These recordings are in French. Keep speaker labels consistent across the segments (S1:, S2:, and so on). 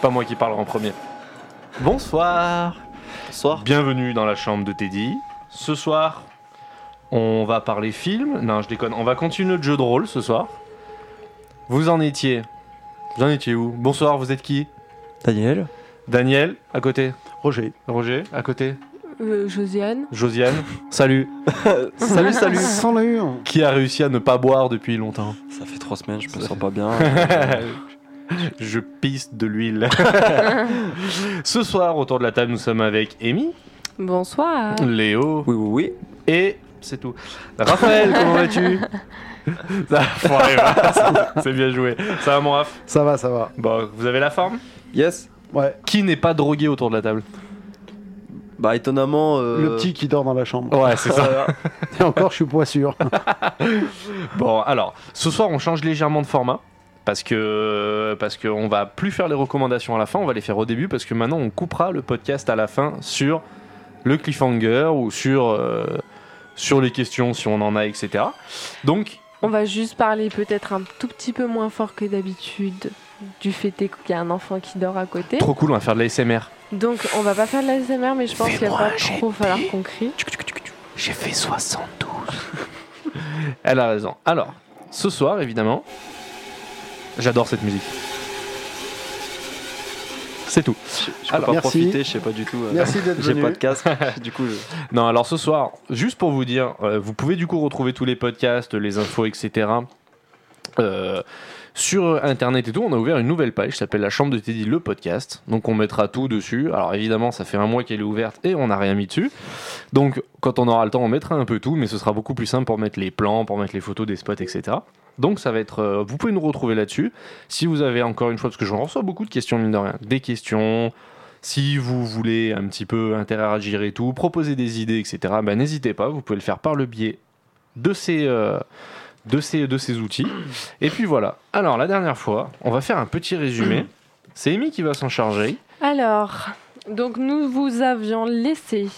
S1: pas moi qui parlerai en premier. Bonsoir.
S2: Bonsoir.
S1: Bienvenue dans la chambre de Teddy. Ce soir, on va parler film. Non, je déconne. On va continuer notre jeu de rôle ce soir. Vous en étiez. Vous en étiez où Bonsoir, vous êtes qui
S2: Daniel.
S1: Daniel, à côté.
S2: Roger.
S1: Roger, à côté.
S3: Euh, Josiane.
S1: Josiane, salut.
S2: salut, salut.
S4: Salut.
S1: Qui a réussi à ne pas boire depuis longtemps
S2: Ça fait trois semaines, je me sens pas bien.
S1: Je pisse de l'huile. Ce soir, autour de la table, nous sommes avec Amy,
S3: Bonsoir.
S1: Léo
S2: Oui, oui, oui.
S1: et c'est tout. Raphaël, comment vas-tu Ça- faut arriver, hein. C'est bien joué. Ça va, mon Raph
S4: Ça va, ça va.
S1: Bon, vous avez la forme
S2: Yes.
S4: Ouais.
S1: Qui n'est pas drogué autour de la table
S2: Bah, étonnamment. euh,
S4: Le petit qui dort dans la chambre.
S1: Ouais, c'est ça.
S4: Et encore, je suis pas sûr.
S1: Bon, alors, ce soir, on change légèrement de format. Parce que parce qu'on va plus faire les recommandations à la fin, on va les faire au début parce que maintenant on coupera le podcast à la fin sur le cliffhanger ou sur euh, sur les questions si on en a etc. Donc
S3: On va juste parler peut-être un tout petit peu moins fort que d'habitude du fait est qu'il y a un enfant qui dort à côté.
S1: trop cool, on va faire de la SMR.
S3: Donc on va pas faire de l'ASMR mais je pense qu'il va pas trop falloir qu'on crie.
S1: J'ai fait 72. Elle a raison. Alors, ce soir, évidemment, j'adore cette musique. C'est tout.
S2: Je peux
S1: Alors,
S2: pas
S4: merci.
S2: profiter, je sais pas du tout. euh,
S4: Merci d'être
S2: J'ai
S4: venu.
S2: pas de casque, du coup, je-
S1: Non, alors ce soir, juste pour vous dire, euh, vous pouvez du coup retrouver tous les podcasts, les infos, etc. euh, sur internet et tout, on a ouvert une nouvelle page qui s'appelle La Chambre de Teddy, le podcast. Donc on mettra tout dessus. Alors évidemment, ça fait un mois qu'elle est ouverte et on n'a rien mis dessus. Donc quand on aura le temps, on mettra un peu tout, mais ce sera beaucoup plus simple pour mettre les plans, pour mettre les photos des spots, etc. Donc ça va être, euh, vous pouvez nous retrouver là-dessus. Si vous avez encore une fois, parce que j'en reçois beaucoup de questions mine de rien, des questions, si vous voulez un petit peu interagir et tout, proposer des idées, etc., ben, n'hésitez pas, vous pouvez le faire par le biais de ces, euh, de ces, de ces outils. Et puis voilà. Alors, la dernière fois, on va faire un petit résumé. C'est Amy qui va s'en charger.
S3: Alors, donc nous vous avions laissé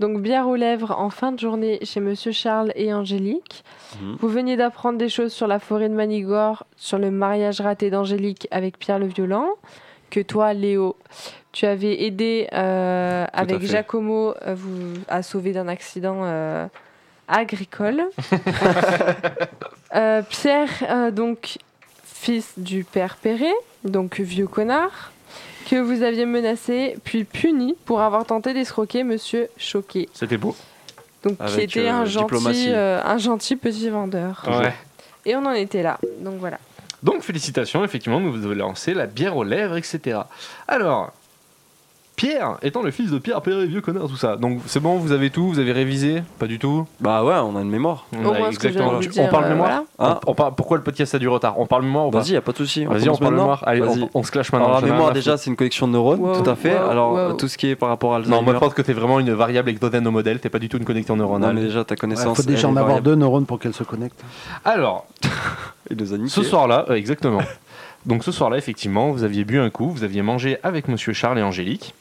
S3: donc bière aux lèvres en fin de journée chez Monsieur Charles et Angélique.
S2: Mhm.
S3: Vous veniez d'apprendre des choses sur la forêt de Manigore, sur le mariage raté d'Angélique avec Pierre le Violent, que toi, Léo, tu avais aidé euh,
S2: à
S3: avec
S2: fait.
S3: Giacomo euh, vous, à sauver d'un accident euh, agricole. Euh, Pierre, euh, donc fils du père Perret, donc vieux connard, que vous aviez menacé puis puni pour avoir tenté d'escroquer Monsieur Choquet,
S1: C'était beau.
S3: donc qui
S2: Avec,
S3: était
S2: euh,
S3: un,
S2: diplomatie.
S3: gentil, euh, un gentil petit vendeur. Et on en était là, donc voilà.
S4: Ah
S1: Donc, félicitations, effectivement, nous vous avez lancé la bière aux lèvres, etc. Alors, Pierre, étant le fils de Pierre Perret, vieux connard, tout ça. Donc, c'est bon, vous avez tout, vous avez révisé Pas du tout
S2: Bah, ouais, on a une mémoire.
S1: On
S3: Au
S1: a
S3: moins ce que j'ai
S1: exactement-
S3: envie de
S1: Tu- On
S3: dire,
S1: parle
S3: euh,
S1: mémoire
S3: voilà.
S2: Hein
S1: On- on parle- Pourquoi le podcast a du retard On parle mémoire ou pas
S2: Vas-y, y a pas de souci.
S1: Vas-y, on
S2: commence
S1: parle
S2: maintenant
S1: mémoire. Allez,
S2: Vas-y.
S1: on, on se clash maintenant.
S2: Alors, la
S1: j'en ai
S2: mémoire,
S1: rien à
S2: déjà,
S1: foutre.
S2: c'est une collection de neurones,
S3: Wow,
S2: tout à fait.
S3: wow,
S2: Alors,
S3: wow.
S2: tout ce qui est par rapport à Alzheimer.
S1: Non, moi je pense que t'es vraiment une variable exogène au modèle, t'es pas du tout une connecteur
S2: non,
S1: neuronale.
S2: mais déjà, ta
S4: Il
S2: connaissance.
S4: faut
S2: elle
S4: déjà en
S2: est
S4: avoir
S2: variable.
S4: deux neurones pour qu'elle se connecte.
S1: Alors,
S2: Il nous a niqué.
S1: ce soir-là, euh, exactement. Donc ce soir-là, effectivement, vous aviez bu un coup, vous aviez mangé avec Monsieur Charles et Angélique.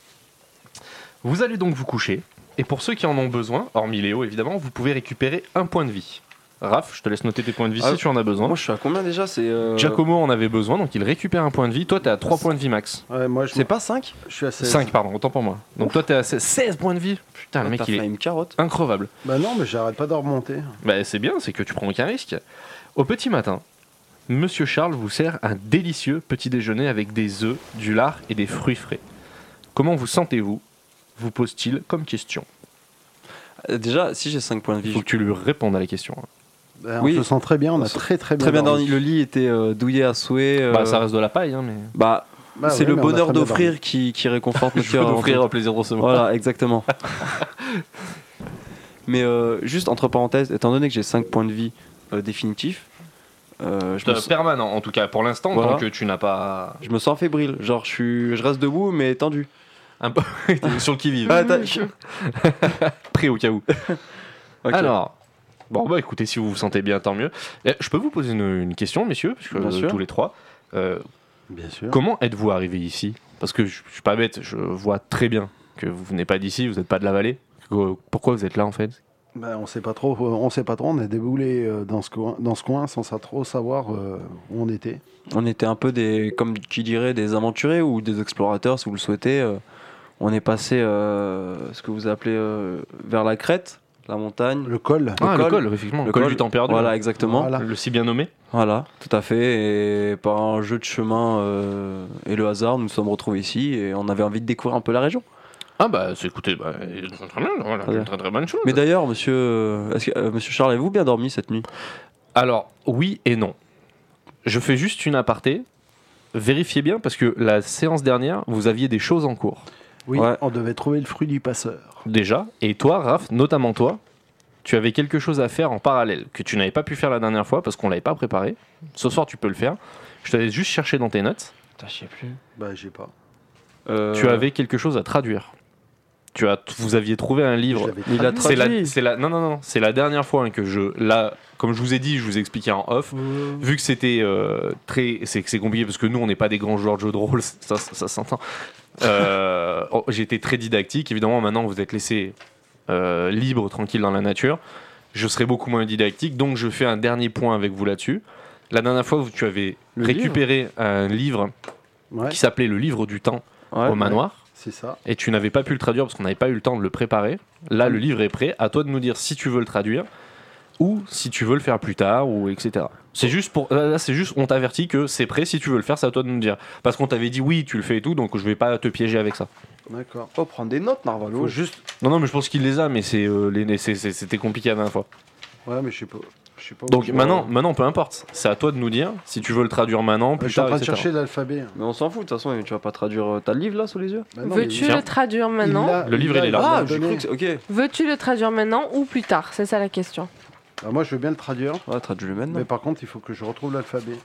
S1: Vous allez donc vous coucher, et pour ceux qui en ont besoin, hormis Léo évidemment, vous pouvez récupérer un point de vie. Raph, je te laisse noter tes points de vie
S2: Ah,
S1: si tu en as besoin.
S2: Moi, je suis à combien déjà C'est. euh,
S1: Giacomo en avait besoin, donc il récupère un point de vie. Toi, t'es à 3 points de vie max.
S4: Ouais, moi, je,
S2: C'est pas 5
S4: je suis à 16.
S1: 5, pardon, autant pour moi. Donc toi, t'es à 16 16 points de vie. Putain, Ah,
S2: Ah,
S1: le mec, il est
S2: une carotte.
S1: increvable.
S4: Bah non, mais j'arrête pas d'en remonter.
S1: Bah, c'est bien, c'est que tu prends aucun risque. Au petit matin, Monsieur Charles vous sert un délicieux petit déjeuner avec des œufs, du lard et des fruits frais. Comment vous sentez-vous vous pose-t-il comme question.
S2: Euh, Déjà, si j'ai 5 points de
S1: Il
S2: vie,
S1: faut que tu lui répondes à la question. hein.
S4: Bah, on
S2: Oui.
S4: se sent très bien, on
S2: On
S4: a
S2: se-
S4: très très
S2: je-
S4: bien.
S2: très bien
S4: dormi.
S2: dormi. Le lit était euh, douillé à souhait. euh,
S1: Bah, ça reste de la paille, hein, mais.
S2: bah,
S4: Bah
S2: c'est
S4: ouais,
S2: le
S4: mais on a
S2: bonheur
S4: très bien
S2: d'offrir qui, qui réconforte notre cœur. avant tout.
S1: au plaisir de recevoir.
S2: Voilà, exactement. Mais euh, juste entre parenthèses, étant donné que j'ai 5 points de vie euh, définitifs, euh, je, me sens,
S1: Permanent, en tout cas, pour l'instant,
S2: Voilà.
S1: tant que tu n'as pas.
S2: je me sens fébrile. Genre, je, suis, je reste debout, mais tendu.
S1: Un peu sur le qui-vive.
S2: Ah, t'as- je-
S1: Prêt au cas où.
S2: Ok.
S1: Alors, bon bah écoutez, si vous vous sentez bien, tant mieux. Eh, Je peux vous poser une, une question, messieurs, parce que
S2: Bien
S1: euh,
S2: sûr.
S1: tous les trois. Euh,
S4: dormi. Bien sûr.
S1: Comment êtes-vous arrivé ici Parce que je, je suis pas bête, je vois très bien que vous venez pas d'ici, vous n'êtes pas de la vallée. Euh, Pourquoi vous êtes là en fait
S4: Ben, on sait pas trop, on sait pas trop, on est déboulé euh, dans ce coin, dans ce coin sans sa- trop savoir euh, où on était.
S2: On était un peu des, comme tu dirais, des aventuriers ou des explorateurs, si vous le souhaitez. Euh, on est passé, euh, ce que vous appelez, euh, vers la Crète, la montagne.
S4: Le col.
S1: Ah, le
S2: col.
S1: col, effectivement. Le
S2: Le
S1: col,
S2: col.
S1: du temps perdu. hein.
S2: Voilà, exactement. Voilà.
S4: Voilà.
S1: Le si bien nommé.
S2: tout à fait. Et par un jeu de chemin euh, et le hasard, nous nous sommes retrouvés ici et on avait envie de découvrir un peu la région.
S1: Ah, bah, c'est- écoutez, bah, c'est très bien, voilà,
S2: Très bien.
S1: une très très bonne chose.
S2: Mais d'ailleurs, monsieur, euh, est-ce que- euh, monsieur Charles, avez-vous bien dormi cette nuit
S1: Alors, oui et non. Je fais juste une aparté. Vérifiez bien, parce que la séance dernière, vous aviez des choses en cours.
S4: Oui,
S2: Ouais.
S4: on devait trouver le fruit du passeur.
S1: Déjà, et toi, Raph, notamment toi, tu avais quelque chose à faire en parallèle que tu n'avais pas pu faire la dernière fois parce qu'on l'avait pas préparé. Ce soir, tu peux le faire. Je t'avais juste cherché dans tes notes.
S2: Putain, je sais plus.
S4: Bah, j'ai pas.
S2: Euh,
S4: Euh.
S1: Tu avais quelque chose à traduire. Tu as, vous aviez trouvé un
S4: Je
S1: livre.
S4: l'avais
S2: Il a
S4: traduit.
S1: C'est la,
S2: traduit.
S1: c'est la, non, non, non, c'est la dernière fois hein, que je, là, comme je vous ai dit, je vous ai expliqué en off. Vu que c'était euh, très, c'est que c'est compliqué parce que nous, on n'est pas des grands joueurs de jeux de rôle, ça, ça, ça s'entend. Euh, oh, J'étais très didactique, évidemment. Maintenant, vous êtes laissé euh, libre, tranquille dans la nature. Je serai beaucoup moins didactique, donc je fais un dernier point avec vous là-dessus. La dernière fois, vous- tu avais
S2: Le
S1: récupéré un livre
S4: Ouais,
S1: qui s'appelait Le Livre du Temps
S2: Ouais.
S1: au manoir,
S4: c'est ça.
S1: et tu n'avais pas pu le traduire parce qu'on n'avait pas eu le temps de le préparer. Là, le livre est prêt. À toi de nous dire si tu veux le traduire ou si tu veux le faire plus tard ou etc. C'est juste pour là, là, c'est juste on t'avertit que c'est prêt. Si tu veux le faire, c'est à toi de nous dire. Parce qu'on t'avait dit oui, tu le fais et tout, donc je vais pas te piéger avec ça.
S4: D'accord.
S2: Oh, prendre des notes, Narvalo.
S4: Faut juste.
S1: Non, non, mais je pense qu'il les a, mais c'est euh, les- c'est- c'est- c'était compliqué la dernière fois.
S4: Ouais, mais je sais pas. Je sais pas. où
S1: Donc
S4: je-
S1: maintenant, maintenant, peu importe. C'est à toi de nous dire si tu veux le traduire maintenant,
S4: Ouais,
S1: plus
S4: je suis en
S1: tard,
S4: train de
S1: etc.
S4: chercher l'alphabet.
S2: Mais on s'en fout, de toute façon, tu vas pas traduire. euh, T'as le livre là sous les yeux
S4: Bah non,
S3: Veux-tu
S4: mais-
S1: Tiens.
S3: le traduire
S4: il
S3: maintenant
S4: l'a-
S1: Le livre,
S4: l'a-
S1: il est là.
S4: l'a
S2: Ah, j'ai
S4: donné.
S2: cru que. c'est- Ok.
S3: Veux-tu le traduire maintenant ou plus tard C'est ça la question.
S4: Ah, Moi, je veux bien le traduire.
S2: Ouais, traduis-le maintenant.
S4: Mais par contre, il faut que je retrouve l'alphabet.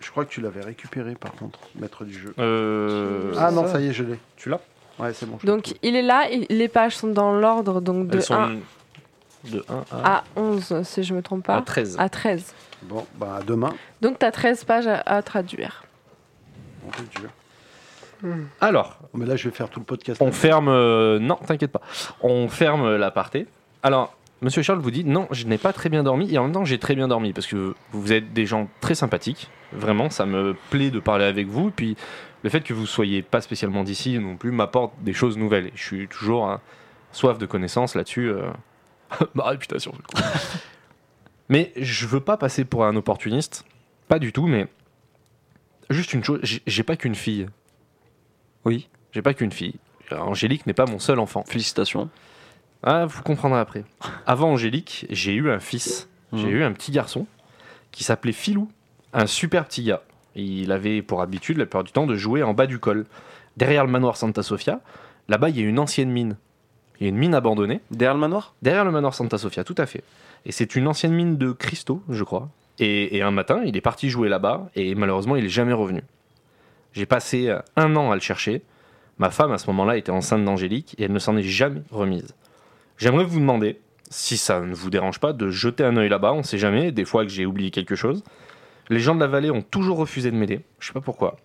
S4: Je crois que tu l'avais récupéré, par contre, maître du jeu.
S1: Euh,
S4: Ah
S2: c'est
S4: non,
S2: ça.
S4: ça y est, je l'ai.
S1: tu l'as
S4: Ouais, c'est bon. je l'ai
S3: Donc il est là, il- les pages sont dans l'ordre, donc de
S1: Elles sont
S3: 1
S1: de 1 à,
S3: à 11, si je me trompe
S1: à
S3: pas.
S1: 13.
S3: À 13.
S4: trouvé. Bon, bah à demain.
S3: Donc t'as 13 pages à, à traduire.
S4: on fait le jeu.
S1: Alors,
S4: Oh, Mais là, je vais faire tout le podcast.
S1: On ferme. euh, non, t'inquiète pas. On ferme euh, l'aparté. Alors, Monsieur Charles vous dit non, je n'ai pas très bien dormi et en même temps j'ai très bien dormi parce que vous êtes des gens très sympathiques. Vraiment, ça me plaît de parler avec vous. Puis le fait que vous soyez pas spécialement d'ici non plus m'apporte des choses nouvelles. Et je suis toujours un soif de connaissances là-dessus. euh, Ma réputation. sur le coup. mais je veux pas passer pour un opportuniste. Pas du tout, mais juste une chose. j'ai- J'ai pas qu'une fille.
S2: Oui.
S1: J'ai pas qu'une fille. Euh, Angélique n'est pas mon seul enfant.
S2: Félicitations.
S1: Ah, vous comprendrez après. Avant Angélique, j'ai eu un fils. J'ai
S2: Mhm.
S1: eu un petit garçon qui s'appelait Filou. Un super petit gars. Il avait pour habitude, la plupart du temps, de jouer en bas du col. Derrière le manoir Santa Sofia, là-bas, il y a une ancienne mine. Il y a une mine abandonnée.
S2: Derrière le manoir
S1: Derrière le manoir Santa Sofia, tout à fait. Et c'est une ancienne mine de cristaux, je crois. Et, et un matin, il est parti jouer là-bas, et malheureusement, il n'est jamais revenu. J'ai passé euh, un an à le chercher. Ma femme, à ce moment-là, était enceinte d'Angélique, et elle ne s'en est jamais remise. J'aimerais vous demander, si ça ne vous dérange pas, de jeter un œil là-bas, on sait jamais, des fois que j'ai oublié quelque chose. Les gens de la vallée ont toujours refusé de m'aider, je sais pas pourquoi.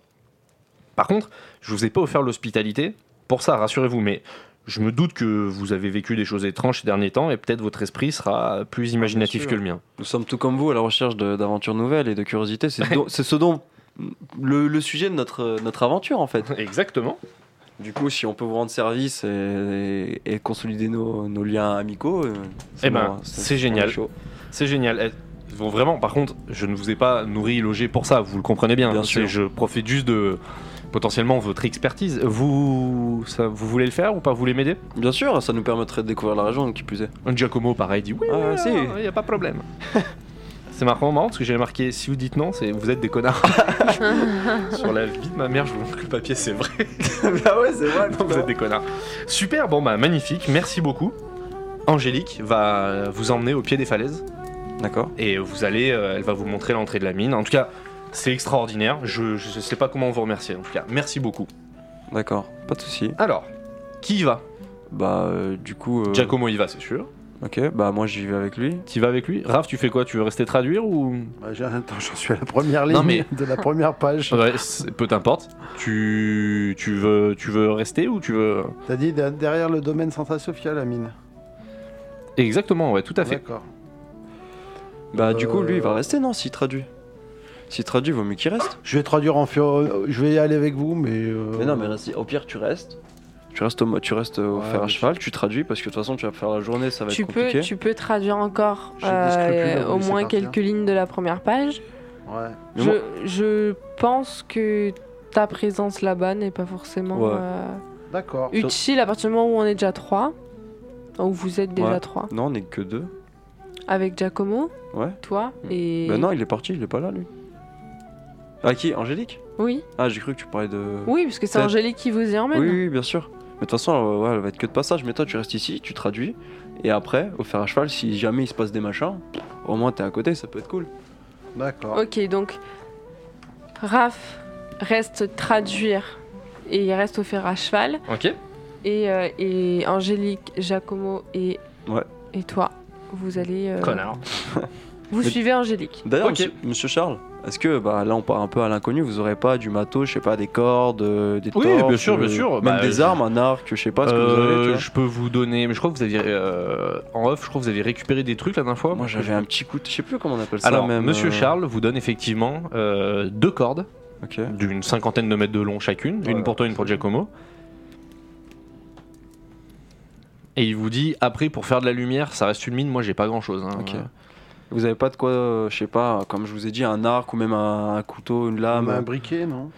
S1: Par contre, je vous ai pas offert l'hospitalité, pour ça, rassurez-vous, mais je me doute que vous avez vécu des choses étranges ces derniers temps et peut-être votre esprit sera plus imaginatif
S2: sûr.
S1: que le mien.
S2: Nous sommes tout comme vous à la recherche de- d'aventures nouvelles et de curiosités. C'est do- c'est ce dont. Le, le sujet de notre, euh, notre aventure en fait.
S1: Exactement.
S2: Du coup, si on peut vous rendre service et, et consolider nos, nos liens amicaux, euh,
S1: Eh ben,
S2: bon,
S1: c'est
S2: on est
S1: génial.
S2: chaud.
S1: C'est génial. Eh, bon, vraiment, par contre, je ne vous ai pas nourri et logé pour ça, vous le comprenez bien. hein,
S2: Bien
S1: C'est-
S2: sûr.
S1: Je profite juste de potentiellement votre expertise. Vous, ça, vous voulez le faire ou pas Vous voulez m'aider
S2: Bien sûr, ça nous permettrait de découvrir la région qui plus est.
S1: Giacomo, pareil, dit oui,
S2: Ah,
S1: oui,
S2: si.
S1: non, il n'y a pas de problème. c'est marrant, marrant parce que j'avais marqué si vous dites non, c'est vous êtes des connards. Sur la vie de ma mère, je vous montre le papier, c'est vrai.
S2: bah ouais, c'est vrai.
S1: Non, vous êtes des connards. Super, bon bah magnifique, merci beaucoup. Angélique va vous emmener au pied des falaises
S2: D'accord.
S1: et vous allez, euh, elle va vous montrer l'entrée de la mine. En tout cas, c'est extraordinaire. Je, je sais pas comment vous remercier. En tout cas, merci beaucoup.
S2: D'accord, pas de souci.
S1: Alors, qui y va
S2: Bah euh, du coup. euh,
S1: Giacomo y va, c'est sûr.
S2: Ok, bah moi j'y vais avec lui.
S1: Tu vas avec lui Raph, tu fais quoi Tu veux rester traduire ou
S4: Bah, j'ai- Attends, j'en suis à la première ligne
S1: Non, mais-
S4: de la première page.
S1: Ouais, c'est- peu t'importe. Tu, tu veux, tu veux rester ou tu veux
S4: T'as dit de- derrière le domaine Santa Sofia, la mine.
S1: Exactement, ouais, tout à fait.
S4: D'accord.
S2: Bah, du coup, lui, il va
S4: Euh.
S2: rester, non, s'il traduit. S'il traduit, vaut mieux qu'il reste.
S4: Je vais traduire en fur... euh, Je vais y aller avec vous, mais. euh,
S2: Mais non, mais reste- au pire, tu restes. Tu restes au, mo- tu restes au
S4: Ouais,
S2: fer à
S4: mais je-
S2: cheval, tu traduis parce que de toute façon, tu vas faire la journée, ça va
S3: Tu
S2: être
S3: peux,
S2: compliqué.
S3: tu peux traduire encore
S4: J'ai des scrupules
S3: euh,
S4: à vous
S3: au
S4: laisser
S3: moins
S4: partir.
S3: quelques lignes de la première page.
S4: Ouais.
S2: Mais moi-
S3: Je, je pense que ta présence là-bas n'est pas forcément
S2: Ouais.
S3: euh,
S4: D'accord.
S3: utile à partir du moment où on est déjà trois. Où vous êtes déjà
S2: Ouais.
S3: trois.
S2: Non, on n'est que deux.
S3: Avec Giacomo,
S2: Ouais.
S3: toi
S2: Mm.
S3: et.
S2: Bah, non, il est parti, il est pas là, lui. Ah, qui Angélique
S3: Oui,
S2: Ah, j'ai cru que tu parlais de.
S3: oui, parce que c'est
S2: Peut-être.
S3: Angélique qui vous y emmène.
S2: Oui, oui, bien sûr. Mais de toute façon, elle, ouais, elle va être que de passage. Mais toi, tu restes ici, tu traduis. Et après, au fer à cheval, si jamais il se passe des machins, au moins t'es à côté, ça peut être cool.
S4: D'accord.
S3: Ok, donc Raph reste traduire et il reste au fer à cheval.
S1: Ok.
S3: Et, euh, et Angélique, Giacomo et,
S2: Ouais.
S3: et toi, vous allez. euh,
S1: Connard.
S3: Vous
S2: Mais-
S3: suivez Angélique.
S2: D'ailleurs,
S1: Ok.
S2: monsieur, monsieur Charles, est-ce que bah, là on part un peu à l'inconnu Vous aurez pas du matos, je sais pas, des cordes, euh, des
S1: Oui,
S2: torches,
S1: bien sûr,
S2: euh,
S1: bien sûr.
S2: Même
S1: Bah,
S2: des
S1: je-
S2: armes, un arc, je sais pas ce que vous avez.
S1: Euh,
S2: tu vois.
S1: je peux vous donner, mais je crois que vous aviez euh, en off, je crois que vous aviez récupéré des trucs la dernière fois.
S2: Moi j'avais un petit coup de. Je sais plus comment on appelle ça.
S1: Alors,
S2: même,
S1: Monsieur
S2: euh,
S1: Charles vous donne effectivement euh, deux cordes
S2: Ok.
S1: d'une cinquantaine de mètres de long chacune, une
S4: Ouais.
S1: pour toi, une pour Giacomo. Et il vous dit après pour faire de la lumière, ça reste une mine. Moi, j'ai pas hein. grand chose.
S2: Ok. Vous avez pas de quoi, euh, je sais pas, comme je vous ai dit, un arc ou même un, un couteau, une
S4: Ah,
S2: lame euh,
S4: un briquet, non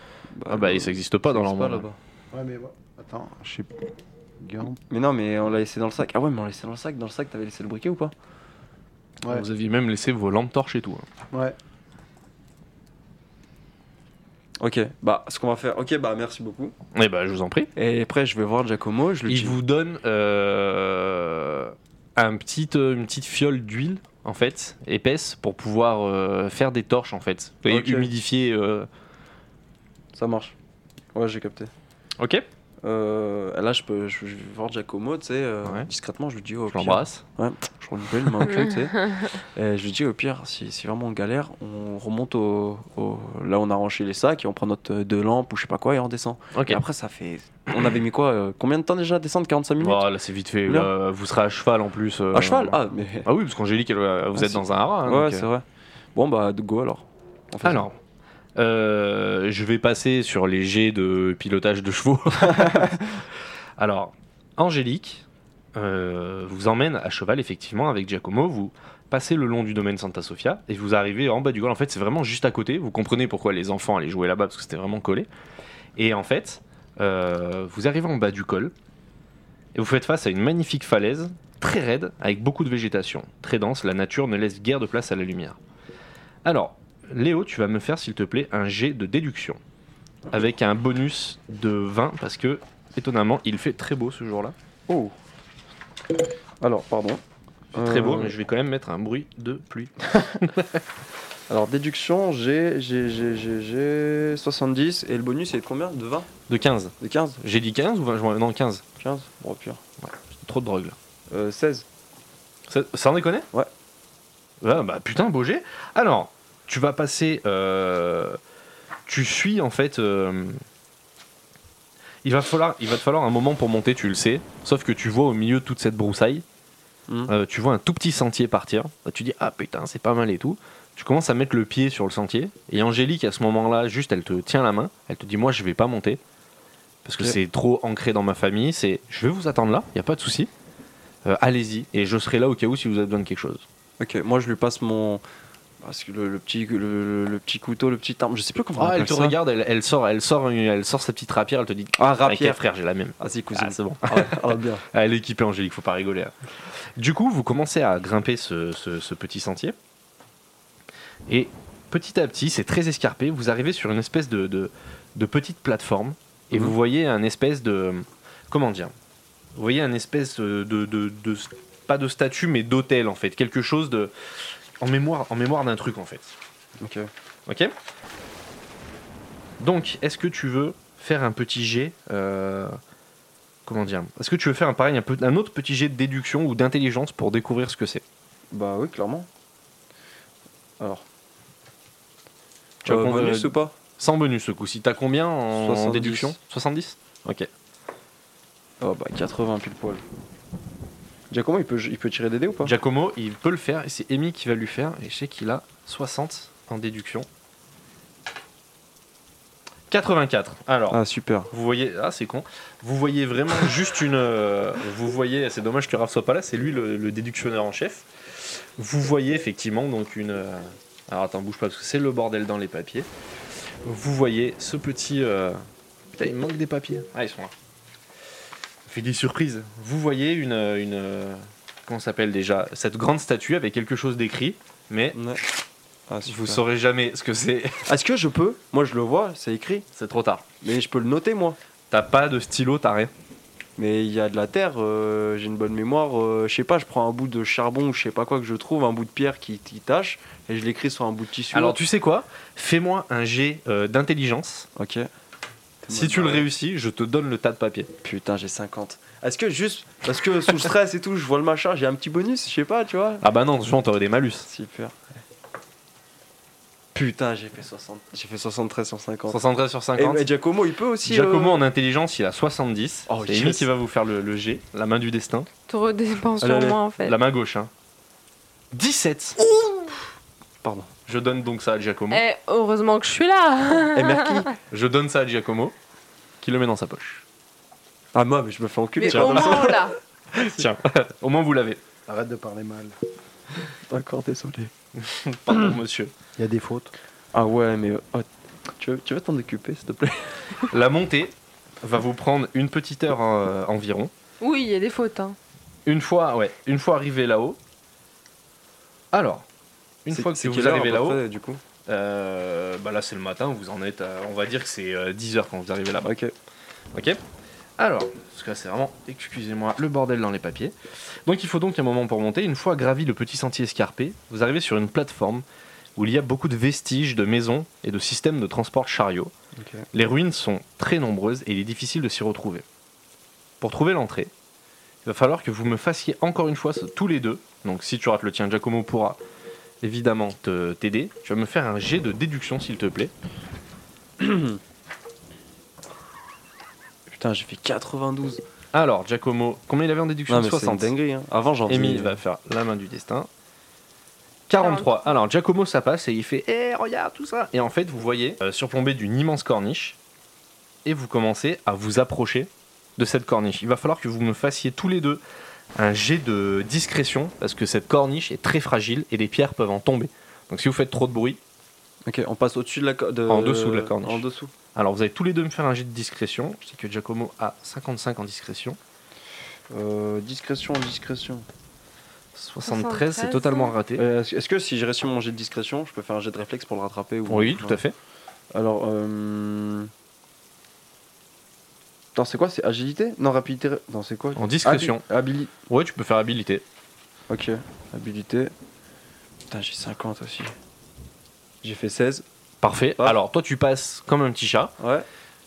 S1: Ah bah, et ça existe pas dans leur monde.
S4: Ouais, mais ouais. Attends, je sais pas. Gant.
S2: Mais non, mais on l'a laissé dans le sac. Ah ouais, mais on l'a laissé dans le sac. Dans le sac, t'avais laissé le briquet ou pas
S4: Ouais.
S1: hein. Vous aviez même laissé vos lampes torches et tout. hein.
S4: Ouais.
S2: Ok, bah ce qu'on va faire. Ok, bah merci beaucoup.
S1: Eh ben, je vous en prie.
S2: Et après, je vais voir Giacomo. Je lui
S1: Il
S2: dis.
S1: vous donne euh, un petit, euh, une petite fiole d'huile en fait épaisse pour pouvoir euh, faire des torches en fait et
S2: Ok.
S1: humidifier. euh,
S2: Ça marche. Ouais, j'ai capté.
S1: Ok.
S2: Euh, là, je peux, je, je vais voir Giacomo, tu sais, euh,
S1: Ouais.
S2: discrètement, je lui dis au
S1: Je
S2: pire-
S1: l'embrasse.
S2: Je renouvelle, il m'a un peu, tu sais. Et je lui dis au pire, si, si vraiment on galère, on remonte au, au- là on a rangé les sacs et on prend notre euh, deux lampes ou je sais pas quoi et on descend.
S1: Ok.
S2: Et après, ça fait. On avait mis quoi euh, Combien de temps déjà à descendre 45 minutes
S1: Oh, là c'est vite fait.
S2: Là.
S1: là, vous serez à cheval en plus. euh,
S2: À cheval Ah, mais.
S1: Ah oui parce qu'Angélique elle, euh, vous
S2: Ah,
S1: êtes
S2: si.
S1: dans un haras. hein,
S2: ouais,
S1: donc,
S2: c'est
S1: euh,
S2: vrai. Bon, bah, go alors. On fait ça.
S1: Alors. euh, je vais passer sur les jets de pilotage de chevaux. Alors, Angélique euh, vous emmène à cheval, effectivement, avec Giacomo. Vous passez le long du domaine Santa Sofia et vous arrivez en bas du golfe. En fait, c'est vraiment juste à côté. Vous comprenez pourquoi les enfants allaient jouer là-bas parce que c'était vraiment collé. Et en fait, euh, vous arrivez en bas du col et vous faites face à une magnifique falaise très raide avec beaucoup de végétation. Très dense, la nature ne laisse guère de place à la lumière. Alors, Léo, tu vas me faire, s'il te plaît, un jet de déduction avec un bonus de 20 parce que, étonnamment, il fait très beau ce jour-là.
S2: Oh Alors, pardon.
S1: Très
S2: Euh,
S1: beau, mais je vais quand même mettre un bruit de pluie.
S2: Alors, déduction, j'ai, j'ai, j'ai, j'ai, j'ai 70 et le bonus, il est de combien De 20
S1: De 15.
S2: De 15
S1: J'ai dit 15 ou 20 Non, 15.
S2: 15 Bon, pire.
S1: Trop de drogue là.
S2: Euh, 16.
S1: Ça, ça en déconne
S2: Ouais.
S1: Ah, bah putain, beau jet. Alors, tu vas passer. euh, tu suis en fait. euh, il, va falloir, il va te falloir un moment pour monter, tu le sais. Sauf que tu vois au milieu de toute cette broussaille,
S2: Mhm.
S1: euh, tu vois un tout petit sentier partir. Bah, tu dis, ah putain, c'est pas mal et tout. Tu commences à mettre le pied sur le sentier. Et Angélique, à ce moment-là, juste, elle te tient la main. Elle te dit, moi, je vais pas monter. Parce que
S2: Ok.
S1: c'est trop ancré dans ma famille. C'est, je vais vous attendre là, il a pas de souci. Euh, allez-y et je serai là au cas où si vous avez besoin de quelque chose.
S2: Ok, moi, je lui passe mon. Parce que le, le petit, le, le- le petit couteau, le petit arme, je sais plus comment on
S1: Ah, elle
S2: appelle
S1: te
S2: ça.
S1: regarde, elle, elle sort, elle sort, une- elle sort sa petite rapière, elle te dit
S2: Ah,
S1: Rapière,
S2: rapière.
S1: frère, j'ai la même.
S2: Ah, si, cousine.
S1: Ah, c'est bon.
S2: Ah, ouais, ah, bien.
S1: Elle est équipée Angélique, faut pas rigoler. hein. Du coup, vous commencez à grimper ce, ce- ce petit sentier et petit à petit, c'est très escarpé. Vous arrivez sur une espèce de, de- de petite plateforme et
S2: Mhm.
S1: vous voyez un espèce de comment dire Vous voyez un espèce de, de- de- de- pas de statue mais d'hôtel en fait, quelque chose de en mémoire en mémoire d'un truc en fait.
S2: Ok.
S1: Ok Donc, est-ce que tu veux faire un petit jet euh, Comment dire Est-ce que tu veux faire un pareil, un, peu, un autre petit jet de déduction ou d'intelligence pour découvrir ce que c'est
S2: Bah oui, clairement. Alors.
S1: Tu as
S2: Euh,
S1: convenu-
S2: bonus ou pas
S1: Sans bonus ce coup-ci. T'as combien en
S2: 70.
S1: déduction 70 Ok.
S2: Oh bah 80 pile poil. Giacomo, il peut, il peut tirer des dés ou pas
S1: Giacomo, il peut le faire, et c'est Amy qui va lui faire, et je sais qu'il a 60 en déduction. 84. Alors,
S2: Ah, super.
S1: vous voyez, ah c'est con, vous voyez vraiment juste une... euh, vous voyez, c'est dommage que Raph soit pas là, c'est lui le, le déductionneur en chef. Vous voyez effectivement donc une... euh, alors attends, bouge pas parce que c'est le bordel dans les papiers. Vous voyez ce petit... euh, Putain, il manque des papiers. Ah, ils sont là. Ça fait des surprises. Vous voyez une... une euh, Comment ça s'appelle déjà Cette grande statue avec quelque chose d'écrit, mais
S2: Ah,
S1: vous
S2: super.
S1: saurez jamais ce que c'est.
S2: Est-ce que je peux Moi, je le vois, c'est écrit.
S1: c'est trop tard.
S2: Mais je peux le noter, moi.
S1: T'as pas de stylo, t'as rien.
S2: Mais il y a de la terre, euh, j'ai une bonne mémoire. euh, je sais pas, je prends un bout de charbon ou je sais pas quoi que je trouve, un bout de pierre qui, qui tâche, et je l'écris sur un bout de tissu.
S1: Alors tu sais quoi Fais-moi un jet euh, d'intelligence.
S2: Ok.
S1: Si tu le réussis, je te donne le tas de papier.
S2: Putain, j'ai 50. Est-ce que juste parce que sous le stress et tout, je vois le machin, j'ai un petit bonus, je sais pas, tu vois
S1: Ah bah non, sinon t'aurais des malus.
S2: Super. Putain, j'ai fait 60. J'ai fait 73 sur 50.
S1: 73 sur
S2: Et,
S1: 50.
S2: et Giacomo, il peut aussi.
S1: Giacomo
S2: euh,
S1: en intelligence, il a 70.
S2: Oh,
S1: c'est
S2: yes.
S1: lui qui va vous faire le, le jet, la main du destin.
S3: Trop dépense
S2: Allez,
S3: sur
S2: allez.
S3: moi en fait.
S1: La main gauche, hein. 17
S2: Pardon.
S1: Je donne donc ça à Giacomo.
S3: Eh, heureusement que je suis là
S2: Eh, Merki
S1: Je donne ça à Giacomo, qui le met dans sa poche.
S2: Ah, moi, mais je me fais enculer.
S3: Mais
S1: tiens.
S3: au moins on l'a
S1: Tiens, au moins vous l'avez.
S4: Arrête de parler mal.
S2: D'accord, désolé.
S1: Pardon, monsieur.
S4: Il y a des fautes.
S2: Ah, ouais, mais. euh, oh, tu veux, tu veux t'en occuper, s'il te plaît
S1: La montée va vous prendre une petite heure euh, environ.
S3: Oui, il y a des fautes. Hein.
S1: Une fois, ouais, une fois arrivé là-haut. Alors, une
S2: C'est-
S1: fois que
S2: c'est
S1: vous
S2: quelle heure,
S1: arrivez
S2: à peu
S1: là-haut,
S2: près, Du coup.
S1: euh, bah là c'est le matin, vous en êtes, à- on va dire que c'est 10h quand vous arrivez là-bas.
S2: Ok.
S1: Ok Alors, parce que là c'est vraiment, excusez-moi, le bordel dans les papiers. Donc il faut donc un moment pour monter. Une fois gravi le petit sentier escarpé, vous arrivez sur une plateforme où il y a beaucoup de vestiges de maisons et de systèmes de transport chariot.
S2: Ok.
S1: Les ruines sont très nombreuses et il est difficile de s'y retrouver. Pour trouver l'entrée, il va falloir que vous me fassiez encore une fois ce- tous les deux. Donc si tu rates le tien, Giacomo pourra évidemment te- t'aider. Tu vas me faire un jet de déduction s'il te plaît.
S2: Putain, j'ai fait 92.
S1: Alors Giacomo, combien il avait en déduction
S2: Non, mais c'est une
S1: 60.
S2: dinguerie. Hein. Avant, j'en
S1: Amy
S2: faisais-
S1: va faire la main du destin. 43. Alors Giacomo ça passe et il fait Eh regarde tout ça Et en fait vous voyez euh, surplombé d'une immense corniche et vous commencez à vous approcher de cette corniche. Il va falloir que vous me fassiez tous les deux un jet de discrétion parce que cette corniche est très fragile et les pierres peuvent en tomber. Donc si vous faites trop de bruit,
S2: Ok, on passe au-dessus de la cor- de-
S1: En dessous de la corniche.
S2: En dessous.
S1: alors vous allez tous les deux me faire un jet de discrétion. Je sais que Giacomo a 55 en discrétion.
S2: Euh, discrétion, discrétion.
S1: 73, c'est
S3: 73,
S1: totalement
S3: hein.
S1: raté.
S2: Euh, Est-ce est-ce que si j'ai réussi mon jet de discrétion, je peux faire un jet de réflexe pour le rattraper ou...
S1: Oui, tout à fait.
S2: Alors, euh... Attends, c'est quoi C'est agilité Non, rapidité. ré- Non, c'est quoi
S1: En discrétion.
S2: Habili...
S1: Ouais, tu peux faire habilité.
S2: habili- Ok, habilité. Putain, j'ai 50 aussi. J'ai fait 16.
S1: Parfait.
S2: Hop.
S1: Alors, toi, tu passes comme un petit chat.
S2: Ouais.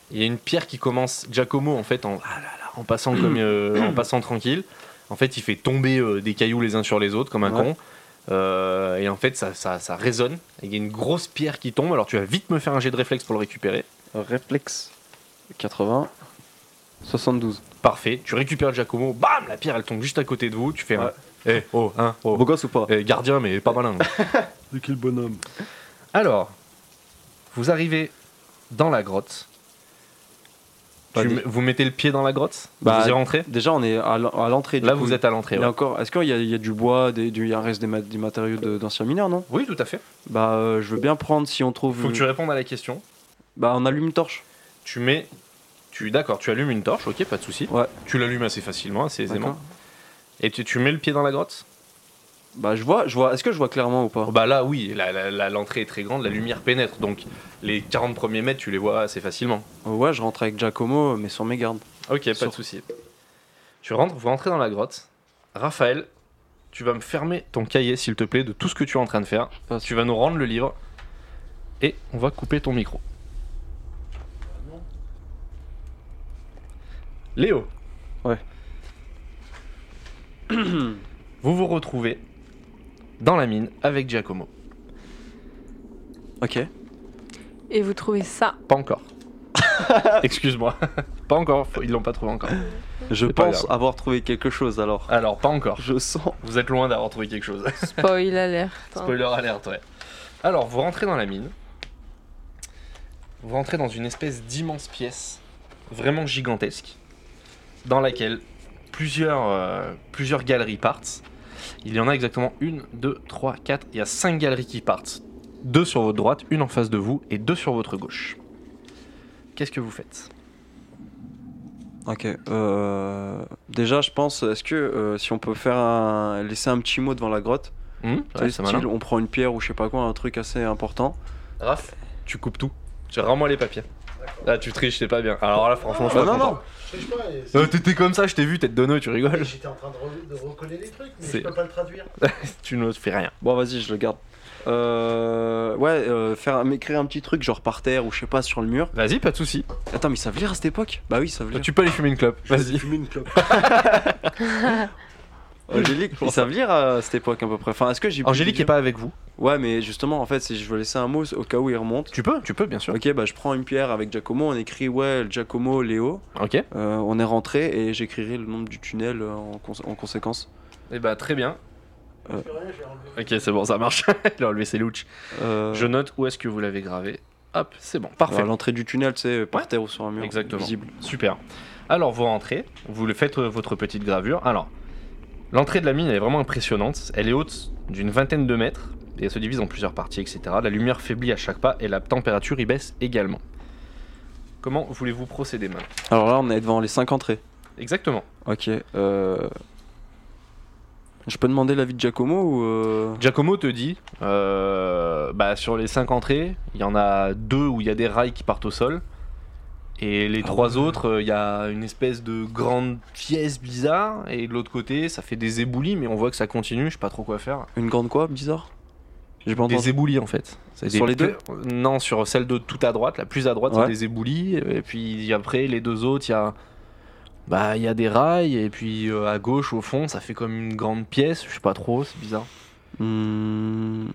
S1: Il y a une pierre qui commence, Giacomo, en fait, en, ah là là, en passant, comme, euh, en passant tranquille. En fait, il fait tomber euh, des cailloux les uns sur les autres, comme un
S2: Ouais.
S1: con. Euh, et en fait, ça, ça, ça résonne. Et Il y a une grosse pierre qui tombe. Alors, tu vas vite me faire un jet de réflexe pour le récupérer.
S2: Réflexe. 80. 72.
S1: Parfait. Tu récupères Giacomo. Bam La pierre, elle tombe juste à côté de vous. Tu fais un.
S2: Ouais.
S1: Eh, oh, hein, oh.
S2: Beau gosse ou pas
S1: Eh, gardien, mais pas malin.
S4: De quel bonhomme
S1: Alors, vous arrivez dans la grotte.
S2: Pas
S1: Tu
S2: des-
S1: me- vous mettez le pied dans la grotte
S2: Bah,
S1: Vous y rentrez
S2: Déjà, on est à l'en- à l'entrée. du
S1: Là,
S2: coup.
S1: vous êtes à l'entrée.
S2: Il y a
S1: ouais.
S2: encore. Est-ce qu'il y, a- il y a du bois, des, du, il y a un reste des, ma- des matériaux de- d'anciens mineurs, non
S1: Oui, tout à fait.
S2: Bah, euh, je veux bien prendre si on trouve.
S1: Faut que tu répondes à la question.
S2: Bah, on allume torche.
S1: Tu mets. Tu, D'accord, tu allumes une torche, ok, pas de souci.
S2: Ouais.
S1: Tu l'allumes assez facilement, assez aisément.
S2: D'accord.
S1: Et tu, tu mets le pied dans la grotte
S2: Bah, je vois. Je vois. Est-ce que je vois clairement ou pas
S1: Bah là, oui, la- la- la- l'entrée est très grande, la lumière pénètre. Donc les 40 premiers mètres, tu les vois assez facilement.
S2: Ouais, je rentre avec Giacomo, mais sur mes gardes.
S1: Ok, pas
S2: Sur-
S1: de souci. Tu rentres, vous rentrez dans la grotte. Raphaël, tu vas me fermer ton cahier, s'il te plaît, de tout ce que tu es en train de faire.
S2: Parce-
S1: Tu vas nous rendre le livre. Et on va couper ton micro. Léo.
S2: Ouais.
S1: vous vous retrouvez dans la mine avec Giacomo.
S2: Ok.
S3: Et vous trouvez ça
S1: Pas encore. Excuse-moi. Pas encore, faut- ils l'ont pas trouvé encore.
S2: Je
S1: C'est pas
S2: pense avoir trouvé quelque chose alors.
S1: Alors, pas encore.
S2: Je sens.
S1: Vous êtes loin d'avoir trouvé quelque chose.
S3: Spoil alerte. hein.
S1: Spoiler alerte, ouais. Alors, vous rentrez dans la mine. Vous rentrez dans une espèce d'immense pièce, vraiment gigantesque, dans laquelle plusieurs, euh, plusieurs galeries partent. Il y en a exactement une, deux, trois, quatre. Il y a cinq galeries qui partent. Deux sur votre droite, une en face de vous et deux sur votre gauche. Qu'est-ce que vous faites
S2: Ok. euh, Déjà, je pense. Est-ce que euh, si on peut faire un... laisser un petit mot devant la grotte,
S1: Hum,
S2: tu sais, style, on prend une pierre ou je sais pas quoi, un truc assez important.
S1: Ah, Raph, tu coupes tout. Tu rends-moi les papiers. Là, tu triches, c'est pas bien. Alors là, franchement, je suis
S2: Bah
S1: pas
S2: non,
S1: content.
S2: non.
S5: Je sais pas, et-
S1: Euh, T'étais comme ça, je t'ai vu, tête de nœud, tu rigoles.
S5: J'étais en train de, re- de recoller les trucs, mais
S1: C'est-
S5: je peux pas le traduire.
S1: tu ne fais rien.
S2: Bon, vas-y, je le garde. Euh, ouais, euh, faire m'écrire un petit truc genre par terre ou je sais pas sur le mur.
S1: Vas-y, pas de soucis.
S2: Attends, mais ils savent lire à cette époque Bah oui, ils savent lire.
S1: Tu peux aller fumer une clope. Vas-y.
S4: Fumer une clope.
S2: Euh, Angélique, ils savent lire à cette époque à peu près. Enfin, est-ce que j'ai pu
S1: Angélique
S2: dire-
S1: est pas avec vous.
S2: Ouais, mais justement, en fait, si je veux laisser un mot au cas où il remonte.
S1: Tu peux, tu peux, bien sûr.
S2: Ok, bah je prends une pierre avec Giacomo, on écrit ouais, Giacomo, Léo.
S1: Ok. Et
S2: Euh, on est rentré et j'écrirai le nom du tunnel euh, en, cons- en conséquence.
S1: bah, très bien.
S5: Je
S1: Euh.
S5: fais rien, j'ai enlevé.
S1: Ok, c'est bon, ça marche. Il a enlevé ses louches.
S2: Euh,
S1: Je note où est-ce que vous l'avez gravé. Hop, c'est bon. Parfait.
S2: à L'entrée du tunnel, tu sais, par
S1: Ouais.
S2: terre ou sur un mur.
S1: Exactement.
S2: Visible.
S1: Super. Alors, vous rentrez, vous le faites euh, votre petite gravure. Alors, l'entrée de la mine elle est vraiment impressionnante. Elle est haute d'une vingtaine de mètres et elle se divise en plusieurs parties, etc. La lumière faiblit à chaque pas et la température y baisse également. Comment voulez-vous procéder maintenant
S2: Alors là, on est devant les cinq entrées.
S1: Exactement.
S2: Ok. Euh... Je peux demander l'avis de Giacomo ou. euh,
S1: Giacomo te dit, euh, bah, sur les cinq entrées, il y en a deux où il y a des rails qui partent au sol. Et les
S2: Ah
S1: trois
S2: ouais.
S1: autres, euh, il y a une espèce de grande pièce bizarre. Et de l'autre côté, ça fait des éboulis, mais on voit que ça continue, je sais pas trop quoi faire.
S2: Une grande quoi Bizarre J'ai pas
S1: Des
S2: entendu.
S1: éboulis en fait. C'est
S2: Sur
S1: des-
S2: les deux
S1: Non, sur celle de tout à droite, la plus à droite,
S2: Ouais.
S1: c'est des éboulis. Et puis après, les deux autres, il y a. Bah, il y a des rails, et puis euh, à gauche, au fond, ça fait comme une grande pièce, je sais pas trop, c'est bizarre.
S2: Hmm,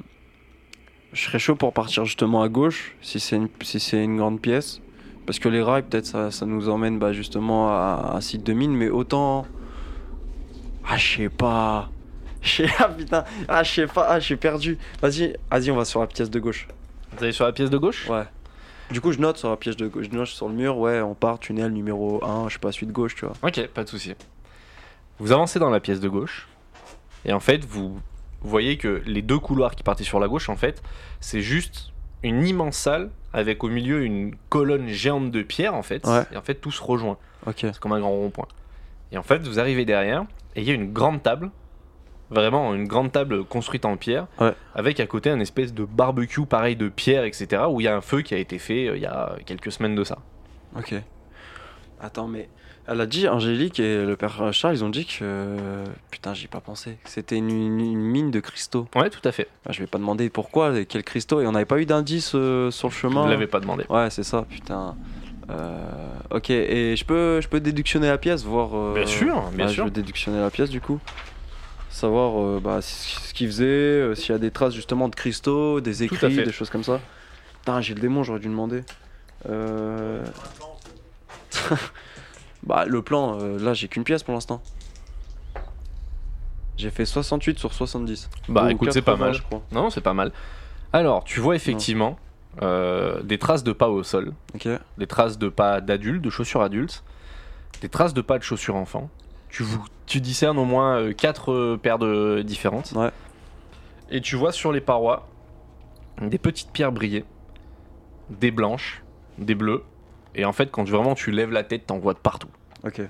S2: Je serais chaud pour partir justement à gauche, si c'est une, si c'est une grande pièce. Parce que les rails, peut-être, ça, ça nous emmène bah, justement à un site de mine, mais autant. Ah, je sais pas. Je sais- Ah putain, ah, je sais pas, ah, j'ai perdu. Vas-y, vas-y, on va sur la pièce de gauche.
S1: Vous allez sur la pièce de gauche
S2: Ouais. Du coup, je note sur la pièce de gauche, je note sur le mur, ouais, on part, tunnel numéro 1, je sais pas, suite gauche, tu vois.
S1: Ok, pas de souci. Vous avancez dans la pièce de gauche, et en fait, vous voyez que les deux couloirs qui partaient sur la gauche, en fait, c'est juste une immense salle avec au milieu une colonne géante de pierre, en fait,
S2: Ouais.
S1: et en fait, tout se rejoint.
S2: Ok.
S1: C'est comme un grand rond-point. Et en fait, vous arrivez derrière, et il y a une grande table, vraiment une grande table construite en pierre,
S2: Ouais.
S1: avec à côté un espèce de barbecue pareil de pierre, etc., où il y a un feu qui a été fait euh, il y a quelques semaines de ça.
S2: Ok. Attends, mais elle a dit, Angélique et le père euh, Charles, ils ont dit que. euh, Putain, j'y ai pas pensé. que C'était une, une- une mine de cristaux.
S1: Ouais, tout à fait.
S2: Bah, je vais pas demander pourquoi et quels cristaux. Et on n'avait pas eu d'indice euh, sur le
S1: Vous
S2: chemin.
S1: ne l'avez pas demandé.
S2: Ouais, c'est ça, putain. Euh, ok, et je peux, je peux déductionner la pièce, voir. euh,
S1: Bien sûr, bien
S2: bah,
S1: sûr.
S2: Je vais déductionner la pièce du coup. Savoir euh, bah, c- ce qu'il faisait, euh, s'il y a des traces justement de cristaux, des
S1: Tout à
S2: écrits,
S1: fait.
S2: des choses comme ça. Putain, j'ai le démon, j'aurais dû demander. Euh, bah, le plan, euh, là j'ai qu'une pièce pour l'instant. J'ai fait 68 sur 70.
S1: Bah
S2: Ou
S1: écoute, c'est pas
S2: 80,
S1: mal.
S2: Je crois.
S1: Non, c'est pas mal. Alors, tu vois effectivement euh, des traces de pas au sol,
S2: Ok.
S1: des traces de pas d'adultes, de chaussures adultes, des traces de pas de chaussures enfants. Tu, vous- tu discernes au moins euh, quatre euh, paires de différentes.
S2: Ouais.
S1: Et tu vois sur les parois des petites pierres brillées, des blanches, des bleues. Et en fait, quand tu- vraiment tu lèves la tête, t'en vois de partout.
S2: Ok.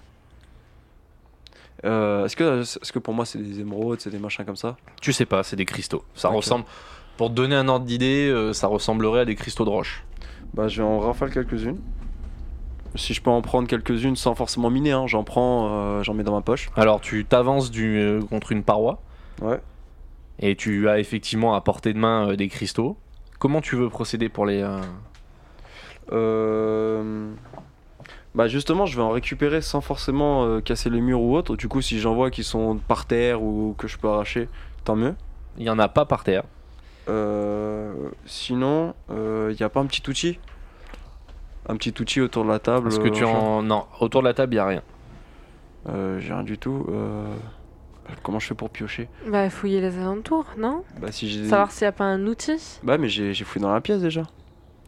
S2: Euh, est-ce que, est-ce que pour moi c'est des émeraudes, c'est des machins comme ça
S1: Tu sais pas, c'est des cristaux. Ça
S2: Ok.
S1: ressemble, pour te donner un ordre d'idée, euh, ça ressemblerait à des cristaux de roche.
S2: Bah je vais en rafale quelques-unes. Si je peux en prendre quelques-unes sans forcément miner, hein, j'en prends, euh, j'en mets dans ma poche.
S1: Alors tu t'avances du- euh, contre une paroi.
S2: Ouais.
S1: Et tu as effectivement à portée de main euh, des cristaux. Comment tu veux procéder pour les... euh,
S2: Euh, Bah justement je vais en récupérer sans forcément euh, casser les murs ou autre. Du coup si j'en vois qui sont par terre ou que je peux arracher, tant mieux.
S1: Il y en a pas par terre.
S2: Euh, Sinon, il n'y a pas un petit outil un petit outil autour de la table.
S1: Est-ce que tu
S2: euh,
S1: en. Non, autour de la table, il n'y a rien.
S2: euh, J'ai rien du tout. euh, Comment je fais pour piocher
S3: Bah, fouiller les alentours, non
S2: Bah si j'ai.
S3: Savoir s'il n'y a pas un outil.
S2: Bah mais j'ai j'ai fouillé dans la pièce déjà.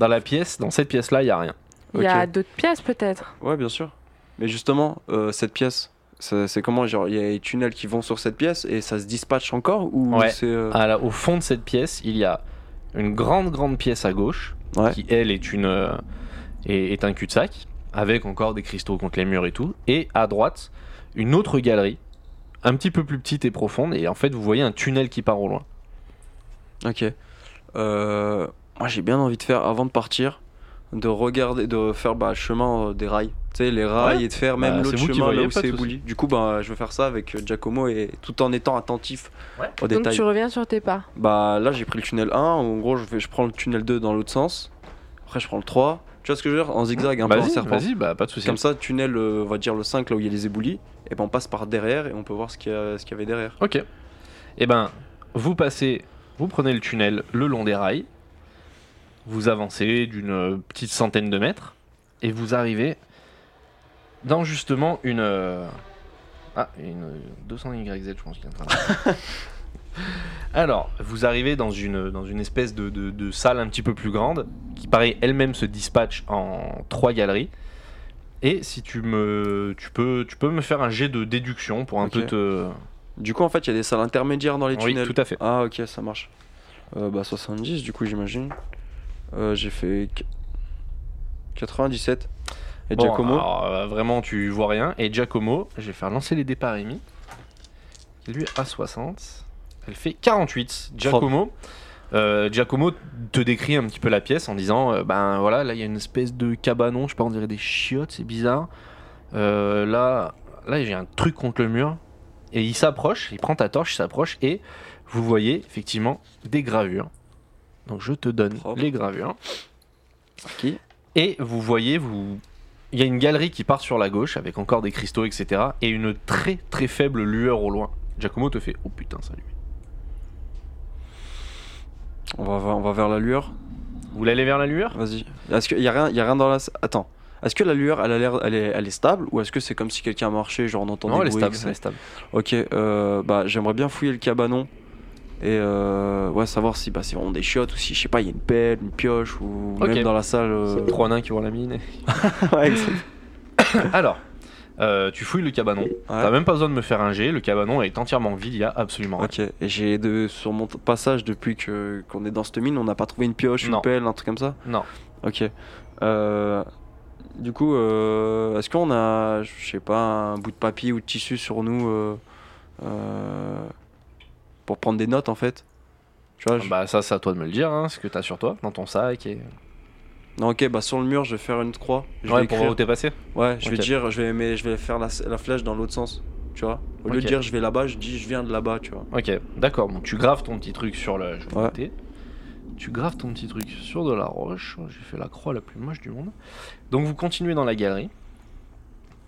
S1: Dans la pièce, dans cette pièce-là, il n'y a rien.
S3: Il y a
S2: Ok.
S3: d'autres pièces, peut-être.
S2: Ouais, bien sûr. Mais justement, euh, cette pièce, ça- c'est comment Genre, il y a des tunnels qui vont sur cette pièce et ça se dispatche encore ou
S1: Ouais.
S2: c'est euh,
S1: À la- au fond de cette pièce, il y a une grande, grande pièce à gauche,
S2: Ouais.
S1: qui, elle, est, une, euh, est, est un cul-de-sac, avec encore des cristaux contre les murs et tout. Et à droite, une autre galerie, un petit peu plus petite et profonde. Et en fait, vous voyez un tunnel qui part au loin. Ah.
S2: Ok. Euh, moi, j'ai bien envie de faire avant de partir, de regarder, de faire bah, le chemin euh, des rails. Tu sais, les rails
S1: Ouais.
S2: et de faire
S1: Bah,
S2: même
S1: c'est
S2: l'autre
S1: vous qui
S2: chemin là
S1: voyez,
S2: où
S1: pas de
S2: c'est
S1: souci.
S2: bouli. Du coup, bah, je vais faire ça avec euh, Giacomo et tout en étant attentif
S1: Ouais.
S2: aux
S3: Donc,
S2: détails.
S3: tu reviens sur tes pas.
S2: Bah là j'ai pris le tunnel 1, en gros je, vais, je prends le tunnel 2 dans l'autre sens, après je prends le 3, tu vois ce que je veux dire En zigzag, un peu en
S1: Vas-y,
S2: serpent.
S1: vas-y, bah, pas de soucis.
S2: Comme ça, tunnel, euh, on va dire le 5 là où il y a les éboulis, et ben on passe par derrière et on peut voir ce qu'il y, a- ce qu'il y avait derrière.
S1: Ok. Eh ben, vous passez, vous prenez le tunnel le long des rails, vous avancez d'une euh, petite centaine de mètres, et vous arrivez dans justement une. euh, Ah, une euh, 200 YZ, je pense qu'il est en train de- Alors, vous arrivez dans une, dans une espèce de, de- de salle un petit peu plus grande, qui pareil elle-même se dispatche en trois galeries. Et si tu me, tu peux, tu peux me faire un jet de déduction pour un
S2: Ok.
S1: peu te,
S2: Du coup, en fait, il y a des salles intermédiaires dans les
S1: oui,
S2: tunnels.
S1: tout à fait.
S2: Ah, ok, ça marche. Euh, bah 70, du coup, j'imagine. Euh, j'ai fait qu- 97. Et
S1: Bon,
S2: Giacomo
S1: alors, euh, Vraiment, tu vois rien. Et Giacomo, je vais faire lancer les dés par Rémi. Qui, Lui a 60. Elle fait 48. Giacomo. euh, Giacomo te décrit un petit peu la pièce en disant euh, ben voilà là il y a une espèce de cabanon je sais pas on dirait des chiottes c'est bizarre Euh, là là j'ai un truc contre le mur et il s'approche il prend ta torche il s'approche et vous voyez effectivement des gravures donc je te donne
S2: Propre.
S1: les gravures
S2: Qui
S1: et vous voyez, vous... il y a une galerie qui part sur la gauche avec encore des cristaux, etc. Et une très très faible lueur au loin. Giacomo te fait Oh putain, ça lui.
S2: on va, on va vers la lueur.
S1: Vous voulez aller vers la lueur
S2: Vas-y. Est-ce qu'il y a rien, il y a rien dans la. s- Attends. Est-ce que la lueur, elle a l'air, elle est, elle est stable ou est-ce que c'est comme si quelqu'un marchait, genre on entend
S1: Non,
S2: des
S1: elle est
S2: bruits,
S1: stable.
S2: que ça-
S1: Elle est stable.
S2: Ok, euh, bah j'aimerais bien fouiller le cabanon et euh, ouais savoir si bah c'est vraiment des chiottes ou si je sais pas il y a une pelle, une pioche ou
S1: Ok.
S2: même dans la salle. euh,
S1: Trois nains qui vont la mine.
S2: ouais, exact.
S1: Alors, euh, tu fouilles le cabanon. T'as même pas besoin de me faire un jet. Le cabanon est entièrement vide, il y a absolument rien.
S2: Ok. Et j'ai de sur mon t- passage depuis que qu'on est dans cette mine, on n'a pas trouvé une pioche,
S1: Non.
S2: une pelle, un truc comme ça.
S1: Non.
S2: Ok. Euh, du coup, euh, est-ce qu'on a je sais pas un bout de papier ou de tissu sur nous euh, euh, pour prendre des notes en fait? Tu vois, je-
S1: Bah, ça, c'est à toi de me le dire, hein, ce que t'as sur toi, dans ton sac. Et...
S2: Non, ok, bah sur le mur, je vais faire une croix. Je
S1: Ouais,
S2: vais
S1: pour
S2: écrire.
S1: voir où t'es passé.
S2: Ouais, je
S1: Ok.
S2: vais dire, je vais, mais je vais faire la, la flèche dans l'autre sens, tu vois. Au lieu
S1: Ok.
S2: de dire je vais là-bas, je dis je viens de là-bas, tu vois.
S1: Ok, d'accord. Bon, tu graves ton petit truc sur le. Je vais
S2: Ouais.
S1: noter. Tu graves ton petit truc sur de la roche. J'ai fait la croix la plus moche du monde. Donc vous continuez dans la galerie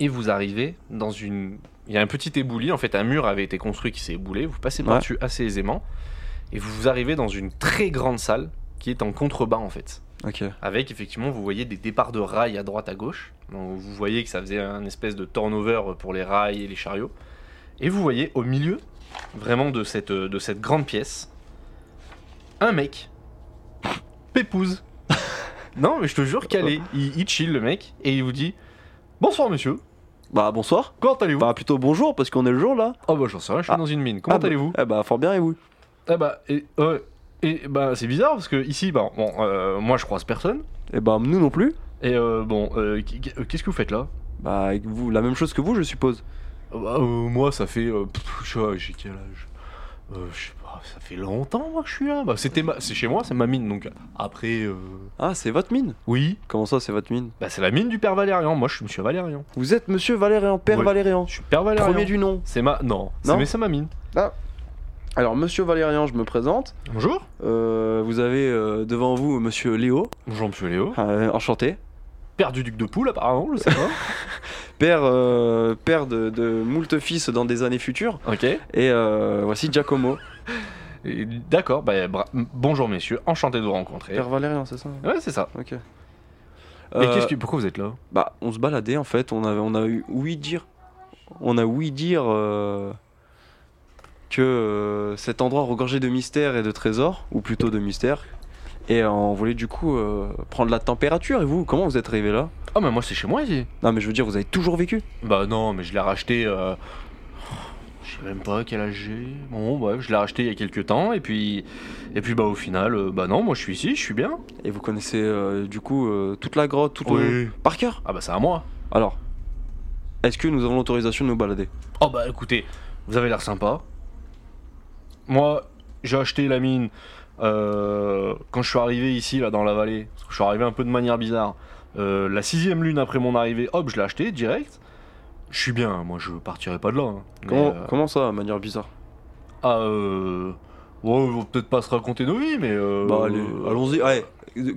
S1: et vous arrivez dans une. Il y a un petit ébouli. En fait, un mur avait été construit qui s'est éboulé. Vous passez
S2: Ouais.
S1: par-dessus assez aisément et vous arrivez dans une très grande salle qui est en contrebas en fait
S2: Ok.
S1: avec effectivement vous voyez des départs de rails à droite à gauche. Donc, vous voyez que ça faisait un espèce de turnover pour les rails et les chariots. Et vous voyez au milieu vraiment de cette, euh, de cette grande pièce un mec pépouze. non mais je te jure qu'elle est il, il chill le mec et il vous dit bonsoir monsieur.
S2: Bah bonsoir.
S1: Comment allez-vous
S2: Bah plutôt bonjour parce qu'on est le jour là.
S1: Oh bah j'en sais rien, je suis
S2: Ah.
S1: dans une mine. Comment
S2: Ah, bah,
S1: allez-vous
S2: Eh bah fort bien et vous
S1: Ah bah et, euh, et bah c'est bizarre parce que ici bah bon euh, moi je croise personne
S2: Eh bah nous non plus.
S1: et euh, bon euh, qu'est-ce que vous faites là
S2: Bah avec vous, la même chose que vous, je suppose.
S1: Bah, euh, moi, ça fait. euh, pff, je sais pas, j'ai quel âge Euh, Je sais pas, ça fait longtemps moi que je suis là. Bah, c'était ma... C'est chez moi, c'est ma mine. Donc après. euh,
S2: Ah c'est votre mine.
S1: Oui.
S2: Comment ça c'est votre mine
S1: Bah, c'est la mine du père Valérian. Moi, je suis monsieur Valérian.
S2: Vous êtes Monsieur Valérian, Père
S1: Ouais.
S2: Valérian.
S1: Je suis père Valérian.
S2: Premier du nom.
S1: C'est ma. Non, c'est
S2: Non
S1: mais c'est ma mine.
S2: Alors Monsieur Valérian, je me présente.
S1: Bonjour.
S2: Euh, vous avez euh, devant vous Monsieur Léo,
S1: Bonjour, monsieur Léo.
S2: Euh, enchanté.
S1: Père du duc de Poule, apparemment, je sais pas.
S2: Père, euh, père de, de moult fils dans des années futures.
S1: ok.
S2: Et euh, voici Giacomo.
S1: Et D'accord, bah, bra- bonjour, messieurs. Enchanté de vous rencontrer.
S2: Père Valérian, c'est ça hein,
S1: Ouais, c'est ça.
S2: Ok.
S1: Mais
S2: Euh,
S1: qu'est-ce que- pourquoi vous êtes là
S2: Bah, on se baladait en fait, on avait, on a eu oui dire, on a oui dire euh, que euh, cet endroit regorgeait de mystères et de trésors, ou plutôt de mystères. Et euh, on voulait du coup euh, prendre la température. Et vous, comment vous êtes arrivé là
S1: Ah, mais moi, c'est chez moi ici.
S2: Non, mais je veux dire, vous avez toujours vécu.
S1: Bah non, mais je l'ai racheté. euh, Je sais même pas quel âge j'ai. Bon, bref, je l'ai racheté il y a quelques temps. Et puis, et puis bah, au final, euh, bah non, moi, je suis ici, je suis bien.
S2: Et vous connaissez euh, du coup euh, toute la grotte, tout le... par cœur.
S1: Ah, bah, c'est à moi.
S2: Alors, est-ce que nous avons l'autorisation de nous balader
S1: Oh bah écoutez, vous avez l'air sympa. Moi, j'ai acheté la mine euh, quand je suis arrivé ici, là, dans la vallée. Parce que je suis arrivé un peu de manière bizarre. Euh, la sixième lune après mon arrivée, hop, je l'ai acheté direct. Je suis bien, moi je partirai pas de là. hein. Mais,
S2: comment,
S1: euh,
S2: comment ça, de manière bizarre
S1: Ah, euh... Ouais, on va peut-être pas se raconter nos vies, mais... euh,
S2: Bah allez, allons-y. Ouais.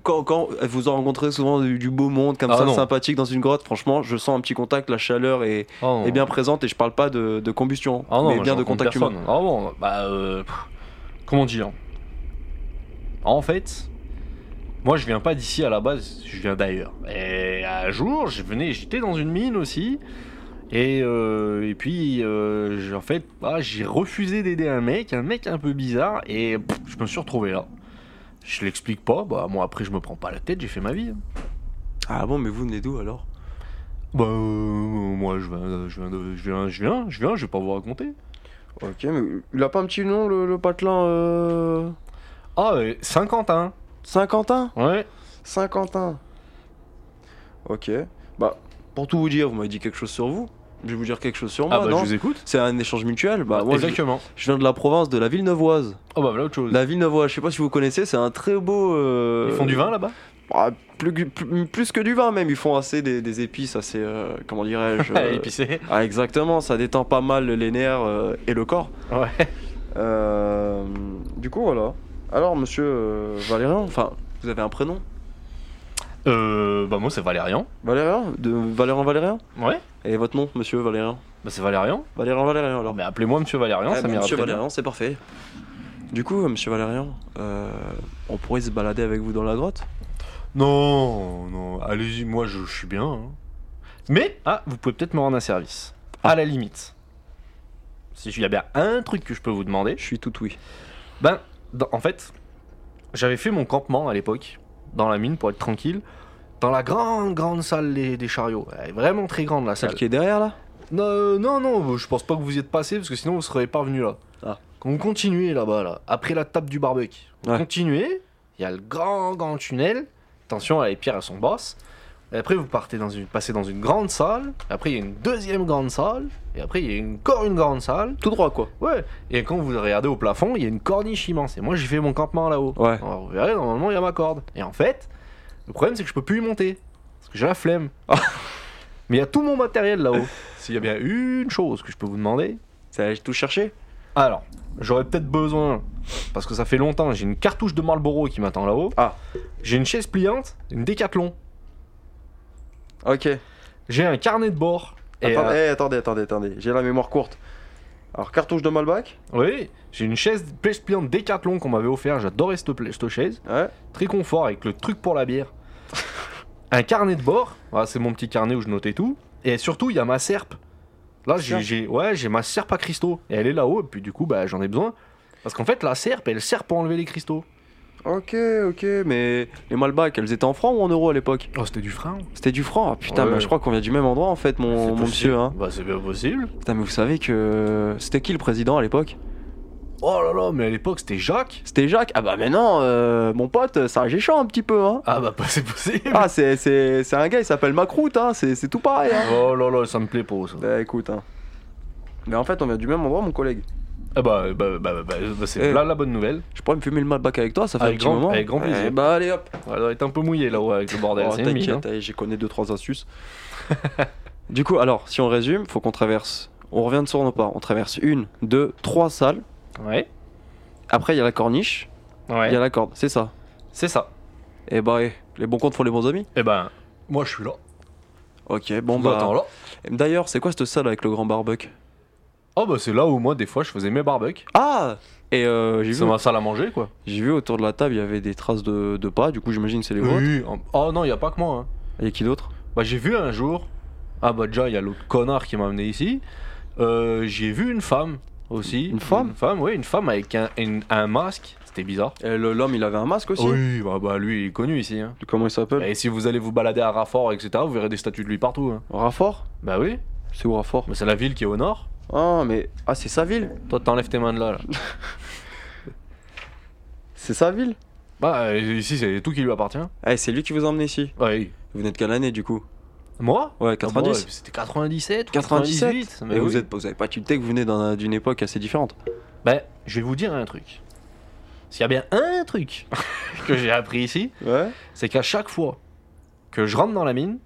S2: Quand, quand vous en rencontrez souvent du, du beau monde comme
S1: Ah
S2: ça,
S1: non.
S2: sympathique dans une grotte, franchement, je sens un petit contact, la chaleur est,
S1: Ah non.
S2: est Eh bien présente et je parle pas de, de combustion,
S1: Ah non,
S2: mais
S1: moi,
S2: bien
S1: je
S2: de
S1: rencontre
S2: contact humain.
S1: personne. Ah bon, bah... euh, pff, Comment dire En fait, moi je viens pas d'ici à la base, je viens d'ailleurs. Et un jour, je venais, j'étais dans une mine aussi. Et, euh, et puis, euh, j'ai- en fait, bah, j'ai refusé d'aider un mec, un mec un peu bizarre, et pff, je me suis retrouvé là. Je l'explique pas, bah moi après je me prends pas la tête, j'ai fait ma vie. hein.
S2: Ah bon, mais vous venez d'où alors
S1: Bah euh, moi je viens, je viens, de- je viens, je viens, je viens, je vais pas vous raconter.
S2: Ok, mais il a pas un petit nom le, le patelin euh...
S1: Ah, euh, Saint-Quentin.
S2: Saint-Quentin
S1: Ouais.
S2: Saint-Quentin Ok, bah pour tout vous dire, vous m'avez dit quelque chose sur vous, je vais vous dire quelque chose sur moi,
S1: Ah bah
S2: non
S1: je vous écoute.
S2: C'est un échange mutuel, bah
S1: Ah,
S2: moi je,
S1: Exactement.
S2: je viens de la province de la ville neuvoise.
S1: Ah bah voilà autre chose.
S2: La ville neuvoise, je sais pas si vous connaissez, c'est un très beau... euh,
S1: Ils font du vin là-bas
S2: Ah, plus, que- plus- plus que du vin même, ils font assez des, des épices, assez... euh, comment dirais-je
S1: Ah,
S2: euh,
S1: Épicé.
S2: Ah exactement, ça détend pas mal les nerfs euh, et le corps.
S1: Ouais.
S2: Euh, du coup voilà. Alors monsieur euh, Valérian, enfin vous avez un prénom
S1: Euh, bah moi c'est Valérian.
S2: Valérian De Valérian Valérian
S1: Ouais.
S2: Et votre nom monsieur Valérian
S1: Bah c'est Valérian.
S2: Valérian Valérian alors.
S1: Non mais appelez-moi Monsieur Valérian,
S2: Ah,
S1: ça
S2: bah,
S1: m'ira
S2: monsieur
S1: très bien.
S2: Valérian, c'est parfait. Du coup euh, monsieur Valérian, euh, on pourrait se balader avec vous dans la grotte
S1: Non, non, allez-y, moi je, je suis bien. hein. Mais, ah, vous pouvez peut-être me rendre un service. À la limite. Si il y a bien un truc que je peux vous demander,
S2: Je suis tout oui.
S1: Ben, dans- en fait, j'avais fait mon campement à l'époque, dans la mine pour être tranquille, dans la grande, grande salle des, des chariots. Elle est vraiment très grande la salle.
S2: Celle qui est derrière là
S1: Non, euh, non, non, je pense pas que vous y êtes passé parce que sinon vous seriez pas venu là.
S2: Ah.
S1: Quand vous continuez là-bas, là, après la table du barbecue, vous
S2: Ouais.
S1: continuez, il y a le grand, grand tunnel. Attention, là, les pierres elles sont basses. Et après, vous partez dans une, passez dans une grande salle. Après, il y a une deuxième grande salle. Et après, il y a une- encore une grande salle.
S2: Tout droit quoi.
S1: Ouais, et quand vous regardez au plafond, il y a une corniche immense. Et moi, j'ai fait mon campement là-haut.
S2: Ouais.
S1: Alors, vous verrez, normalement, il y a ma corde. Et en fait, le problème, c'est que je peux plus y monter. Parce que j'ai la flemme. Mais il y a tout mon matériel là-haut. S'il y a bien une chose que je peux vous demander.
S2: Ça allait tout chercher
S1: Alors, j'aurais peut-être besoin, parce que ça fait longtemps, j'ai une cartouche de Marlboro qui m'attend là-haut.
S2: Ah.
S1: J'ai une chaise pliante, une décathlon.
S2: Ok.
S1: J'ai un carnet de bord. Et
S2: Attendez,
S1: euh,
S2: eh, attendez, attendez, attendez. J'ai la mémoire courte. Alors, cartouche de Malbac.
S1: oui, j'ai une chaise, chaise pliante décathlon qu'on m'avait offert. J'adorais cette, pla- cette chaise.
S2: Ouais.
S1: très confort avec le truc pour la bière. un carnet de bord, voilà, c'est mon petit carnet où je notais tout. Et surtout, il y a ma serpe. Là, j'ai,
S2: Serpe.
S1: j'ai- ouais, j'ai ma serpe à cristaux. Et elle est là-haut, et puis du coup, bah, j'en ai besoin. Parce qu'en fait, la serpe, elle sert pour enlever les cristaux.
S2: Ok, ok, mais les Malbac, elles étaient en francs ou en euros à l'époque
S1: Oh, c'était du frein.
S2: C'était du franc. Ah, putain,
S1: Ouais.
S2: mais je crois qu'on vient du même endroit en fait, mon, mon monsieur. Hein.
S1: Bah, c'est bien possible.
S2: Putain, mais vous savez que. C'était qui le président à l'époque
S1: Oh là là, mais à l'époque, c'était Jacques.
S2: C'était Jacques Ah bah, mais non, euh, mon pote, c'est un géchant un petit peu, hein.
S1: Ah bah, pas c'est possible.
S2: Ah, c'est- c'est c'est un gars, il s'appelle Macroute, hein. C'est c'est tout pareil, hein.
S1: Oh là là, ça me plaît pas ça.
S2: Bah, écoute, hein. Mais en fait, on vient du même endroit, mon collègue.
S1: Ah bah, bah, bah, bah, bah, c'est
S2: Eh.
S1: là la bonne nouvelle.
S2: Je pourrais me fumer le Malbac avec toi, ça fait
S1: Avec
S2: un petit
S1: grand-
S2: moment.
S1: avec grand plaisir.
S2: Eh bah, allez hop.
S1: Elle doit être un peu mouillée là-haut avec le bordel.
S2: Oh,
S1: c'est une mine, hein.
S2: T'inquiète, allez, j'ai connais deux trois astuces. du coup, alors, si on résume, faut qu'on traverse. On revient de sur nos pas. On traverse une, deux, trois salles.
S1: Ouais.
S2: Après, il y a la corniche. Il
S1: Ouais.
S2: y a la corde. C'est ça.
S1: C'est ça.
S2: Et bah, eh, les bons comptes font les bons amis.
S1: Et ben, moi, je suis là.
S2: Ok, bon
S1: Je vous
S2: bah.
S1: attends là.
S2: D'ailleurs, c'est quoi cette salle avec le grand barbecue
S1: Oh bah c'est là où moi des fois je faisais mes barbecues.
S2: Ah Et euh, j'ai
S1: C'est
S2: vu,
S1: ma salle à manger quoi.
S2: j'ai vu autour de la table, il y avait des traces de, de pas. Du coup, j'imagine que c'est les vôtres.
S1: Oui. Oh Ah, non, il y a pas que moi. hein.
S2: Il y a qui d'autre
S1: Bah, j'ai vu un jour. Ah, bah, déjà, il y a l'autre connard qui m'a amené ici. Euh, j'ai vu une femme aussi.
S2: Une femme
S1: Une femme, oui, une femme avec un, une- un masque. C'était bizarre.
S2: Et le- L'homme, il avait un masque aussi Euh.
S1: Oui, bah, bah, lui, il est connu ici. hein.
S2: Comment il s'appelle
S1: Et si vous allez vous balader à Raffort, etc., vous verrez des statues de lui partout. hein.
S2: Raffort
S1: Bah oui,
S2: C'est où Raffort
S1: mais c'est la ville qui est au nord.
S2: Ah, mais. Ah, c'est sa ville
S1: Toi, t'enlèves tes mains de là. là.
S2: C'est sa ville
S1: Bah, euh, ici, c'est tout qui lui appartient.
S2: Eh, c'est lui qui vous a emmené ici.
S1: Oui.
S2: Vous venez de quelle année du coup
S1: Moi
S2: Ouais, 90
S1: Moi, C'était 97
S2: 97
S1: 98
S2: Mais vous, êtes, vous avez pas tilté que vous venez d'un- d'une époque assez différente.
S1: Bah, je vais vous dire un truc. S'il y a bien un truc que j'ai appris ici,
S2: Ouais
S1: c'est qu'à chaque fois que je rentre dans la mine,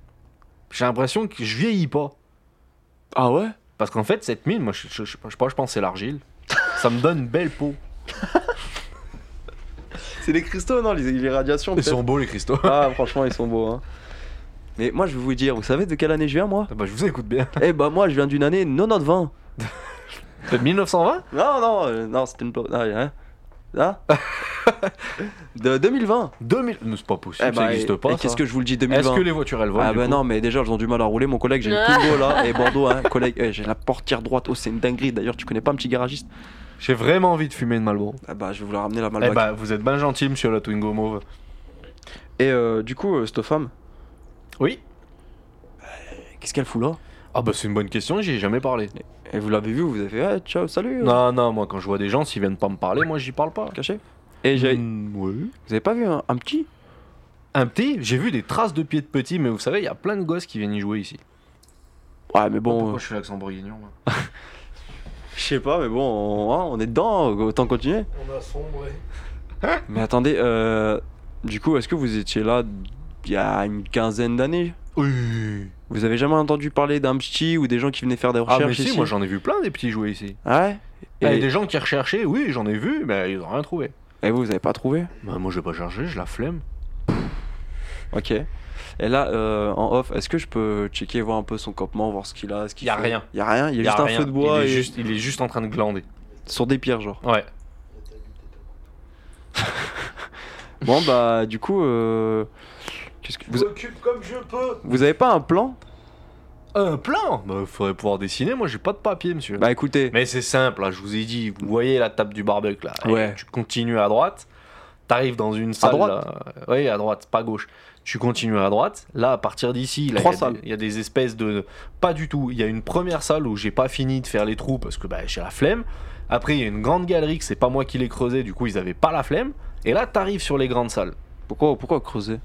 S1: j'ai l'impression que je vieillis pas.
S2: Ah ouais
S1: Parce qu'en fait, cette mine, moi, je, je, je, sais pas, je pense que c'est l'argile. Ça me donne une belle peau.
S2: C'est les cristaux, non Les, les radiations peut-être
S1: beaux, les cristaux.
S2: Ah, franchement, ils sont beaux. Hein. Mais moi, je vais vous dire, vous savez de quelle année je viens moi
S1: Bah, je vous écoute bien.
S2: Eh bah, moi, je viens d'une année 90-20.
S1: De 1920
S2: Non, non, euh, non, c'était une. blague. Ah, hein. Hein De 2020
S1: 2000 Non, c'est pas possible,
S2: Eh bah,
S1: ça n'existe
S2: et-
S1: pas.
S2: et Qu'est-ce
S1: ça.
S2: que je vous le dis 2020
S1: Est-ce ben, que les voitures, elles volent
S2: Ah
S1: du
S2: bah
S1: coup
S2: non mais déjà ils ont du mal à rouler mon collègue j'ai une Twingo là et Bordeaux hein collègue eh, j'ai la portière droite oh c'est une dinguerie d'ailleurs tu connais pas un petit garagiste
S1: J'ai vraiment envie de fumer de Malboro.
S2: ah bah je vais vous la ramener la
S1: Eh
S2: Malbec
S1: bah, vous êtes bien gentil, monsieur la Twingo Mauve.
S2: et euh, du coup euh, cette femme
S1: Oui
S2: qu'est-ce qu'elle fout là
S1: Ah bah, c'est une bonne question, j'y ai jamais parlé.
S2: et vous l'avez vu vous avez fait ah, ciao salut euh,
S1: Non, non, moi, quand je vois des gens, s'ils viennent pas me parler, moi, j'y parle pas.
S2: caché et j'ai
S1: Mm, ouais.
S2: vous avez pas vu hein, un, un petit
S1: Un petit, j'ai vu des traces de pieds de petits, mais vous savez, il y a plein de gosses qui viennent y jouer ici.
S2: ouais mais bon
S1: Pourquoi
S2: euh,
S1: je suis l'accent bourguignon moi
S2: je sais pas mais bon on, hein, on est dedans autant continuer
S5: On a sombré.
S2: mais attendez euh, du coup est-ce que vous étiez là il y a une quinzaine d'années
S1: Oui.
S2: vous avez jamais entendu parler d'un petit ou des gens qui venaient faire des
S1: Ah,
S2: recherches
S1: mais si,
S2: ici Ah
S1: moi, j'en Ah, ai vu plein des petits jouer ici.
S2: ouais
S1: Et...
S2: et,
S1: des gens qui recherchaient, oui, j'en ai vu, mais ils ont rien trouvé.
S2: et vous, vous avez pas trouvé
S1: Bah, moi, j'ai pas cherché, je la flemme.
S2: Ok. Et là, euh, en off, est-ce que je peux checker, voir un peu son campement, voir ce qu'il a ce qu'il
S1: Y a
S2: fait
S1: rien.
S2: Y a rien. Il y a
S1: Y a
S2: juste
S1: rien.
S2: un feu de bois
S1: Il est,
S2: et
S1: juste, il est juste en train de glander.
S2: sur des pierres, genre.
S1: Ouais.
S2: Bon bah, du coup, euh, qu'est-ce que
S5: Je
S2: vous,
S5: m'occupe comme je peux.
S2: vous avez pas un plan
S1: Un plan Bah, faudrait pouvoir dessiner, moi, j'ai pas de papier, monsieur.
S2: Bah écoutez,
S1: Mais c'est simple, hein, je vous ai dit, vous voyez la table du barbecue là.
S2: Ouais.
S1: Et Tu continues à droite, t'arrives dans une salle.
S2: droite
S1: là. Oui, à droite, pas gauche. Tu continues à droite. Là, à partir d'ici, là, il y,
S2: Trois
S1: a
S2: salles.
S1: des- il y a des espèces de. Pas du tout. Il y a une première salle où j'ai pas fini de faire les trous parce que bah, j'ai la flemme. Après, il y a une grande galerie que c'est pas moi qui l'ai creusée, du coup, ils avaient pas la flemme. Et là, t'arrives sur les grandes salles.
S2: pourquoi pourquoi creuser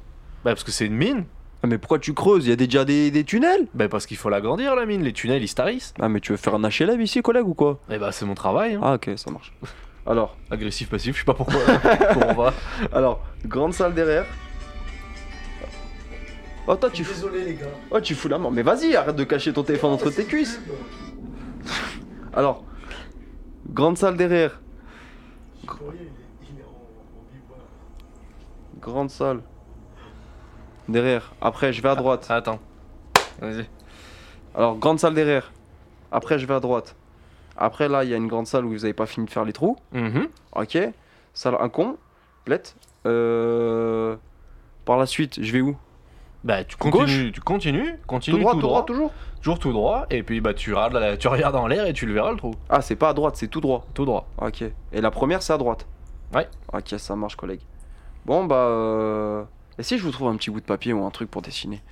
S1: Bah, parce que c'est une mine.
S2: ah, Mais pourquoi tu creuses Il y a déjà des, des tunnels.
S1: Bah, parce qu'il faut l'agrandir, la mine. Les tunnels, ils se tarissent.
S2: Ah mais tu veux faire un HLM ici, collègue ou quoi
S1: Et bah, c'est mon travail. hein.
S2: Ah ok, ça marche. Alors,
S1: Agressif, passif, je sais pas pourquoi. Comment on va
S2: alors, grande salle derrière. Oh toi
S5: Je suis désolé, les gars.
S2: oh, tu fous la mort. Mais vas-y, arrête de cacher ton téléphone entre tes cuisses. Alors, grande salle derrière.
S5: Courrier, il est- il est en- en bivouac.
S2: Grande salle. Derrière. Après, je vais à droite.
S1: Attends. Vas-y.
S2: Alors, grande salle derrière. Après, je vais à droite. Après, là, il y a une grande salle où vous n'avez pas fini de faire les trous.
S1: Mhm.
S2: Ok. Salle incomplète. Euh... Par la suite, je vais où
S1: Bah tu continues, tu continues,
S2: Tout
S1: continue
S2: droit,
S1: tout
S2: tout droit, toujours
S1: toujours tout droit, et puis bah tu regardes, la- tu regardes en l'air et tu le verras le trou,
S2: Ah, c'est pas à droite, c'est tout droit.
S1: tout droit.
S2: Ok. Et la première, c'est à droite.
S1: Ouais.
S2: Ok, ça marche, collègue. Bon, bah. euh, Et si je vous trouve un petit bout de papier ou un truc pour dessiner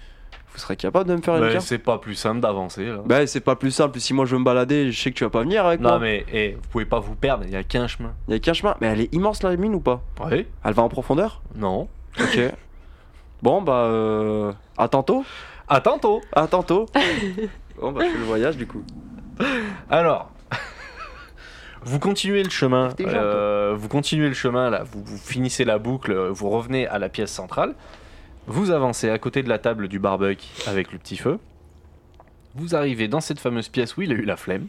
S2: Vous serez capable de me faire une
S1: Bah,
S2: carte
S1: c'est pas plus simple d'avancer là.
S2: Bah c'est pas plus simple, si moi je veux me balader, je sais que tu vas pas venir avec
S1: non
S2: moi.
S1: mais eh, vous pouvez pas vous perdre, il y a qu'un chemin.
S2: Il y a qu'un chemin, mais elle est immense la mine ou pas
S1: Oui
S2: Elle va en profondeur
S1: Non.
S2: Ok. bon bah euh... à tantôt,
S1: À tantôt.
S2: à tantôt. bon bah je fais le voyage du coup.
S1: Alors. Vous continuez le chemin,
S2: T'es gentil.
S1: euh, vous continuez le chemin là, vous, vous finissez la boucle, euh, vous revenez à la pièce centrale, vous avancez à côté de la table du barbecue avec le petit feu, vous arrivez dans cette fameuse pièce où il a eu la flemme,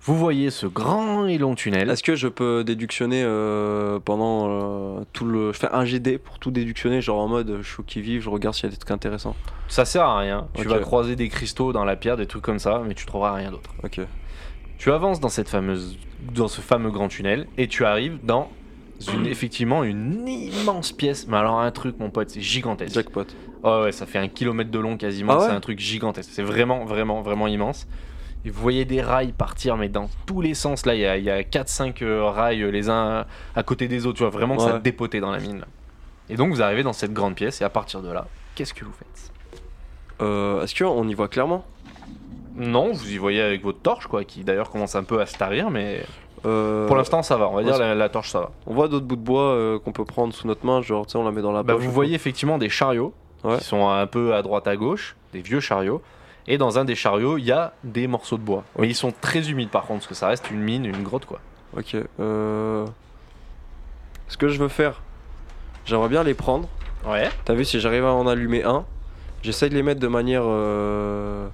S1: vous voyez ce grand et long tunnel.
S2: Est-ce que je peux déductionner euh, pendant euh, tout le... Je fais un GD pour tout déductionner, genre en mode euh, je suis qui vive, je regarde s'il y a des trucs intéressants.
S1: Ça sert à rien. Tu
S2: Ok.
S1: vas croiser des cristaux dans la pierre, des trucs comme ça, mais tu trouveras rien d'autre.
S2: Ok.
S1: Tu avances dans cette fameuse, dans ce fameux grand tunnel et tu arrives dans une- effectivement une immense pièce. Mais alors un truc, mon pote, c'est gigantesque.
S2: Jackpot.
S1: Oh ouais, ça fait un kilomètre de long quasiment.
S2: Ah ouais
S1: c'est un truc gigantesque. C'est vraiment, vraiment, vraiment immense. Et vous voyez des rails partir, mais dans tous les sens. Là, il y a, il y a 4-5 rails euh, les uns à côté des autres. Tu vois vraiment que ça
S2: Ouais.
S1: dépotait dans la mine. là. Et donc, vous arrivez dans cette grande pièce, et à partir de là, qu'est-ce que vous faites
S2: Euh, Est-ce qu'on y voit clairement
S1: Non, vous y voyez avec votre torche, quoi, qui d'ailleurs commence un peu à se tarir, mais
S2: Euh,
S1: pour l'instant, ça va. On va
S2: ouais,
S1: dire
S2: c'est-
S1: la, la torche, ça va.
S2: On voit d'autres bouts de bois euh, qu'on peut prendre sous notre main, genre, tu sais, on la met dans la
S1: Bah,
S2: poche.
S1: vous voyez effectivement des chariots
S2: Ouais.
S1: qui sont un peu à droite à gauche, des vieux chariots. Et dans un des chariots, il y a des morceaux de bois. Mais ils sont très humides par contre, parce que ça reste une mine, une grotte quoi.
S2: Ok. Euh... Ce que je veux faire, j'aimerais bien les prendre.
S1: Ouais.
S2: T'as vu, si j'arrive à en allumer un, j'essaie de les mettre de manière. Euh...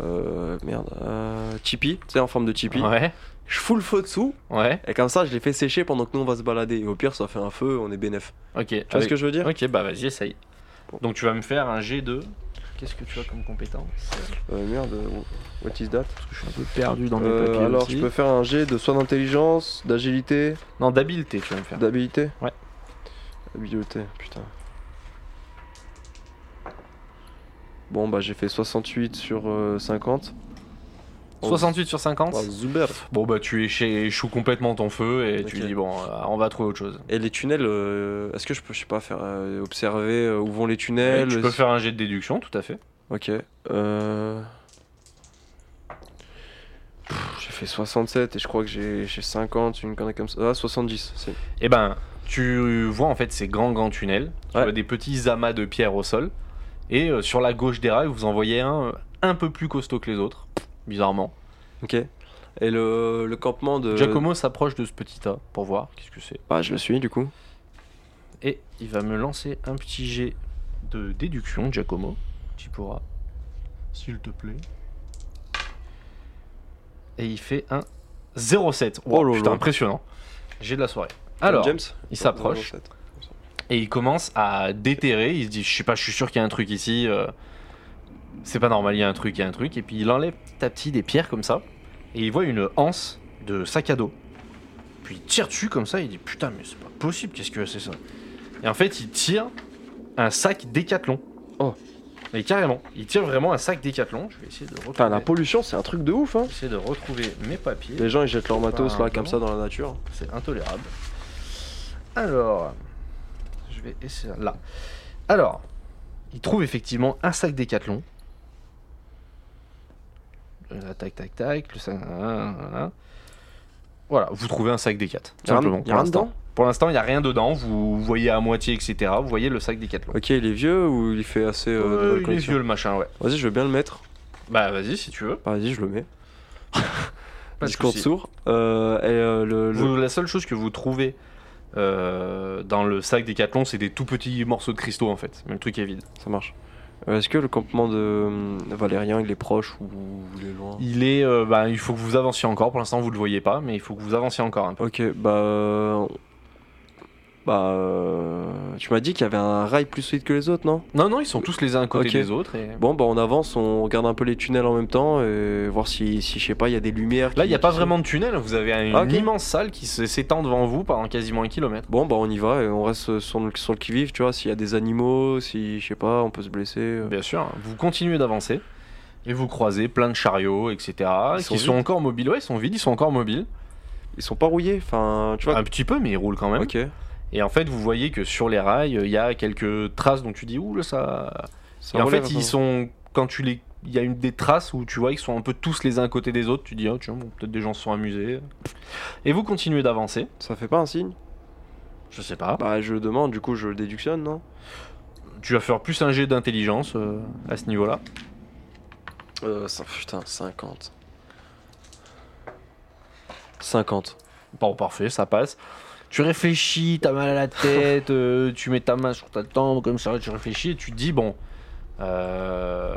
S2: euh, merde. Euh... Tipeee, tu sais, en forme de Tipeee.
S1: Ouais.
S2: Je fous le feu dessous,
S1: Ouais.
S2: et comme ça, je les fais sécher pendant que nous on va se balader. Et au pire, ça fait un feu, on est bénef.
S1: Ok.
S2: Tu vois ce que je veux dire
S1: Ok, bah vas-y, essaye. Donc tu vas me faire un G2. Qu'est-ce que tu as comme compétence
S2: Euh, Merde, euh, what is that
S1: Parce que je suis un peu perdu dans mes
S2: Euh,
S1: papiers.
S2: Alors,
S1: aussi.
S2: je peux faire un jet de soin d'intelligence, d'agilité,
S1: Non, d'habileté, tu vas me faire.
S2: d'habilité
S1: Ouais.
S2: Habileté, putain. Bon, bah j'ai fait 68 sur euh, 50.
S1: 68 sur 50.
S2: Oh, Zuber.
S1: Bon bah tu échoues échoues complètement ton feu et tu
S2: Ok.
S1: dis bon, euh, on va trouver autre chose.
S2: Et les tunnels, euh, est-ce que je peux, je sais pas, faire euh, observer euh, où vont les
S1: Et
S2: tunnels
S1: tu peux
S2: si-
S1: faire un jet de déduction, tout à fait.
S2: Ok. Euh... Pff, J'ai fait 67 et je crois que j'ai j'ai 50, une connerie comme ça. Ah, 70. c'est-
S1: Eh ben, tu vois en fait ces grands grands tunnels, tu
S2: Ouais.
S1: vois des petits amas de pierres au sol, et euh, sur la gauche des rails, vous en voyez un euh, un peu plus costaud que les autres, bizarrement.
S2: Ok. Et le, le campement de.
S1: Giacomo s'approche de ce petit tas pour voir qu'est-ce que c'est,
S2: Ah, je le suis du coup.
S1: et il va me lancer un petit jet de déduction, Giacomo. Tu pourras, s'il te plaît. Et il fait un 0,7.
S2: Oh là
S1: Wow,
S2: là.
S1: putain, impressionnant. J'ai de la soirée. Alors,
S2: James
S1: il s'approche. Et il commence à déterrer. Il se dit, je sais pas, je suis sûr qu'il y a un truc ici. euh, c'est pas normal, il y a un truc, il y a un truc. Et puis il enlève petit à petit des pierres comme ça. Et il voit une anse de sac à dos. Puis il tire dessus comme ça. Il dit, putain, mais c'est pas possible, qu'est-ce que c'est ça Et en fait, il tire un sac décathlon.
S2: Oh.
S1: Mais carrément, il tire vraiment un sac décathlon. Je vais essayer de retrouver,
S2: Putain, la pollution, c'est un truc de ouf, hein.
S1: essayer de retrouver mes papiers.
S2: Les gens, ils jettent leur
S1: C'est
S2: matos
S1: pas
S2: là,
S1: un
S2: comme
S1: bon.
S2: ça, dans la nature.
S1: C'est intolérable. Alors, je vais essayer là. Alors, il trouve effectivement un sac décathlon. Là, tac, tac, tac. Le sac. Voilà, Voilà, vous trouvez un sac décat.
S2: Y'a rien,
S1: Simplement.
S2: y a rien
S1: pour l'instant.
S2: dedans
S1: Pour l'instant, il n'y a rien dedans. Vous voyez à moitié, etc. Vous voyez le sac décathlon.
S2: Ok, il est vieux ou il fait assez. euh, de bonne
S1: Euh, il est
S2: collection
S1: vieux le machin, ouais.
S2: Vas-y, je veux bien le mettre.
S1: Bah, vas-y si tu veux.
S2: Ah, Vas-y, je le mets.
S1: Pas de
S2: Discours
S1: souci.
S2: sourd. Euh, et euh, le. le-
S1: Vous- la seule chose que vous trouvez euh, dans le sac décathlon, c'est des tout petits morceaux de cristaux en fait. Mais le truc est vide.
S2: Ça marche. Euh, Est-ce que le campement de euh, Valérien, il est proche ou il est loin
S1: Il est, euh, bah, il faut que vous avanciez encore. Pour l'instant, vous le voyez pas, mais il faut que vous avanciez encore un peu.
S2: Ok, bah. euh, Bah. euh, Tu m'as dit qu'il y avait un rail plus solide que les autres, non
S1: Non, non, ils sont tous les uns à côté
S2: Ok.
S1: des autres. et-
S2: Bon, bah on avance, on regarde un peu les tunnels en même temps et voir si, si je sais pas, il y a des lumières.
S1: Là, il
S2: qui-
S1: n'y a pas
S2: qui-
S1: vraiment de tunnel. Vous avez une
S2: Ok.
S1: immense salle qui se- s'étend devant vous pendant quasiment un kilomètre.
S2: Bon, bah on y va et on reste sur le, sur le qui-vive, tu vois, s'il y a des animaux, si je sais pas, on peut se blesser. euh.
S1: Bien sûr, vous continuez d'avancer et vous croisez plein de chariots, etc.
S2: Ils
S1: qui
S2: sont
S1: sont,
S2: vides.
S1: encore mobiles. Ouais, ils sont vides, ils sont encore mobiles.
S2: Ils sont pas rouillés, enfin, tu vois.
S1: Un petit peu, mais ils roulent quand Ah, même.
S2: ok.
S1: Et en fait, vous voyez que sur les rails, il y a quelques traces dont tu dis ouh là ça.
S2: Ça
S1: Et en
S2: relève,
S1: fait,
S2: enfin.
S1: ils sont quand tu les, il y a une des traces où tu vois ils sont un peu tous les uns à côté des autres. Tu dis ah tiens bon, peut-être des gens se sont amusés. Et vous continuez d'avancer.
S2: Ça fait pas un signe
S1: Je sais pas.
S2: Bah je demande, du coup je le déductionne, non
S1: Tu vas faire plus un jet d'intelligence euh, à ce niveau-là.
S2: Euh, ça- putain, 50. 50.
S1: Bon parfait, ça passe. Tu réfléchis, t'as mal à la tête, euh, tu mets ta main sur ta tempe comme ça, tu réfléchis et tu te dis bon. euh,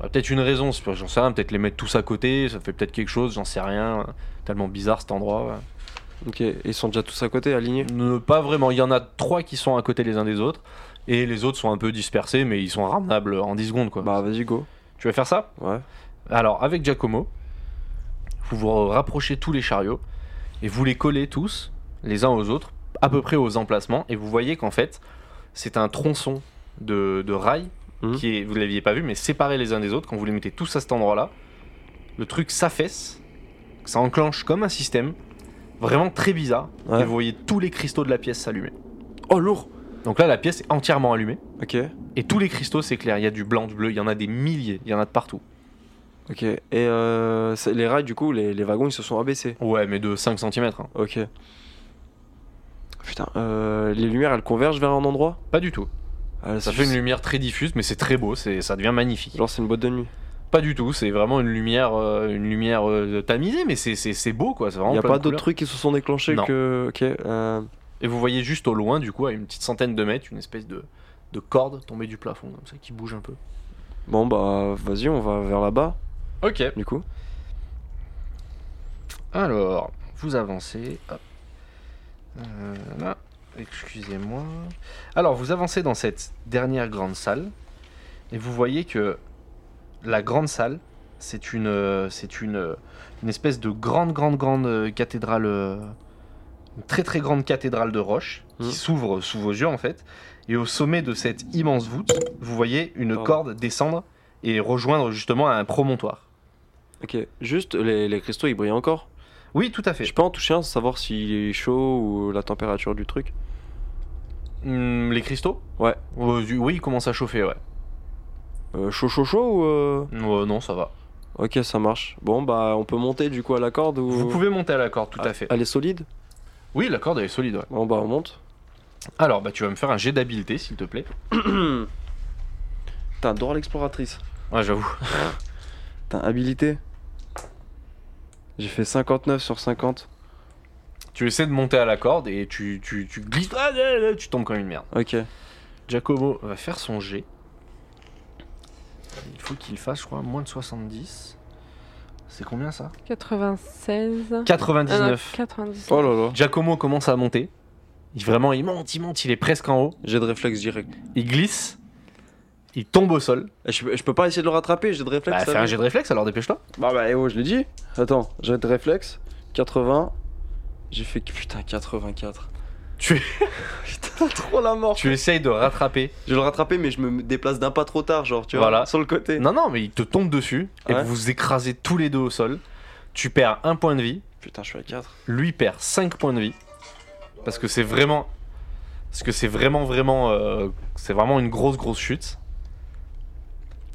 S1: bah, peut-être une raison, c'est- j'en sais rien, peut-être les mettre tous à côté, ça fait peut-être quelque chose, j'en sais rien. Tellement bizarre cet endroit. ouais.
S2: Ok, ils sont déjà tous à côté, alignés
S1: Ne- pas vraiment. Il y en a trois qui sont à côté les uns des autres. Et les autres sont un peu dispersés, mais ils sont ramenables en 10 secondes. Quoi.
S2: Bah vas-y, go.
S1: Tu vas faire ça
S2: Ouais.
S1: Alors, avec Giacomo, vous vous rapprochez tous les chariots et vous les collez tous les uns aux autres, à peu près aux emplacements, et vous voyez qu'en fait, c'est un tronçon de, de rail
S2: Mhm.
S1: qui est, vous ne l'aviez pas vu, mais séparés les uns des autres, quand vous les mettez tous à cet endroit-là, le truc s'affaisse, ça enclenche comme un système, vraiment très bizarre,
S2: Ouais.
S1: et vous voyez tous les cristaux de la pièce s'allumer.
S2: Oh lourd
S1: Donc là, la pièce est entièrement allumée,
S2: Ok,
S1: et tous les cristaux s'éclairent, il y a du blanc, du bleu, il y en a des milliers, il y en a de partout.
S2: ok. Et euh, c'est- les rails, du coup, les, les wagons, ils se sont abaissés.
S1: Ouais, mais de hein. 5 cm.
S2: Ok. Putain, euh, les lumières, elles convergent vers un endroit
S1: Pas du tout. Ça
S2: Ah, c'est
S1: fait
S2: juste-
S1: une lumière très diffuse, mais c'est très beau, c'est- ça devient magnifique.
S2: Genre, c'est une boîte de nuit.
S1: Pas du tout, c'est vraiment une lumière, euh, une lumière euh, tamisée, mais c'est- c'est c'est beau quoi. c'est
S2: Il
S1: vraiment
S2: n'y a
S1: plein de
S2: pas d'autres
S1: couleurs.
S2: trucs qui se sont déclenchés
S1: Non.
S2: que. Ok. euh,
S1: Et vous voyez juste au loin, du coup, à une petite centaine de mètres, une espèce de, de corde tombée du plafond, comme ça, qui bouge un peu.
S2: Bon, bah, vas-y, on va vers là-bas,
S1: Ok.
S2: du coup.
S1: Alors, vous avancez. hop. Euh, là, excusez-moi. Alors, vous avancez dans cette dernière grande salle et vous voyez que la grande salle, c'est une, euh, c'est une, euh, une espèce de grande, grande, grande euh, cathédrale, euh, une très, très grande cathédrale de roche
S2: Mhm.
S1: qui s'ouvre sous vos yeux en fait. Et au sommet de cette immense voûte, vous voyez une
S2: Pardon.
S1: corde descendre et rejoindre justement un promontoire.
S2: Ok. Juste, les, les cristaux, ils brillent encore.
S1: Oui, tout à fait.
S2: Je peux en toucher un, savoir s'il est chaud ou la température du truc.
S1: Hmm, les cristaux
S2: Ouais.
S1: Euh, du- oui, ils commencent à chauffer, ouais.
S2: Euh, chaud, chaud, chaud ou. euh,
S1: Euh, non, ça va.
S2: Ok, ça marche. Bon, bah, on peut monter du coup à la corde ou.
S1: Vous Ah. pouvez monter à la corde, tout à fait.
S2: Elle est solide
S1: Oui, la corde, elle est solide, ouais.
S2: Bon, bah, on monte.
S1: Alors, bah, tu vas me faire un jet d'habileté, s'il te plaît.
S2: T'as droit à l'exploratrice.
S1: Ouais, Ah, j'avoue.
S2: T'as habilité. J'ai fait 59 sur 50.
S1: Tu essaies de monter à la corde et tu, tu, tu glisses. Ah, là, là, Tu tombes comme une merde.
S2: Ok.
S1: Giacomo va faire son jet. Il faut qu'il fasse, je crois, moins de 70. C'est combien ça
S3: 96. Ah non,
S1: 99.
S3: 99.
S2: Oh là là.
S1: Giacomo commence à monter. Il, vraiment, il monte, il monte, il est presque en haut.
S2: J'ai de réflexe direct.
S1: Il glisse. Il tombe au sol.
S2: Eh, Je, peux- je peux pas essayer de le rattraper, j'ai de réflexe.
S1: Bah,
S2: ça
S1: fais un
S2: va.
S1: jet de réflexe, alors dépêche-toi.
S2: Bah bah eh oh, je l'ai dit. Attends, j'ai de réflexe. 80. J'ai fait putain 84.
S1: Tu es-
S2: putain trop la mort.
S1: Tu essayes de rattraper
S2: Je vais le rattraper mais je me déplace d'un pas trop tard genre tu
S1: Voilà.
S2: vois sur le côté.
S1: Non, non, mais il te tombe dessus et
S2: Ouais.
S1: vous vous écrasez tous les deux au sol. Tu perds un point de vie,
S2: Putain je suis à 4.
S1: lui perd 5 points de vie parce que c'est vraiment. Parce que c'est vraiment, vraiment. euh, c'est vraiment une grosse, grosse chute.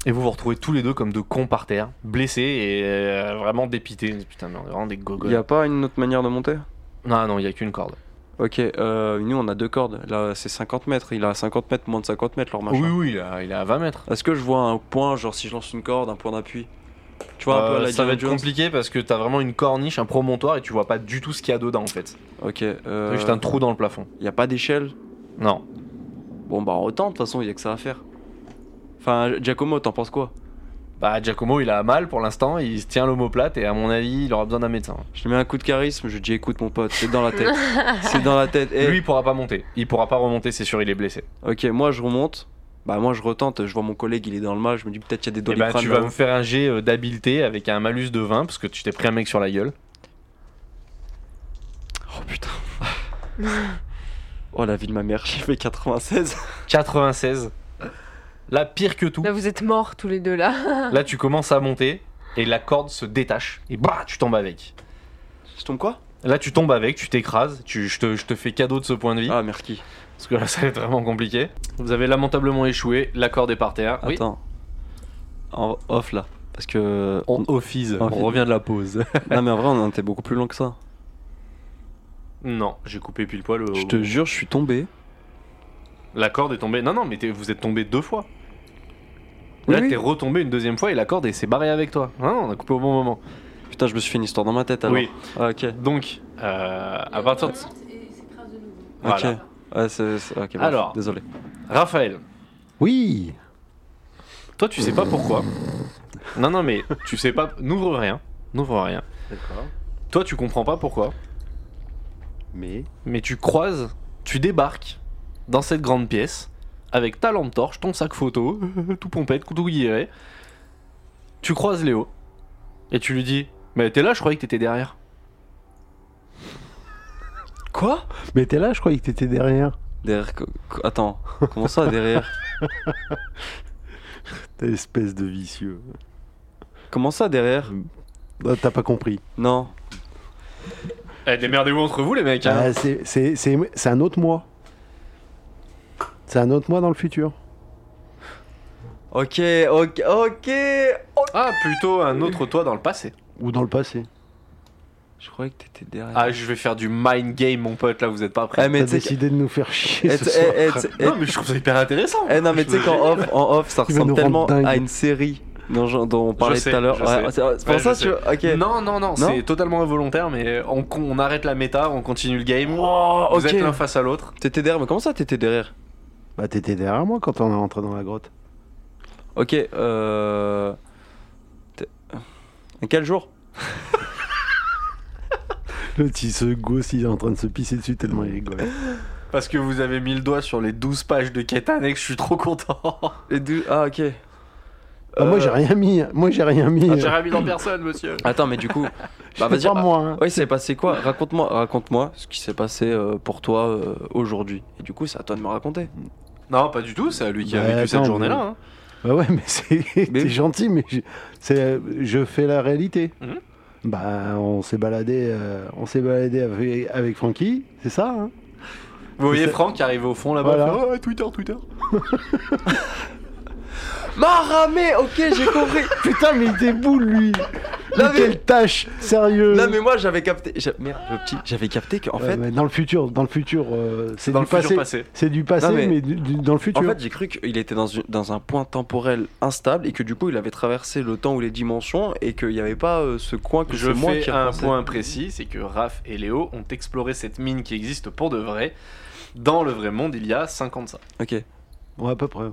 S1: Et vous vous retrouvez tous les deux comme de cons par terre, blessés et euh, vraiment dépités. Putain, mais on est vraiment des
S2: Il
S1: gogoles.
S2: y a pas une autre manière de monter
S1: Non, non, il y a qu'une corde.
S2: Ok, euh, nous on a deux cordes. Là c'est 50 mètres. Il a 50 mètres, moins de 50 mètres leur machin.
S1: Oui, oui, il est à- il est à 20 mètres.
S2: Est-ce que je vois un point, genre si je lance une corde, un point d'appui Tu vois un peu à
S1: Euh,
S2: la
S1: ça va
S2: Indiana
S1: être
S2: Jones
S1: compliqué parce que t'as vraiment une corniche, un promontoire et tu vois pas du tout ce qu'il y a dedans en fait.
S2: Ok,
S1: T'as
S2: euh,
S1: juste un trou dans le plafond.
S2: y a pas d'échelle
S1: Non.
S2: Bon bah autant, de toute façon, il y a que ça à faire. Enfin, Giacomo, t'en penses quoi
S1: Bah Giacomo il a mal pour l'instant, il se tient l'homoplate et à mon avis il aura besoin d'un médecin.
S2: Je lui mets un coup de charisme, je lui dis écoute mon pote, c'est dans la tête. c'est dans la tête. Eh,
S1: Lui il pourra pas monter, il pourra pas remonter c'est sûr il est blessé.
S2: Ok, moi je remonte. Bah moi je retente, je vois mon collègue, il est dans le mal, je me dis peut-être qu'il y a des
S1: Et bah
S2: doliprane.
S1: tu vas
S2: là-haut.
S1: me faire un jet euh, d'habileté avec un malus de 20 parce que tu t'es pris un mec sur la gueule.
S2: Oh putain. oh la vie de ma mère, j'ai fait 96.
S1: 96. Là pire que tout,
S3: Là, vous êtes morts tous les deux là.
S1: là tu commences à monter et la corde se détache et bah tu tombes avec.
S2: Je tombe quoi
S1: Là tu tombes avec, tu t'écrases, tu, je, te, je te fais cadeau de ce point de vie
S2: Ah merci.
S1: parce que là ça va être vraiment compliqué. Vous avez lamentablement échoué, la corde est par terre. Oui.
S2: Attends. En off là. Parce que.
S1: On offise, on
S2: Office.
S1: revient de la pause.
S2: non mais en vrai on était beaucoup plus long que ça.
S1: non, j'ai coupé pile poil. au-
S2: Je te jure, je suis tombé.
S1: La corde est tombée. Non, non, mais t'es- vous êtes tombé deux fois. Là,
S2: Oui, oui.
S1: t'es retombé une deuxième fois et la corde elle s'est barrée avec toi. Hein, on a coupé au bon moment.
S2: Putain, je me suis fait une histoire dans ma tête alors.
S1: Oui.
S2: Ah, ok. Ok.
S1: Donc, euh, à partir de. Voilà.
S2: Ouais, c'est- c'est- ok, bref,
S1: Alors.
S2: Désolé.
S1: Raphaël,
S4: Oui
S1: toi, tu sais pas pourquoi. Non, non, mais tu sais pas. N'ouvre rien. N'ouvre rien.
S4: D'accord.
S1: Toi, tu comprends pas pourquoi.
S4: Mais.
S1: Mais tu croises, tu débarques dans cette grande pièce avec ta lampe torche, ton sac photo, tout pompette, tout guilleré. Tu croises Léo et tu lui dis Mais t'es là, je croyais que t'étais derrière.
S2: Quoi
S4: Mais t'es là, je croyais que t'étais derrière.
S2: Derrière. co- co- Attends, comment ça derrière
S4: T'es espèce de vicieux.
S2: Comment ça derrière
S4: Ah, T'as pas compris.
S2: Non.
S1: Eh, démerdez-vous entre vous, les mecs. hein.
S4: Ah, c'est- c'est c'est- c'est un autre moi. C'est un autre moi dans le futur.
S2: Ok, ok, ok. oh.
S1: Ah, plutôt un autre toi dans le passé.
S4: Ou dans le passé.
S2: Je croyais que t'étais derrière.
S1: Ah, je vais faire du mind game, mon pote, là, vous êtes pas prêts.
S2: Eh, mais
S4: T'as
S2: tu sais. que-
S4: décidé de nous faire chier
S2: Eh,
S4: ce
S2: tu-
S4: soir.
S2: eh, eh, tu- eh,
S1: Non, mais je trouve ça hyper intéressant.
S2: Eh non mais tu sais qu'en off, en off, ça
S4: Il va nous
S2: ressemble tellement
S4: rendre dingue.
S2: à une série dont, j'en- dont on parlait
S1: Je sais,
S2: tout à l'heure.
S1: je
S2: Ouais,
S1: sais.
S2: c'est c'est pour
S1: Ouais,
S2: ça
S1: je
S2: tu vois. Ok.
S1: Non, non, non, c'est totalement involontaire, mais on, on arrête la méta, on continue le game.
S2: Oh,
S1: Vous êtes l'un
S2: ok.
S1: face à l'autre.
S2: T'étais derrière, mais comment ça t'étais derrière
S4: Bah t'étais derrière moi quand on est rentré dans la grotte.
S2: Ok. Euh. t'es- À Quel jour
S4: Le petit ce gosse il est en train de se pisser dessus tellement il rigole.
S1: Parce que vous avez mis le doigt sur les 12 pages de quête annexe, je suis trop content.
S2: Les deux- Ah ok.
S4: Ah, moi
S2: Euh,
S4: j'ai rien mis, hein. moi j'ai rien mis.
S1: J'ai remis dans personne, monsieur.
S2: Attends mais du coup.
S4: bah,
S2: bah, vas-y,
S4: pas
S2: ah.
S4: moi. hein.
S2: Oui, c'est passé quoi Raconte-moi, raconte-moi ce qui s'est passé euh, pour toi euh, aujourd'hui. Et du coup, c'est à toi de me raconter.
S1: Non, pas du tout, c'est à lui qui a
S4: Bah,
S1: vécu cette
S4: attends,
S1: journée-là.
S4: mais-
S1: hein.
S4: Bah ouais, mais c'est
S2: Mais-
S4: t'es gentil, mais je, c'est- je fais la réalité.
S1: Mhm.
S4: Bah on s'est baladé, euh, on s'est baladé avec, avec Francky, c'est ça. hein
S1: Vous voyez
S4: C'est-
S1: Franck qui arrive au fond là-bas.
S4: Voilà.
S1: il fait, Ah, ouais, Twitter, Twitter.
S2: Maramé, ok, j'ai compris.
S4: Putain, mais il déboule lui.
S2: Là,
S4: mais
S2: mais-
S4: quelle tâche, sérieux.
S2: non mais moi, j'avais capté. j'a- Merde, le petit, j'avais capté qu'en
S4: Ouais,
S2: fait,
S4: mais dans le futur, dans le futur, euh, c'est
S1: Dans
S4: du
S1: le futur
S4: passé.
S1: passé.
S4: C'est du passé,
S2: Non, mais-
S4: mais, du- du- dans le
S2: en
S4: futur.
S2: fait, j'ai cru qu'il était dans, une- dans un point temporel instable et que du coup, il avait traversé le temps ou les dimensions et qu'il n'y avait pas euh, ce coin que
S1: Je
S2: c'est moi
S1: fais
S2: qui
S1: un
S2: repensais.
S1: point précis, c'est que Raph et Léo ont exploré cette mine qui existe pour de vrai dans le vrai monde il y a 50 ans.
S2: Ok.
S4: Ouais, à peu près. ouais.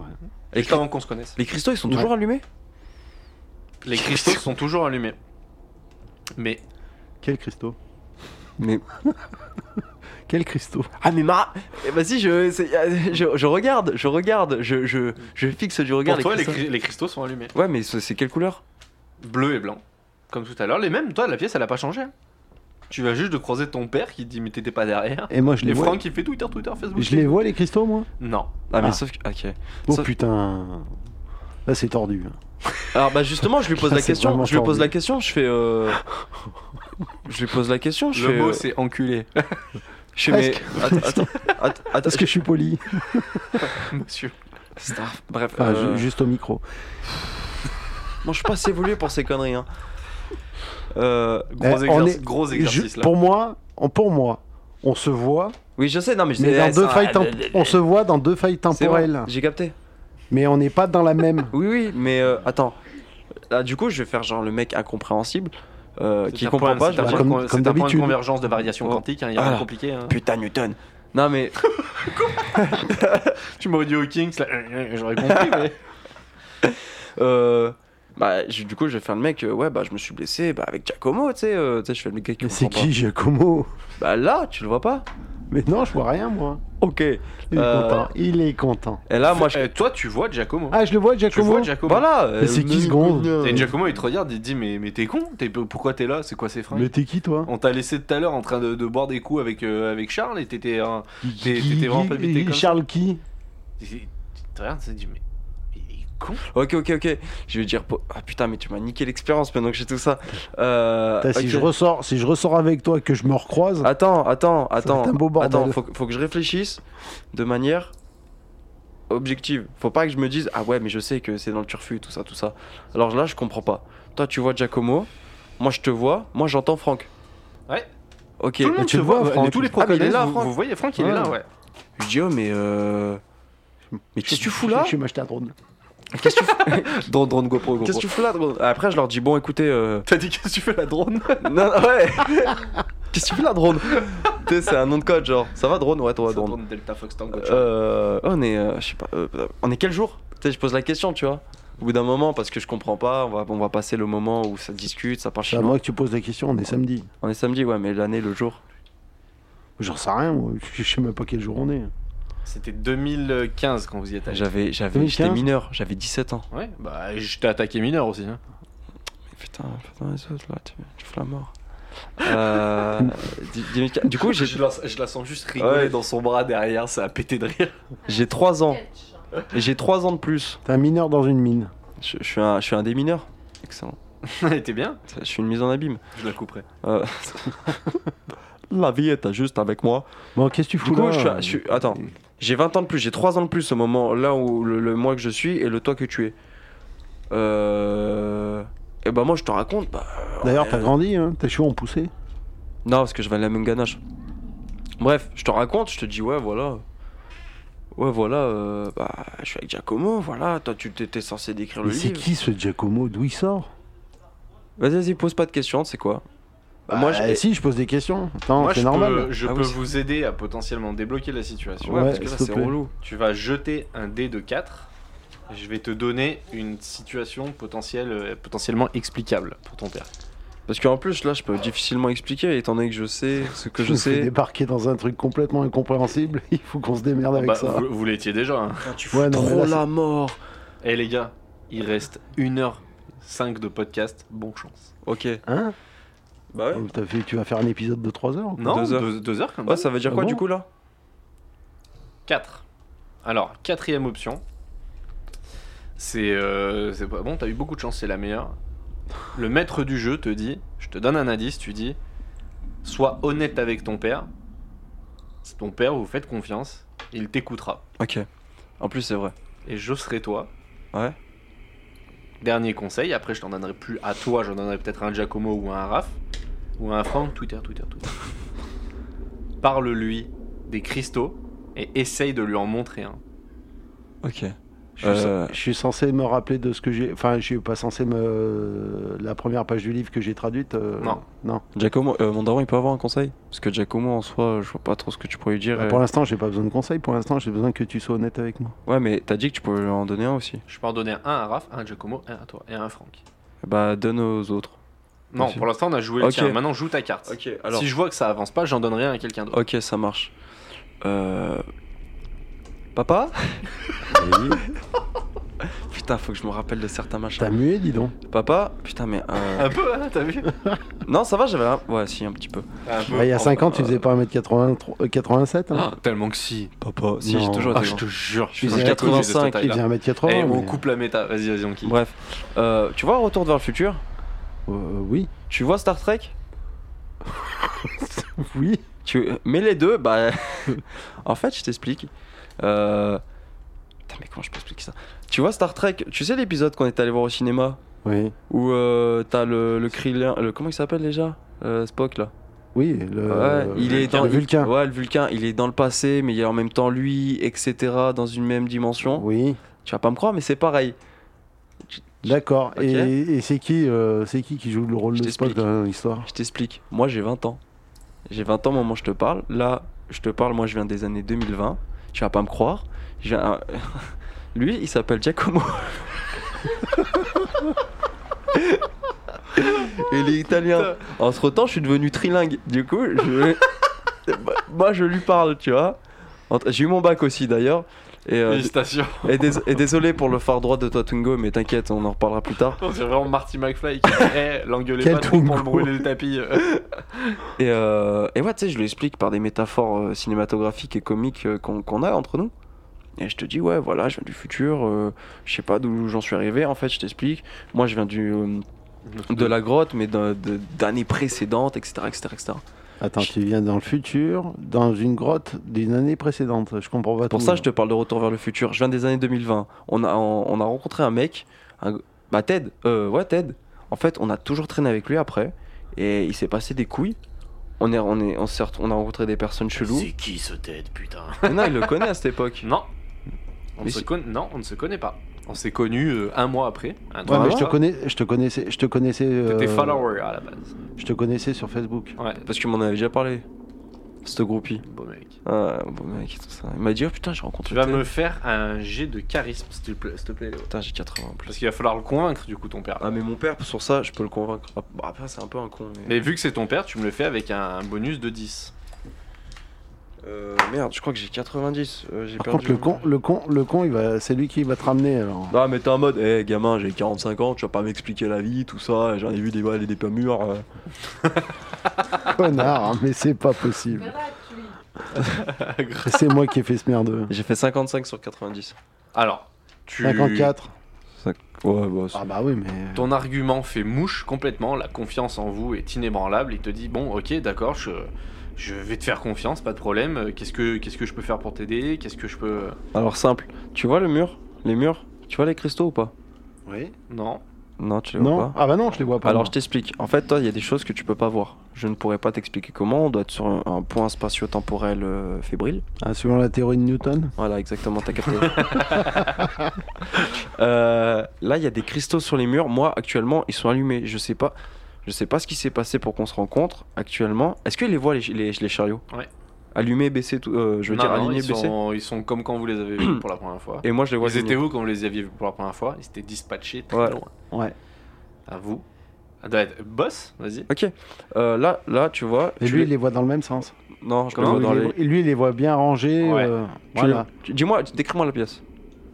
S2: Les,
S1: Juste avant qu'on se connaisse.
S2: les cristaux, ils sont
S4: Ouais.
S2: toujours allumés
S1: Les cristaux sont toujours allumés. Mais
S4: Quel cristaux
S2: Mais
S4: Quel cristaux
S2: ah mais Mara, Eh, vas-y, je, c'est- euh, je je regarde, je regarde, je je, je fixe du regard
S1: pour toi, les,
S2: cristaux.
S1: cri- les cristaux sont allumés.
S2: Ouais, mais c'est c'est quelle couleur
S1: Bleu et blanc. Comme tout à l'heure. Les mêmes, toi, la pièce, elle a pas changé. hein. Tu vas juste de croiser ton père qui te dit, mais t'étais pas derrière.
S4: Et moi, je les
S1: Et
S4: vois.
S1: Franck qui fait Twitter, Twitter, Facebook.
S4: Je les vois les cristaux, moi.
S1: Non.
S2: Ah, mais
S4: Ah.
S2: sauf que. Ok.
S4: Oh
S2: Ça-
S4: putain. Là, c'est tordu. hein.
S2: Alors, bah, justement, je lui pose
S4: Putain,
S2: la
S4: c'est
S2: question.
S4: vraiment
S2: Je lui pose
S4: tordu.
S2: la question, je fais. euh, Je lui pose la question, je
S1: Le
S2: fais.
S1: mot,
S2: euh,
S1: c'est enculé.
S2: Je fais, mais.
S4: Presque.
S2: Attends, attends, attends, attends,
S4: Est-ce que je suis poli
S1: Monsieur.
S2: je- Ah, Bref,
S4: Enfin,
S2: euh,
S4: ju- Juste au micro.
S2: moi, je suis pas assez évolué pour ces conneries. Hein. Euh,
S1: Gros,
S4: Eh,
S1: exercice-
S4: on est-
S1: gros
S4: Je-
S1: exercice là.
S4: pour moi, on, pour moi, on se voit,
S2: Oui, je sais, non, mais je
S4: mais
S2: sais-
S4: dans
S2: eh,
S4: deux
S2: ça-
S4: failles temp- on se voit dans deux failles
S2: C'est bon,
S4: temporelles,
S2: J'ai capté.
S4: mais on n'est pas dans la même.
S2: Oui, oui, mais euh, attends. Là, du coup, je vais faire genre le mec incompréhensible euh, qui
S1: C'est un
S2: comprend
S1: point-
S2: pas.
S1: c'est
S2: je
S1: un
S2: vais
S1: point
S2: dire,
S1: con-
S4: comme-
S1: C'est un point de
S4: d'habitude.
S1: convergence de variation
S2: Oh.
S1: quantique, il y a rien
S2: Voilà.
S1: de compliqué. hein.
S2: Putain, Newton. Non, mais.
S1: Tu m'aurais dit Hawking, là, euh, euh, j'aurais compris, mais.
S2: Euh, bah, je- du coup, je vais faire le mec. euh, ouais, bah, je me suis blessé bah, avec Giacomo, tu sais. euh, tu sais, je fais le mec qui
S4: Mais
S2: comprend
S4: c'est
S2: pas.
S4: qui Giacomo
S2: Bah, là, tu le vois pas
S4: Mais non, je vois rien moi.
S2: Ok. Et
S4: Il est
S2: Euh,
S4: content. Il est content.
S2: là, Ah, moi, je.
S1: Euh, toi, tu vois Giacomo.
S4: Ah, je le vois
S1: tu
S4: Giacomo.
S1: vois Giacomo.
S2: Voilà. euh,
S4: Mais c'est qui ce gonze
S1: Et Giacomo, il te regarde, il te dit Mais, mais t'es con t'es, Pourquoi t'es là C'est quoi ces fringues
S4: Mais t'es qui toi
S1: On t'a laissé tout à l'heure en train de, de boire des coups avec, euh, avec Charles et t'étais. un- T'es-
S4: Qui-
S1: t'étais vraiment pas
S4: qui-
S1: bité comme ça.
S4: Charles qui
S1: Tu te regardes, tu te dis Mais mais il est con
S2: Ok, ok, ok. Je vais dire. po- Ah putain, mais tu m'as niqué l'expérience maintenant que j'ai tout ça. Euh,
S4: Putain,
S2: ok. Ah,
S4: Si je ressors, si je ressors avec toi, que je me recroise.
S2: Attends, attends,
S4: va
S2: attends.
S4: être un beau bordel.
S2: Attends, faut, que- faut que je réfléchisse de manière objective. Faut pas que je me dise ah ouais, mais je sais que c'est dans le turfu, tout ça, tout ça. Alors là, je comprends pas. Toi, tu vois Giacomo, moi je te vois, moi j'entends Franck.
S1: Ouais.
S2: Ok.
S1: Tout le monde
S4: tu
S1: se
S4: le vois,
S1: voit,
S4: Franck.
S1: mais euh, tous les
S2: Ah, mais il est
S1: protagonistes,
S2: là,
S1: vous,
S2: Franck.
S1: vous voyez Franck, il est
S4: Ouais.
S1: là, ouais.
S2: Je dis oh mais euh... mais qu'est-ce que tu fous là
S4: Je vais m'acheter un drone.
S2: Qu'est-ce que tu fous-
S1: Drone, drone, GoPro,
S2: qu'est-ce que tu fous là drone Après, je leur dis bon, écoutez. euh,
S1: T'as dit Qu'est-ce que tu fais la drone
S2: non, non, ouais. qu'est-ce que tu fais là drone Tu sais, c'est un nom de code genre. Ça va drone Ouais, toi drone.
S1: Delta Fox Tango.
S2: Euh, on est, euh, je sais pas, euh, on est quel jour Tu sais, je pose la question, tu vois. Au bout d'un moment, parce que je comprends pas, on va, on va passer le moment où ça discute, ça parle
S4: C'est
S2: chez
S4: à
S2: moi.
S4: moi que tu poses la question. On est samedi.
S2: On est samedi, ouais, mais l'année, le jour.
S4: J'en sais rien. Moi. Je je sais même pas quel jour on est.
S1: C'était 2015 quand vous y êtes allé.
S2: J'avais, j'avais, j'étais
S4: 2015.
S2: mineur, j'avais 17 ans.
S1: Ouais, bah je t'ai attaqué mineur aussi. hein.
S2: Mais putain, putain, les autres là, tu, tu fous la mort. Euh, di- Dimitra- du coup, j'ai
S6: je la, je la sens juste rigoler
S2: Ouais.
S6: dans son bras derrière, ça a pété de rire.
S2: j'ai 3 ans. J'ai 3 ans de plus.
S4: T'es un mineur dans une mine.
S2: Je, je suis, un, je suis un des mineurs. Excellent.
S6: Elle était bien,
S2: Je suis une mise en abîme.
S6: je la couperai.
S2: Euh, La vie est injuste avec moi.
S4: Bon, qu'est-ce que tu fous
S2: Du coup,
S4: là
S2: je suis, je suis- attends, j'ai 20 ans de plus, j'ai 3 ans de plus au moment là où le, le mois que je suis et le toi que tu es. Euh... Et bah moi je te raconte. Bah,
S4: D'ailleurs,
S2: euh,
S4: t'as grandi, hein tes cheveux ont poussé.
S2: Non, parce que je vais aller à Munganache. Bref, je te raconte, je te dis ouais voilà. Ouais voilà, euh, bah je suis avec Giacomo, voilà, toi tu t'étais censé décrire le
S4: Mais c'est
S2: livre.
S4: qui ce Giacomo D'où il sort
S2: Vas-y, vas-y, pose pas de questions, c'est quoi
S4: Moi,
S2: Bah, Moi, je-
S4: Ah, si, je pose des questions. Attends,
S1: Moi,
S4: c'est
S1: je
S4: normal.
S1: peux, je
S2: Ah
S1: peux
S2: oui, c'est-
S1: vous aider à potentiellement débloquer la situation.
S2: Ouais,
S4: Ouais,
S2: parce que
S4: s'il
S2: là
S4: te
S2: c'est
S4: plaît.
S2: relou.
S1: Tu vas jeter un dé de 4. Je vais te donner une situation potentielle, euh, potentiellement explicable pour ton père.
S2: Parce qu'en plus là je peux difficilement expliquer étant donné que je sais ce que
S4: Tu
S2: je
S4: nous fais
S2: sais.
S4: débarquer dans un truc complètement incompréhensible. Il faut qu'on se démerde
S2: Ah,
S4: avec
S1: Bah,
S4: ça.
S1: vous vous l'étiez déjà. hein.
S2: Tu
S4: Ouais,
S2: fous
S4: non, mais
S2: trop
S4: là, c'est-
S2: la mort.
S1: Eh les gars, il reste 1h05 de podcast. Bonne chance.
S2: Ok.
S4: Hein
S2: Bah
S4: Oh, t'as fait- Tu vas faire un épisode de 3 heures
S1: Non,
S2: Deux heures.
S1: 2 heures comme
S2: Ouais, ça veut dire
S4: Ah
S2: quoi
S4: bon
S2: du coup là
S1: 4. Alors, quatrième option. C'est euh, c'est pas bon, t'as eu beaucoup de chance, c'est la meilleure. Le maître du jeu te dit, je te donne un indice, tu dis, sois honnête avec ton père. C'est ton père, vous faites confiance, il t'écoutera.
S2: Ok. En plus, c'est vrai.
S1: Et je serai toi.
S2: Ouais.
S1: Dernier conseil, après je t'en donnerai plus à toi, j'en donnerai peut-être à un Giacomo ou à un Raph, ou à un Franck, Twitter, Twitter, Twitter. Parle-lui des cristaux et essaye de lui en montrer un.
S2: Ok.
S4: je suis,
S2: Euh.
S4: je suis censé me rappeler de ce que j'ai. Enfin, je suis pas censé me. La première page du livre que j'ai traduite. euh,
S1: Non.
S4: Non.
S2: Giacomo, euh, mon daron, il peut avoir un conseil Parce que Giacomo, en soi, je vois pas trop ce que tu pourrais lui dire.
S4: Bah,
S2: et-
S4: Pour l'instant, j'ai pas besoin de conseils. Pour l'instant, j'ai besoin que tu sois honnête avec moi.
S2: Ouais, mais t'as dit que tu pouvais lui en donner un aussi.
S1: Je peux en donner un à Raph, un à Giacomo, un à toi et un à Franck.
S2: Bah, donne aux autres.
S1: Non,
S2: Merci.
S1: pour l'instant on a joué le
S2: Ok.
S1: tien. Maintenant joue ta carte.
S2: Ok,
S1: Si je vois que ça avance pas, j'en donnerai un à quelqu'un d'autre.
S2: Ok, ça marche. Euh... Papa Putain, faut que je me rappelle de certains
S4: T'as
S2: machins.
S4: mué, dis donc.
S2: Papa Putain, mais. euh,
S1: Un peu, hein, t'as vu
S2: non, ça va, j'avais. un- Ouais, si, Ah, un petit peu.
S1: Un
S4: Bah, il y a 5
S2: euh,
S4: ans, tu faisais pas 1m87.
S2: Ah,
S4: Hein
S1: tellement que si.
S2: Papa, si, j'ai
S4: Non.
S2: toujours été
S1: Ah, je
S2: grand.
S1: te jure.
S2: Je suis
S1: suis
S4: en
S2: 85,
S4: Tu faisais 1m80.
S2: Eh,
S1: Et on
S4: mais-
S1: coupe la méta. Vas-y, vas-y, on quitte.
S2: Bref. Euh, tu vois, Retour vers le futur
S4: Euh, oui.
S2: Tu vois Star Trek
S4: Oui.
S2: Tu mets les deux, bah. en fait, je t'explique. Euh... Putain, mais comment je peux expliquer ça Tu vois Star Trek, tu sais l'épisode qu'on est allé voir au cinéma
S4: Oui.
S2: Où euh, t'as le, le Krillin. Le, comment il s'appelle déjà Euh, Spock là
S4: Oui. Le...
S2: Ouais, il est dans.
S4: Euh, le Vulcain.
S2: Ouais, le Vulcain, il est dans le passé, mais il est en même temps lui, etc., dans une même dimension.
S4: Oui.
S2: Tu vas pas me croire, mais c'est pareil.
S4: D'accord.
S2: Ok.
S4: Et, et c'est qui, euh, c'est qui qui joue le rôle
S2: Je
S4: de Spock
S2: t'explique.
S4: dans l'histoire
S2: Je t'explique. Moi, j'ai 20 ans. J'ai 20 ans au moment où je te parle. Là, je te parle, moi, je viens des années 2020. Tu vas pas me croire. J'ai un- Lui, il s'appelle Giacomo. Et il est italien. Entre temps, je suis devenu trilingue. Du coup, je... moi, je lui parle, tu vois. Entre- J'ai eu mon bac aussi, d'ailleurs. Et, euh,
S1: Félicitations.
S2: et dés- et désolé pour le phare droit de toi, Tungo, mais t'inquiète, on en reparlera plus tard.
S1: C'est vraiment Marty McFly qui Eh, l'engueulez
S4: Quel
S1: pas trop pour le
S4: Tungo.
S1: brûler le tapis. euh.
S2: Et, euh, et ouais, tu sais, je l'explique par des métaphores euh, cinématographiques et comiques euh, qu'on qu'on a entre nous. Et je te dis, ouais, voilà, je viens du futur, euh, je sais pas d'où j'en suis arrivé, en fait, je t'explique. Moi, je viens du, euh, de la grotte, mais d'un- de- d'années précédentes, etc., etc., etc.
S4: Attends, tu viens dans le futur, dans une grotte d'une année précédente. Je comprends pas.
S2: Pour
S4: tout,
S2: ça,
S4: là.
S2: je te parle de Retour vers le futur. Je viens des années 2020. On a, on, on a rencontré un mec, un- bah Ted, euh, ouais Ted. En fait, on a toujours traîné avec lui après, et il s'est passé des couilles. On est, on est, on s'est ret- on a rencontré des personnes cheloues.
S5: C'est qui ce tête, putain
S2: Mais non, il le connaît à cette époque.
S1: Non. On
S2: Mais
S1: se
S2: si-
S1: conna- Non, on ne se connaît pas. On s'est connus euh, un mois après. Un
S4: Ouais,
S1: truc
S4: mais
S1: comme
S4: je te
S1: ça.
S4: connais, je te connaissais, je te connaissais. euh,
S1: T'étais follower à la base.
S4: Je te connaissais sur Facebook.
S1: Ouais.
S2: Parce que m'en avait déjà parlé. Ce groupie.
S1: Bon mec.
S2: Ah, bon mec, et tout ça. Il m'a dit, oh putain, j'ai rencontré.
S1: Tu vas
S2: tel.
S1: me faire un jet de charisme, s'il te plaît, s'il te plaît, Léo.
S2: Putain, j'ai 80 en plus.
S1: Parce qu'il va falloir le convaincre, du coup, ton père.
S2: Ah, mais mon père, sur ça, je peux le convaincre. Ah, bah, après, c'est un peu un con, mais.
S1: Mais vu que c'est ton père, tu me le fais avec un bonus de 10.
S2: Euh, merde, je crois que j'ai 90. euh, j'ai
S4: Par
S2: perdu
S4: contre, le con, le con, le con, il va, c'est lui qui va te ramener. Alors.
S2: Non, mais t'es en mode, eh gamin, j'ai 45 ans, tu vas pas m'expliquer la vie, tout ça, j'en ai vu des balles et des pas mûrs. euh.
S4: Connard, hein, mais c'est pas possible. C'est moi qui ai fait ce merde.
S2: J'ai fait 55 sur 90.
S1: Alors, tu...
S4: 54.
S2: Ouais, bah,
S4: Ah bah oui, mais.
S1: Ton argument fait mouche complètement, la confiance en vous est inébranlable, il te dit bon ok d'accord je, je vais te faire confiance, pas de problème, Euh, qu'est-ce que, qu'est-ce que je peux faire pour t'aider, qu'est-ce que je peux...
S2: Ah, Alors simple, tu vois le mur Les murs Tu vois les cristaux ou pas
S4: Oui.
S1: Non,
S2: Non, tu les vois
S4: Non.
S2: pas
S4: Ah bah non, je les vois pas.
S2: Alors
S4: moi.
S2: je t'explique. En fait, toi, il y a des choses que tu peux pas voir. Je ne pourrais pas t'expliquer comment. On doit être sur un, un point spatio-temporel euh, fébrile.
S4: Ah, selon la théorie de Newton.
S2: Voilà, exactement, t'as capté. Euh, là, il y a des cristaux sur les murs. Moi, actuellement, ils sont allumés. Je sais pas, je sais pas ce qui s'est passé pour qu'on se rencontre actuellement. Est-ce qu'ils les voient les, les, les chariots
S1: Ouais.
S2: Allumés, baissés, tout. euh, je veux
S1: Non,
S2: dire,
S1: non,
S2: alignés,
S1: ils,
S2: baissés.
S1: sont, ils sont comme quand vous les avez vus pour la première fois.
S2: Et moi, je les vois.
S1: Ils étaient
S2: allumés.
S1: où quand vous les aviez vus pour la première fois Ils étaient dispatchés très
S2: Ouais.
S1: loin.
S4: Ouais.
S1: À vous. Ah, doit être- Boss, vas-y.
S2: Ok. Euh, là, là, tu vois.
S4: Et
S2: tu
S4: lui,
S2: les-
S4: il les voit dans le même sens.
S2: Non, je
S4: Lui,
S2: le vois dans
S4: il
S2: les.
S4: les- lui, il les voit bien rangés.
S1: Ouais.
S4: euh,
S2: Tu-
S4: voilà.
S2: tu- Dis-moi, décris-moi la pièce.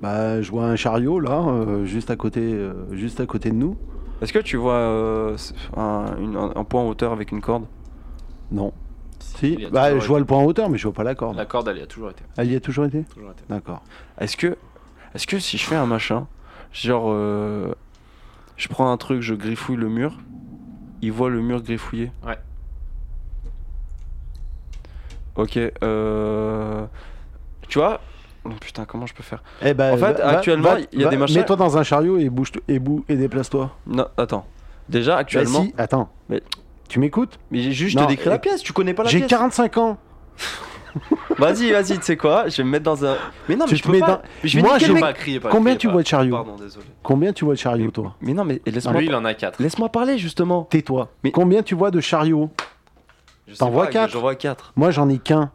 S4: Bah, je vois un chariot là, euh, juste à côté, euh, juste à côté de nous.
S2: Est-ce que tu vois euh, c- un, une- un- un point en hauteur avec une corde
S4: Non.
S1: Il y
S4: Si.
S1: a
S4: Bah,
S1: toujours
S4: je vois le point en hauteur, mais je vois pas la corde.
S1: La corde, elle y a toujours été.
S4: Elle y a toujours été.
S1: Toujours été.
S4: D'accord.
S2: Est-ce que, est-ce que si je fais un machin, genre, euh, je prends un truc, je griffouille le mur, il voit le mur griffouillé
S1: Ouais.
S2: Ok. Euh, tu vois Oh, Putain, comment je peux faire
S4: Eh ben,
S2: En fait, actuellement, il y a des machins-
S4: Mets-toi dans un chariot et bouge et, bou- et déplace-toi.
S2: Non, attends. Déjà, actuellement,
S4: Bah si, attends.
S2: Mais-
S4: Tu m'écoutes
S2: mais j'ai juste
S4: Non,
S2: te décrit
S4: et-
S2: la pièce. Tu connais pas la
S4: J'ai
S2: pièce.
S4: 45 ans.
S2: Vas-y, vas-y. Tu sais quoi Je vais me mettre dans un. Mais non,
S4: Tu
S2: mais je
S4: te
S2: peux
S4: mets
S2: pas.
S4: dans-
S2: Mais Je vais
S4: Moi,
S2: niquer
S4: j'ai
S2: le
S4: pas-
S2: mec.
S1: Pas crier, pas
S4: Combien
S1: crier,
S4: tu
S1: pas-
S4: vois de chariot
S2: Pardon, désolé.
S4: Combien tu vois de chariot, toi
S2: Mais non, mais laisse-moi.
S1: Lui, il en a 4.
S2: Laisse-moi parler justement.
S4: Tais-toi.
S2: Mais-
S4: Combien tu vois de chariot
S2: Je
S4: T'en
S2: sais
S4: vois
S2: pas,
S4: quatre
S2: J'en vois 4.
S4: Moi, j'en ai qu'un.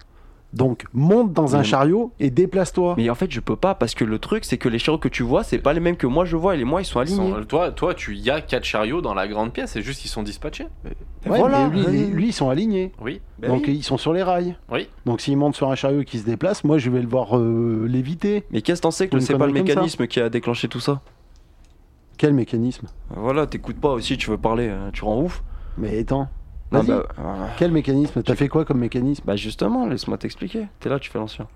S4: Donc, monte dans un
S2: Mais-
S4: chariot et déplace-toi.
S2: Mais en fait, je peux pas parce que le truc, c'est que les chariots que tu vois, c'est pas les mêmes que moi je vois et les moi ils sont
S1: Ils
S2: alignés.
S1: sont- toi, toi, tu y as 4 chariots dans la grande pièce, c'est juste qu'ils sont dispatchés.
S2: Mais
S4: Ouais,
S2: voilà,
S4: mais lui,
S2: vas-y.
S4: lui- lui, ils sont alignés.
S1: Oui.
S2: Ben
S4: Donc,
S2: oui.
S4: ils sont sur les rails.
S1: Oui.
S4: Donc, s'il monte sur un chariot qui se déplace, moi, je vais le voir euh, l'éviter.
S2: Mais qu'est-ce que t'en sais que
S4: Une
S2: c'est pas le
S4: connerie comme ça.
S2: mécanisme qui a déclenché tout ça
S4: Quel mécanisme
S2: Voilà, t'écoutes pas aussi, tu veux parler, euh, tu rends ouf.
S4: Mais attends.
S2: Non,
S4: Vas-y.
S2: bah, euh,
S4: Quel mécanisme T'as fait quoi comme mécanisme
S2: bah justement, laisse-moi t'expliquer. T'es là, tu fais l'ancien.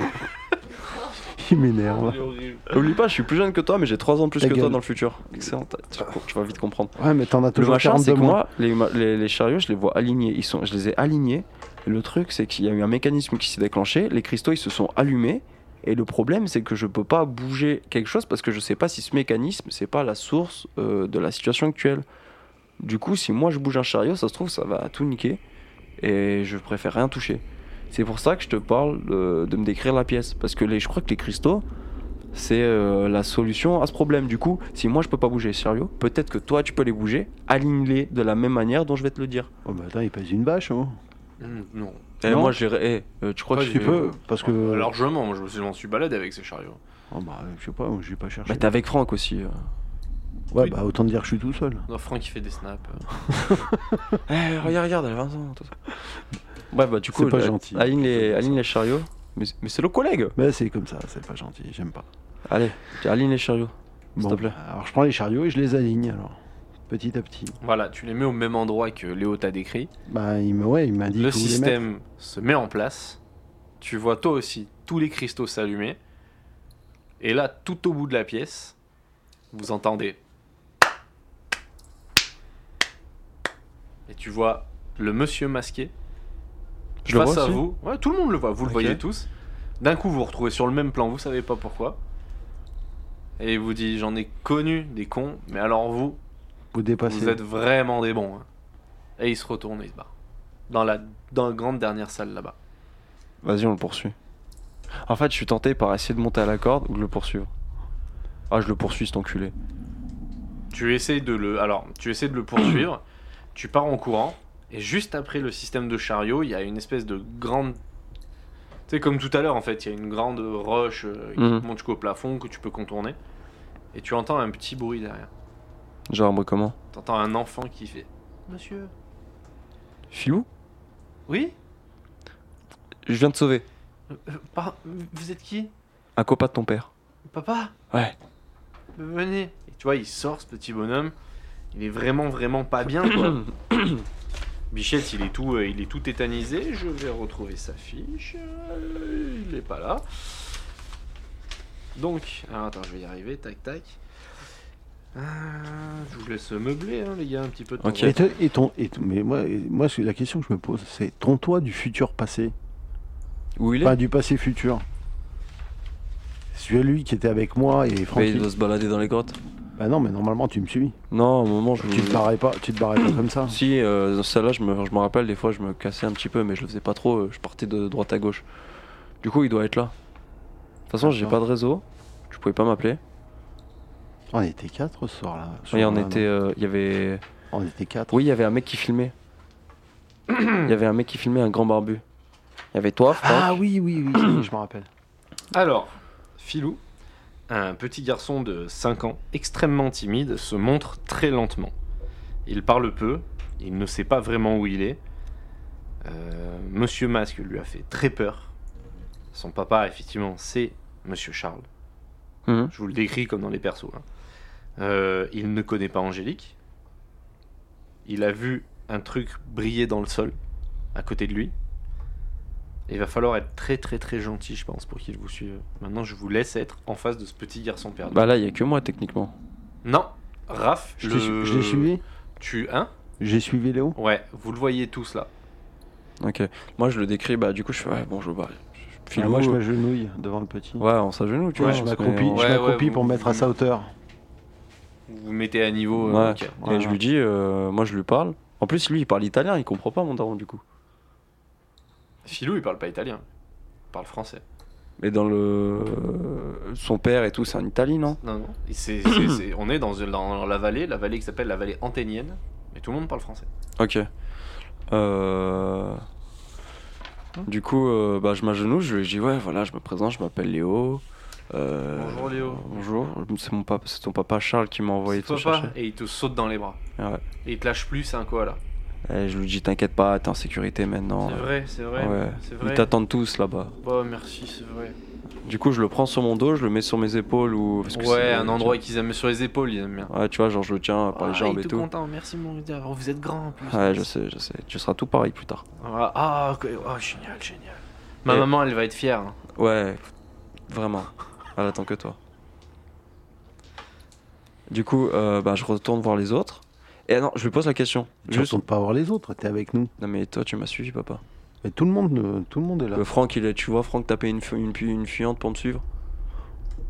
S4: Il m'énerve.
S2: Oublie pas, je suis plus jeune que toi, mais j'ai 3 ans de plus
S4: Ta
S2: que toi
S4: gueule. Bah,
S2: dans le futur. Excellent, t'as- tu, tu vas vite comprendre.
S4: Ouais, mais t'en as
S2: Le
S4: toujours
S2: machin, c'est
S4: 42
S2: que
S4: mois.
S2: moi, les, ma- les- les chariots, je les vois alignés. Ils sont, je les ai alignés. Et le truc, c'est qu'il y a eu un mécanisme qui s'est déclenché. Les cristaux, ils se sont allumés. Et le problème, c'est que je peux pas bouger quelque chose parce que je sais pas si ce mécanisme, c'est pas la source euh, de la situation actuelle. Du coup, si moi je bouge un chariot, ça se trouve, ça va tout niquer. Et je préfère rien toucher. C'est pour ça que je te parle euh, de, me décrire la pièce. Parce que les, je crois que les cristaux, c'est euh, la solution à ce problème. Du coup, si moi je peux pas bouger les chariots, peut-être que toi tu peux les bouger, aligne-les de la même manière dont je vais te le dire.
S4: Oh, bah attends, il pèse une bâche. Oh.
S1: Mm, Non.
S2: Et
S4: Non.
S2: moi je dirais, eh, euh, tu crois
S1: Toi,
S2: que
S1: tu
S4: Tu peux, parce que.
S1: Largement, moi, je me suis- je m'en suis baladé avec ces chariots.
S4: Oh, bah, je sais pas, je vais pas cherché.
S2: Bah, t'es avec Franck aussi. euh.
S4: Ouais, bah autant dire que je suis tout seul.
S1: Non, Franck, il fait des snaps.
S2: Eh, regarde, regarde, elle a 20 ans. tout ça. Ouais, bah du
S4: C'est
S2: coup,
S4: pas
S2: euh,
S4: gentil.
S2: aligne les, aligne les chariots. Mais, mais c'est le collègue
S4: Mais c'est comme ça, c'est pas gentil, j'aime pas.
S2: Allez, aligne les chariots, s'il
S4: Bon,
S2: te plaît.
S4: Alors je prends les chariots et je les aligne alors. Petit à petit.
S1: Voilà, tu les mets au même endroit que Léo t'a décrit.
S4: Bah il me, ouais, il m'a dit
S1: Le
S4: tous les mettre.
S1: système se met en place. Tu vois toi aussi tous les cristaux s'allumer. Et là, tout au bout de la pièce, vous entendez. Et tu vois le monsieur masqué
S2: Je le
S1: face
S2: vois
S1: à
S2: aussi.
S1: vous. Ouais, tout le monde le voit, vous le
S4: Ok.
S1: voyez tous. D'un coup, vous vous retrouvez sur le même plan, vous savez pas pourquoi. Et il vous dit J'en ai connu des cons, mais alors vous,
S4: Vous dépassez.
S1: vous êtes vraiment des bons. hein. Et il se retourne et il se barre. Dans la, dans la grande dernière salle là-bas.
S2: Vas-y, on le poursuit. En fait, je suis tenté par essayer de monter à la corde ou de le poursuivre. Ah, je le poursuis, cet enculé.
S1: Tu essaies de le, alors, tu essaies de le poursuivre, tu pars en courant, et juste après le système de chariot, il y a une espèce de grande. Tu sais, comme tout à l'heure en fait, il y a une grande roche euh, qui
S2: Mhm.
S1: monte jusqu'au plafond que tu peux contourner, et tu entends un petit bruit derrière.
S2: Genre, moi, comment
S1: T'entends un enfant qui fait Monsieur
S2: Filou
S1: Oui
S2: Je viens de sauver
S1: euh, Vous êtes qui
S2: un copain de ton père.
S1: Papa
S2: Ouais.
S1: Venez. Et tu vois, il sort ce petit bonhomme. Il est vraiment, vraiment pas bien, quoi. Bichette, il est tout, euh, il est tout tétanisé. Je vais retrouver sa fiche. Euh, il est pas là. Donc, alors attends, je vais y arriver. Tac, tac. Ah, je vous laisse meubler, hein, les gars, un petit peu. de temps
S2: Ok.
S1: en
S4: Et, te- et ton, et ton- mais moi, et moi, c'est la question que je me pose, c'est ton toi du futur passé,
S2: Où il est
S4: pas du passé futur. Celui qui était avec moi et
S2: Mais
S4: Francky.
S2: Il doit se balader dans les grottes.
S4: Bah non, mais normalement tu me suis.
S2: Non, au moment, je
S4: Ah, Tu te barrais pas, tu te barrais pas comme ça.
S2: Si, euh, celle-là, je me, je me rappelle, des fois, je me cassais un petit peu, mais je le faisais pas trop, euh, je partais de droite à gauche. Du coup, il doit être là. De toute façon, j'ai pas
S4: D'accord.
S2: de réseau, tu pouvais pas m'appeler.
S4: On était quatre ce soir là.
S2: Oui, on
S4: Sur-
S2: était. euh, Il y avait.
S4: On était quatre.
S2: Oui, il y avait un mec qui filmait. Il y avait un mec qui filmait un grand barbu. Il y avait toi, Franck.
S4: Ah oui, oui, oui, oui, je me rappelle.
S1: Alors, Filou, un petit garçon de 5 ans, extrêmement timide, se montre très lentement. Il parle peu, il ne sait pas vraiment où il est. Euh, Monsieur Masque lui a fait très peur. Son papa, effectivement, c'est Monsieur Charles.
S2: Mhm.
S1: Je vous le décris comme dans les persos. hein. Euh, il ne connaît pas Angélique. Il a vu un truc briller dans le sol, à côté de lui. Il va falloir être très très très gentil, je pense, pour qu'il vous suive. Maintenant, je vous laisse être en face de ce petit garçon perdu.
S2: Bah là, il y a que moi, techniquement.
S1: Non, Raph,
S4: Je
S1: le-
S4: t'ai su- je l'ai suivi
S1: Tu hein
S4: J'ai suivi Léo
S1: Ouais, vous le voyez tous là.
S2: Ok. Moi, je le décris, bah du coup, je fais, ouais, bonjour, bah. je- Filou,
S4: Ah, Moi je
S2: euh,
S4: m'agenouille devant le petit.
S2: Ouais, on s'agenouille, tu
S4: Ouais,
S2: vois.
S4: je
S2: on se met-
S4: m'accroupis,
S2: on-
S1: ouais,
S4: je m'accroupis
S1: ouais,
S4: pour
S1: vous-
S4: me mettre à sa hauteur.
S1: Vous vous mettez à niveau. euh,
S2: Ouais.
S1: ok.
S2: Et je lui dis, euh, moi, je lui parle. En plus, lui, il parle italien, il comprend pas mon daron, du coup.
S1: Filou, il parle pas italien, il parle français.
S2: Mais dans le. Son père et tout, c'est en Italie, non
S1: Non, non. Et c'est- c'est- c'est- on est dans, dans la vallée, la vallée qui s'appelle la vallée anténienne, mais tout le monde parle français.
S2: Ok. Euh... Du coup, euh, bah, je m'agenouille, je lui dis ouais, voilà, je me présente, je m'appelle Léo. Euh,
S1: Bonjour, Léo.
S2: Bonjour, c'est mon papa, c'est ton papa Charles qui m'a envoyé
S1: C'est
S2: te
S1: papa,
S2: chercher. Ah
S1: et il te saute dans les bras.
S2: Ouais.
S1: Et il te lâche plus, c'est un koala.
S2: Et je lui dis t'inquiète pas, t'es en sécurité maintenant.
S1: C'est vrai, c'est vrai.
S2: Ouais.
S1: C'est
S2: Ils
S1: vrai.
S2: t'attendent tous là-bas.
S1: Oh, merci, c'est vrai.
S2: Du coup, je le prends sur mon dos, je le mets sur mes épaules ou parce que
S1: ouais,
S2: c'est-
S1: un endroit qu'ils aiment sur les épaules, ils aiment bien.
S2: Ouais, tu vois, genre je le tiens par les
S1: Ah,
S2: jambes
S1: il est
S2: et
S1: tout,
S2: tout.
S1: content, merci mon leader. Oh, vous êtes grand en plus.
S2: Ouais, je sais, je sais. Tu seras tout pareil plus tard.
S1: Ah, ah, ok. Oh, génial, génial. Ma
S2: Et-
S1: maman, elle va être fière. hein.
S2: Ouais, vraiment. Elle attend que toi. Du coup, euh, bah, je retourne voir les autres. Et ah non, je lui pose la question.
S4: Tu ne
S2: Juste.
S4: pas voir les autres, t'es avec nous.
S2: Non mais toi, tu m'as suivi, papa.
S4: Mais tout le monde, euh, tout le monde est là.
S2: Euh, Franck, il est, tu vois, Franck taper une, fu- une, pu- une fuyante pour me suivre.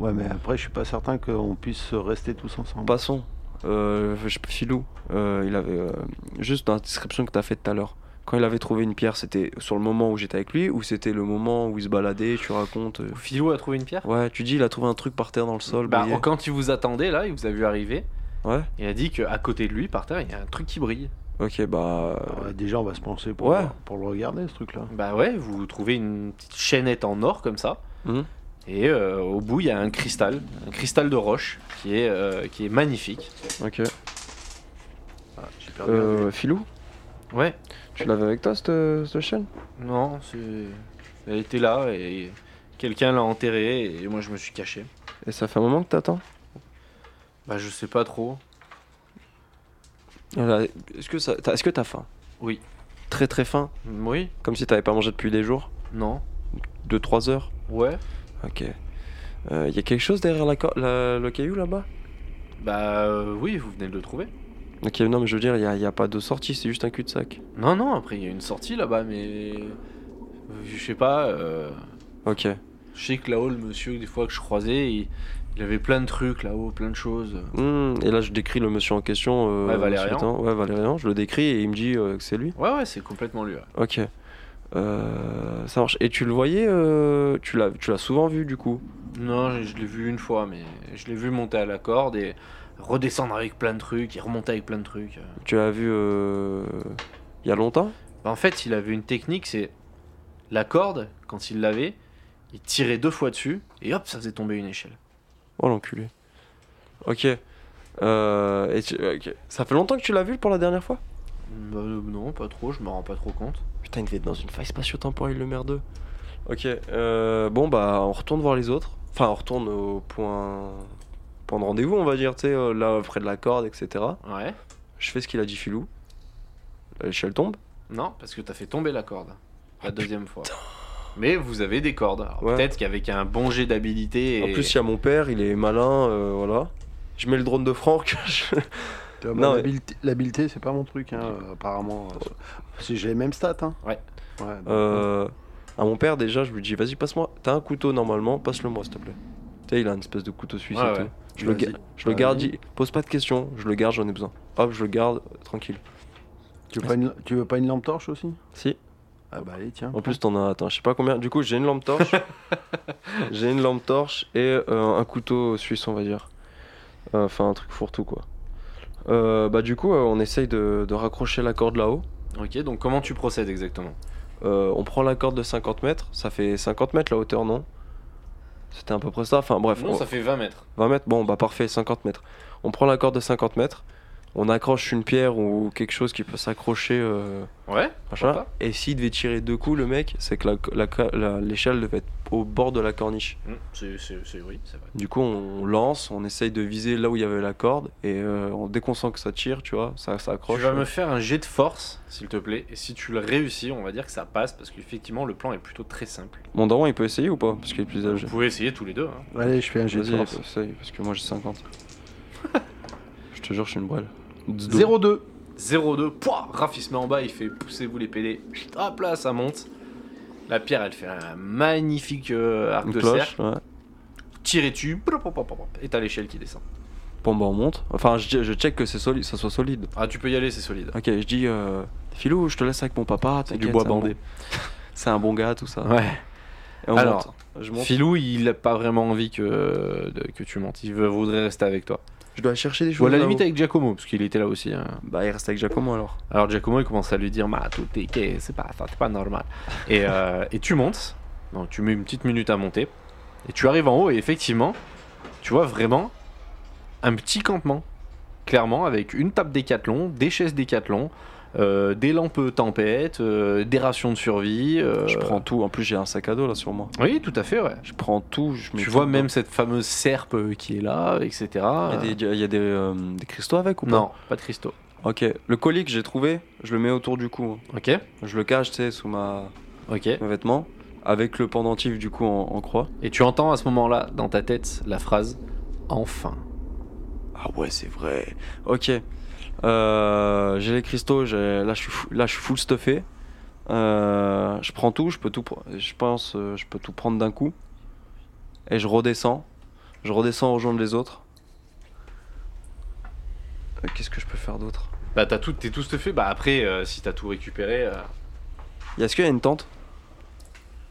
S4: Ouais, mais après je suis pas certain qu'on puisse rester tous ensemble.
S2: Passons. Euh, je- Filou, euh, il avait euh, juste dans la description que t'as faite tout à l'heure. Quand il avait trouvé une pierre, c'était sur le moment où j'étais avec lui ou c'était le moment où il se baladait. Tu racontes. euh,
S1: Philou a trouvé une pierre
S2: Ouais, tu dis, il a trouvé un truc par terre dans le sol.
S1: Bah,
S2: brillé.
S1: quand il vous attendait là, il vous a vu arriver.
S2: Ouais.
S1: Il a dit qu'à côté de lui, par terre, il y a un truc qui brille.
S2: Ok, bah.
S4: Alors, euh, déjà on va se pencher pour,
S2: Ouais.
S4: pour le regarder ce truc-là.
S1: Bah ouais, vous trouvez une petite chaînette en or comme ça.
S2: Mhm.
S1: Et euh, au bout, il y a un cristal, un cristal de roche qui est, euh, qui est magnifique.
S2: Ok.
S4: Ah, J'ai perdu un
S2: Euh, Filou.
S1: Ouais,
S2: Tu l'avais avec toi cette, euh, cette chaîne
S1: non, c'est... elle était là et quelqu'un l'a enterrée et moi je me suis caché.
S2: Et ça fait un moment que t'attends
S1: Bah je sais pas trop.
S2: Euh, Est-ce que ça- t'as est-ce que t'as faim
S1: Oui.
S2: Très très faim
S1: Oui,
S2: Comme si t'avais pas mangé depuis des jours
S1: non,
S2: 2-3 heures
S1: ouais.
S2: Ok. Il y a quelque chose derrière la cor- la- le caillou là-bas
S1: Bah euh, oui, vous venez de le trouver.
S2: Ok, non mais je veux dire, il n'y a, y a pas de sortie, c'est juste un cul-de-sac.
S1: Non, non, après il y a une sortie là-bas, mais euh, je sais pas. euh,
S2: Ok.
S1: Je sais que là-haut, le monsieur, des fois que je croisais, il, il avait plein de trucs là-haut, plein de choses.
S2: Hmm, et là je décris le monsieur en question. euh,
S1: Ouais, Valérian.
S2: monsieur Nathan. Ouais, Valérian, je le décris et il me dit euh, que c'est lui.
S1: Ouais, ouais, c'est complètement lui. ouais.
S2: Ok. Euh, ça marche. Et tu le voyais, euh, tu l'as tu l'as souvent vu du coup
S1: Non, je, je l'ai vu une fois, mais je l'ai vu monter à la corde et redescendre avec plein de trucs et remonter avec plein de trucs.
S2: Tu l'as vu euh, il y a longtemps
S1: Bah, en fait, il avait une technique, c'est la corde, quand il l'avait, il tirait deux fois dessus et hop, ça faisait tomber une échelle.
S2: Oh l'enculé. Ok. Euh, et tu- ok. Ça fait longtemps que tu l'as vu pour la dernière fois
S1: Bah, euh, non, pas trop, je me rends pas trop compte.
S2: Putain, il devait être dans une faille spatio-temporelle, le merdeux. Ok, euh, bon bah on retourne voir les autres. Enfin on retourne au point, point de rendez-vous on va dire, tu sais, euh, là près de la corde, etc.
S1: Ouais.
S2: Je fais ce qu'il a dit Filou. La L'échelle tombe.
S1: Non, parce que t'as fait tomber la corde. La deuxième fois. Mais vous avez des cordes. Alors
S2: Ouais.
S1: Peut-être qu'avec un bon jet d'habilité.
S2: En
S1: et-
S2: plus il y a mon père, il est malin, euh, voilà. Je mets le drone de Franck. je-
S4: T'as-
S2: Non, mais-
S4: l'habileté- Bah, L'habileté, c'est pas mon truc, hein, euh, apparemment. euh, si j'ai les mêmes stats. Hein.
S1: Ouais.
S4: Ouais, donc,
S2: Euh, à mon père déjà je lui dis vas-y passe-moi, t'as un couteau normalement, passe-le moi s'il te plaît. Tu sais il a une espèce de couteau suisse
S1: Ouais,
S2: et tout.
S1: ouais.
S2: Je, le, ga-
S4: Vas-y.
S2: je le
S4: Vas-y.
S2: garde, il- pose pas de questions, je le garde, j'en ai besoin. Hop, je le garde, euh, tranquille.
S4: Tu veux, pas une, tu veux pas une lampe torche aussi
S2: Si
S4: Ah bah allez, tiens.
S2: En plus, t'en as. Attends, je sais pas combien. Du coup, j'ai une lampe torche. j'ai une lampe torche et euh, un couteau suisse, on va dire. Euh, Enfin, un truc fourre-tout, quoi. Euh, bah, du coup, euh, on essaye de, de raccrocher la corde là-haut.
S1: Ok, donc comment tu procèdes exactement
S2: Euh, on prend la corde de 50 mètres. Ça fait 50 mètres la hauteur, non C'était à peu près ça. Enfin, bref.
S1: Non,
S2: on-
S1: ça fait 20 mètres.
S2: 20 mètres Bon, bah parfait, 50 mètres. On prend la corde de 50 mètres. On accroche une pierre ou quelque chose qui peut s'accrocher. euh,
S1: Ouais
S2: Machin.
S1: Pourquoi
S2: Et s'il devait tirer deux coups, le mec, c'est que l'échelle la, ca- la- l'échelle devait être au bord de la corniche.
S1: Hmm, c'est- c'est- c'est- Oui, c'est vrai.
S2: Du coup, on lance, on essaye de viser là où il y avait la corde, et euh, on- dès qu'on sent que ça tire, tu vois, ça, ça accroche.
S1: Tu vas me faire un jet de force, s'il te plaît. Et si tu le réussis, on va dire que ça passe, parce qu'effectivement, le plan est plutôt très simple.
S2: Mon daron, il peut essayer ou pas Parce qu'il est plus âgé.
S1: Vous pouvez essayer tous les deux. hein.
S4: Allez, je fais un jet de
S2: Vas-y,
S4: force.
S2: essaye, parce que moi j'ai 50. je te jure, je suis une brêle.
S4: 0-2.
S1: 0-2, pouah, Raph il se met en bas, il fait poussez-vous les PD, Chut, hop là, ça monte. La pierre, elle fait un magnifique euh, arc
S2: Une
S1: de
S2: cloche,
S1: cercle.
S2: ouais.
S1: Tirez dessus, plop, plop, plop, plop, et t'as l'échelle qui descend.
S2: Bon, bah on monte. Enfin, je, je check que c'est solide, ça soit solide.
S1: Ah, tu peux y aller, c'est solide.
S2: Ok, je dis, euh, Filou, je te laisse avec mon papa. t'inquiète, c'est un bon- C'est un bon gars, tout ça.
S1: Ouais.
S2: Et on
S1: Alors,
S2: monte. Je monte.
S1: Filou, il a pas vraiment envie que, de- que tu montes. Il veut- voudrait rester avec toi.
S2: Je dois chercher des
S1: Je vois
S2: choses.
S1: la
S2: là-haut.
S1: limite avec Giacomo, parce qu'il était là aussi. hein.
S2: Bah, il reste avec Giacomo alors.
S1: Alors Giacomo, il commence à lui dire Ma, tout est que- c'est pas, ça, c'est pas normal. Et, euh, et tu montes. Donc, tu mets une petite minute à monter. Et tu arrives en haut, et effectivement, tu vois vraiment un petit campement. Clairement, avec une table décathlon, des chaises décathlon, euh, des lampes tempête, euh, des rations de survie. euh,
S2: Je prends tout. En plus, j'ai un sac à dos là sur moi.
S1: Oui, tout à fait, ouais.
S2: Je prends tout. Je mets
S1: Tu
S2: tout
S1: vois
S2: dedans.
S1: même cette fameuse serpe euh, qui est là, etc.
S2: Il y a des, il y a des, euh, des cristaux avec ou pas
S1: Non, pas de cristaux.
S2: Ok. Le colis que j'ai trouvé, je le mets autour du cou.
S1: Ok,
S2: Je le cache, tu sais, sous ma,
S1: ok.
S2: mes vêtements. Avec le pendentif du coup en, en croix.
S1: Et tu entends à ce moment-là, dans ta tête, la phrase Enfin.
S2: Ah ouais, c'est vrai. Ok. Euh, j'ai les cristaux. j'ai- Là, je suis fou- là, je suis full stuffé. Euh, je prends tout. Je peux tout. pr- Je pense, euh, je peux tout prendre d'un coup. Et je redescends. Je redescends rejoindre les autres. Euh, Qu'est-ce que je peux faire d'autre
S1: Bah, t'as tout, t'es tout fait. Bah, après, euh, si t'as tout récupéré. euh,
S2: Y a- Est-ce qu'il y a une tente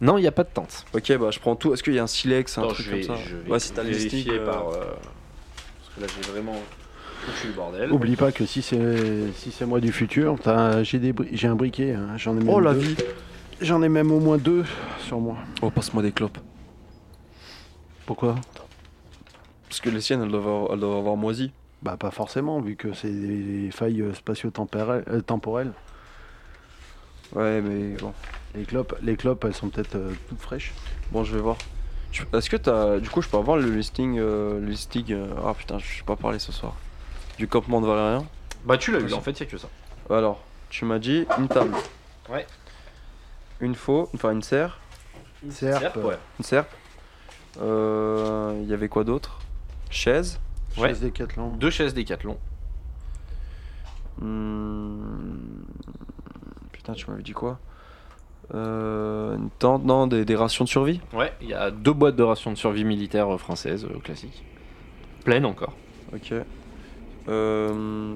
S1: Non, il n'y a pas de tente.
S2: Ok, bah je prends tout. Est-ce qu'il y a un silex, un
S1: Attends,
S2: truc
S1: je vais,
S2: comme ça
S1: je vais
S2: Ouais, si t'as le
S1: vérifier
S2: stick, euh,
S1: par. euh, Parce que là, j'ai vraiment foutu le bordel.
S4: Oublie pas que si c'est si c'est moi du futur, t'as- j'ai des bri- j'ai un briquet. hein, J'en ai même
S2: Oh la
S4: deux.
S2: vie
S4: J'en ai même au moins deux sur moi.
S2: Oh, passe-moi des clopes.
S4: Pourquoi
S2: Parce que les siennes, elles doivent avoir, elles doivent avoir moisi.
S4: Bah pas forcément, vu que c'est des failles euh, spatio-temporelles. euh, temporelles.
S2: Ouais, mais bon.
S4: Les clopes, les clopes, elles sont peut-être euh, toutes fraîches.
S2: Bon, je vais voir. Tu- Est-ce que t'as. Du coup, je peux avoir le listing. euh, le listing. euh, Ah putain, je suis pas parlé ce soir. Du campement de Valérien.
S1: Bah, tu l'as eu, en fait, il a que ça.
S2: Alors, tu m'as dit une table.
S1: Ouais.
S2: Une faux, enfin une serre.
S4: Serpe.
S1: ouais.
S2: Une serpe. Euh, Il y avait quoi d'autre Chaise.
S1: Ouais.
S4: Chaise décathlon.
S1: Deux chaises décathlon.
S2: Hmm, Putain, tu m'avais dit quoi Euh, Une tente, non, des, des rations de survie.
S1: Ouais, il y a deux boîtes de rations de survie militaire euh, française, euh, classique. Pleine encore.
S2: Ok. Euh...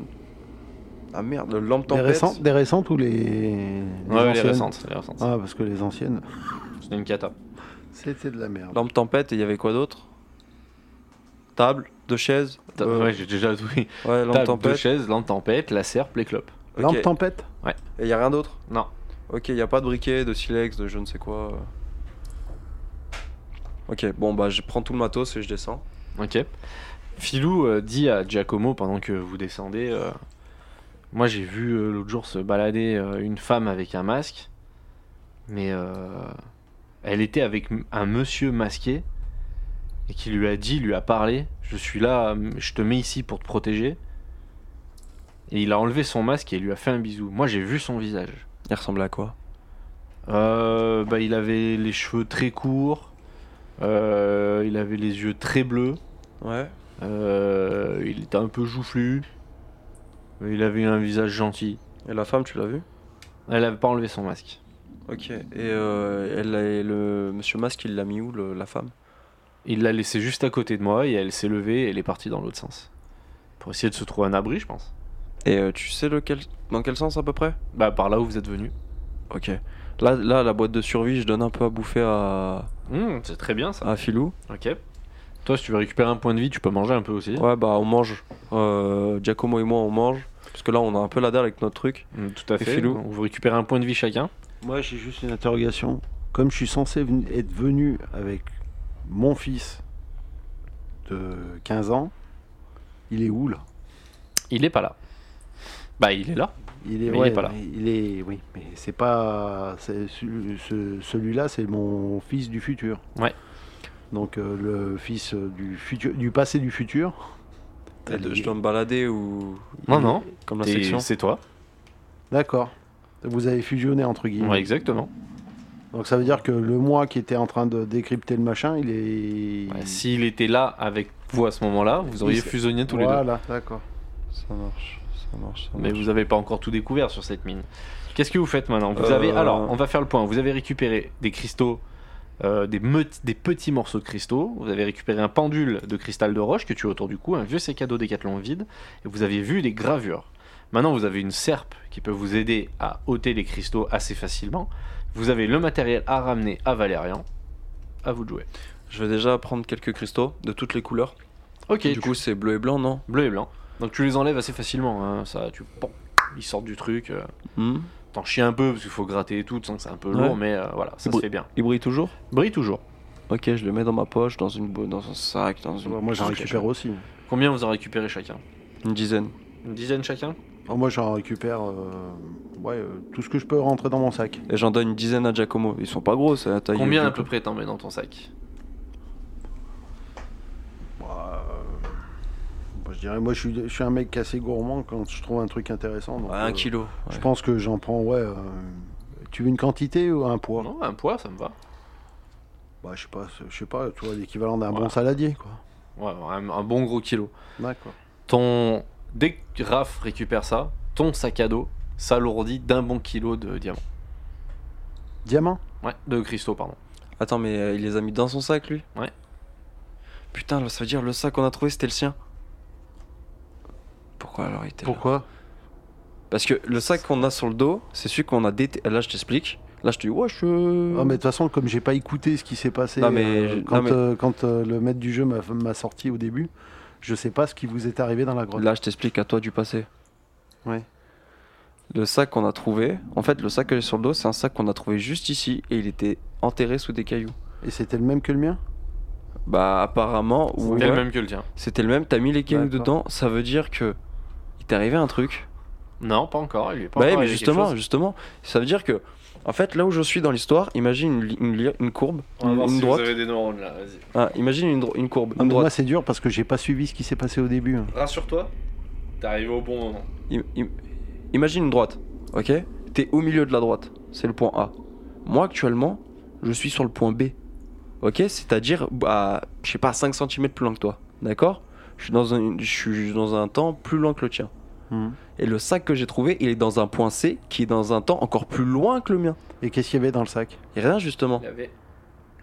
S2: Ah merde, le lampe
S4: Des
S2: tempête.
S4: récentes, des récentes ou les, les
S1: ouais, les
S4: anciennes
S1: récentes. Les récentes.
S4: Ah parce que les anciennes,
S1: C'était une cata.
S4: c'était de la merde.
S2: Lampe tempête et il y avait quoi d'autre Table, deux chaises.
S1: T'as-
S2: euh,
S1: Ouais, j'ai déjà tout oui.
S2: ouais, lampe
S1: Table, deux
S2: tempête.
S1: chaises, lampe tempête, la serpe, les clopes.
S2: ok.
S4: Lampe tempête.
S2: Et il y a rien d'autre
S1: Non.
S2: Ok, il y a pas de briquet, de silex, de je ne sais quoi. euh. Ok, bon bah je prends tout le matos et je descends.
S1: Ok. Filou euh, dit à Giacomo pendant que vous descendez euh, Moi j'ai vu euh, l'autre jour se balader euh, une femme avec un masque, mais euh, Elle était avec m- un monsieur masqué et qui lui a dit, lui a parlé Je suis là, m- je te mets ici pour te protéger. Et il a enlevé son masque et lui a fait un bisou. Moi, j'ai vu son visage.
S2: Il ressemble à quoi
S1: Euh, bah, il avait les cheveux très courts, euh, il avait les yeux très bleus.
S2: Ouais.
S1: Euh, il était un peu joufflu. mais Il avait un visage gentil.
S2: Et la femme, tu l'as vue
S1: Elle avait pas enlevé son masque.
S2: Ok. Et euh, elle a- et le monsieur masque, il l'a mis où, le- la femme
S1: Il l'a laissé juste à côté de moi et elle s'est levée et elle est partie dans l'autre sens. Pour essayer de se trouver un abri, je pense.
S2: Et euh, tu sais lequel... dans quel sens à peu près
S1: Bah, par là où vous êtes venu.
S2: Ok. Là, là, la boîte de survie, je donne un peu à bouffer à,
S1: Hmm, c'est très bien ça.
S2: à Filou.
S1: Ok. Toi, si tu veux récupérer un point de vie, tu peux manger un peu aussi.
S2: Ouais, bah on mange. Euh, Giacomo et moi, on mange. Parce que là, on a un peu la dalle avec notre truc.
S1: Mm, tout à
S2: Et
S1: fait.
S2: Philou
S1: Donc, Vous récupérez un point de vie chacun.
S4: Moi, j'ai juste une interrogation. Comme je suis censé ven- être venu avec mon fils de 15 ans, il est où là
S1: Il est pas là. Bah, il est là.
S4: Il est,
S1: Mais il est pas là.
S4: mais Il est, oui, mais c'est pas. c'est ce- ce- Celui-là, c'est mon fils du futur.
S1: Ouais.
S4: Donc euh, le fils du futur, du passé du futur.
S2: Et de- je dois me balader ou.
S1: Non, non.
S2: Comme la
S1: t'es-
S2: section.
S1: C'est toi.
S4: D'accord. Vous avez fusionné entre guillemets.
S1: Ouais, exactement.
S4: Donc ça veut dire que le moi qui était en train de décrypter le machin, il est.
S1: Ouais, S'il était là avec vous à ce moment-là, vous auriez
S4: Il s'est-
S1: fusionné tous les deux.
S4: voilà, d'accord.
S2: Ça marche, ça marche, ça
S1: Mais
S2: marche.
S1: vous n'avez pas encore tout découvert sur cette mine. Qu'est-ce que vous faites maintenant Vous
S2: Euh,
S1: avez alors, on va faire le point. Vous avez récupéré des cristaux, euh, des, meut- des petits morceaux de cristaux. Vous avez récupéré un pendule de cristal de roche que tu as autour du cou, un vieux sac à dos décathlon vide, et vous avez vu des gravures. Maintenant, vous avez une serpe qui peut vous aider à ôter les cristaux assez facilement. Vous avez le matériel à ramener à Valérian. À vous de jouer.
S2: Je vais déjà prendre quelques cristaux de toutes les couleurs.
S1: Ok.
S2: du coup, c'est bleu et blanc, non
S1: bleu et blanc. Donc tu les enlèves assez facilement. hein, ça, tu, bon, ils sortent du truc. euh,
S2: Hmm.
S1: T'en chies un peu parce qu'il faut gratter et tout, tu sens que c'est un peu
S2: Ouais.
S1: lourd, mais euh, voilà, ça
S2: Il
S1: se
S2: brou-
S1: fait bien.
S2: Il brille toujours
S1: Brille toujours.
S2: Ok, je le mets dans ma poche, dans, une, bo- dans un sac, dans une.
S4: Moi j'en récupère aussi.
S1: Combien vous en récupérez chacun
S2: Une dizaine.
S1: Une dizaine
S2: Bah,
S1: chacun
S4: Oh, moi j'en récupère euh, ouais, euh, tout ce que je peux rentrer dans mon sac.
S2: Et j'en donne une dizaine à Giacomo. Ils sont pas gros, c'est la taille.
S1: Combien
S2: du-
S1: à peu près t'en mets dans ton sac
S4: Bah, euh, bah, je dirais, moi je suis, je suis un mec assez gourmand quand je trouve un truc intéressant. donc,
S2: Ouais,
S4: euh,
S2: Un kilo. ouais.
S4: Je pense que j'en prends, ouais. euh, tu veux une quantité ou un poids
S1: Non, un poids, ça me va.
S4: Bah, je sais pas, je sais pas, tu vois, l'équivalent d'un
S1: Voilà.
S4: bon saladier, quoi.
S1: Ouais, un, un bon gros kilo.
S4: D'accord.
S1: Ton... Dès que Raph récupère ça, ton sac à dos s'alourdit d'un bon kilo de diamants.
S4: Diamant
S1: Ouais, de cristaux, pardon.
S2: Attends, mais euh, il les a mis dans son sac, lui
S1: Ouais.
S2: Putain, ça veut dire le sac qu'on a trouvé, c'était le sien. Pourquoi alors il était là
S4: Pourquoi
S2: Parce que le sac qu'on a sur le dos, c'est celui qu'on a dété... Là, je t'explique. Là, je te dis, ouais, je.
S4: Oh, mais de toute façon, comme j'ai pas écouté ce qui s'est passé
S2: Non, mais
S4: euh,
S2: je-
S4: quand,
S2: non, mais-
S4: euh, quand, euh, le maître du jeu m'a- m'a sorti au début, je sais pas ce qui vous est arrivé dans la grotte.
S2: Là, je t'explique à toi du passé.
S4: Ouais.
S2: Le sac qu'on a trouvé, en fait, le sac que j'ai sur le dos, c'est un sac qu'on a trouvé juste ici et il était enterré sous des cailloux.
S4: Et c'était le même que le mien
S2: Bah, apparemment,
S1: C'était
S2: ouais,
S1: le même que le tien.
S2: c'était le même. T'as mis les cailloux
S4: D'accord.
S2: dedans, ça veut dire que il t'est arrivé un truc.
S1: Non, pas encore. Il lui est pas
S2: Bah, ouais,
S1: encore
S2: mais
S1: arrivé quelque
S2: justement,
S1: chose.
S2: justement, ça veut dire que, en fait, là où je suis dans l'histoire, imagine une, li- une, li- une courbe,
S1: On va
S2: une,
S1: voir
S2: une
S1: si
S2: droite.
S1: vous avez des neurones là, vas-y.
S2: Ah, imagine une, dro- une courbe,
S4: Non,
S2: une
S4: mais moi,
S2: droite.
S4: c'est dur parce que j'ai pas suivi ce qui s'est passé au début. hein.
S1: Rassure-toi, t'es arrivé au bon moment.
S2: Im- im- imagine une droite, ok T'es au milieu de la droite, c'est le point A. Moi actuellement, je suis sur le point B, ok C'est-à-dire, à, je sais pas, 5 cm plus loin que toi, d'accord je suis, dans un, je suis dans un temps plus loin que le tien.
S4: Mhm.
S2: Et le sac que j'ai trouvé, il est dans un point C qui est dans un temps encore plus loin que le mien.
S4: Et qu'est-ce qu'il y avait dans le sac
S2: Et rien justement.
S1: Il y avait,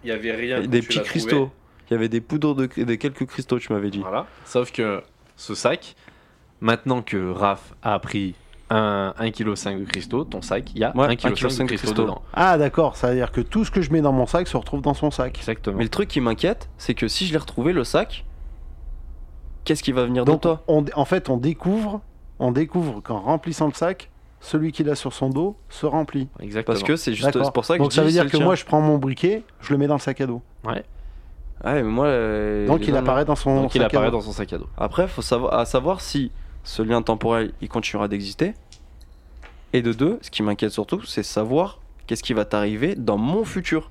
S1: il y avait rien. quand
S2: des
S1: tu
S2: petits
S1: l'as trouvé. Ah.
S2: cristaux. Il y avait des poudres de, cri- des quelques cristaux, tu m'avais dit.
S1: Voilà. Sauf que ce sac, maintenant que Raph a pris un 1,5 kg de cristaux, ton sac, il y a
S2: Ouais,
S1: 1,5 kg
S2: un kilo
S1: de
S2: cinq de
S1: cristaux
S2: cristaux.
S1: dedans.
S4: Ah, d'accord, ça veut dire que tout ce que je mets dans mon sac se retrouve dans son sac.
S1: Exactement.
S2: Mais le truc qui m'inquiète, c'est que si je l'ai retrouvé le sac, qu'est-ce qui va venir de
S4: Donc,
S2: toi
S4: on- en fait, on découvre, on découvre qu'en remplissant le sac, celui qu'il a sur son dos se remplit.
S1: Exactement.
S2: Parce que c'est juste
S4: D'accord.
S2: c'est pour ça que
S4: Donc
S2: je
S4: ça
S2: dis,
S4: veut
S2: c'est
S4: dire
S2: le
S4: que
S2: tien.
S4: moi, je prends mon briquet, je le mets dans le sac à dos.
S2: Ouais, mais moi, euh,
S4: Donc
S2: les
S4: il
S2: nanas-
S4: apparaît dans son
S1: donc il
S4: sac
S1: apparaît
S4: à dos.
S1: dans son sac à dos.
S2: Après, faut savoir à savoir si ce lien temporel il continuera d'exister. Et de deux, ce qui m'inquiète surtout, c'est savoir qu'est-ce qui va t'arriver dans mon futur.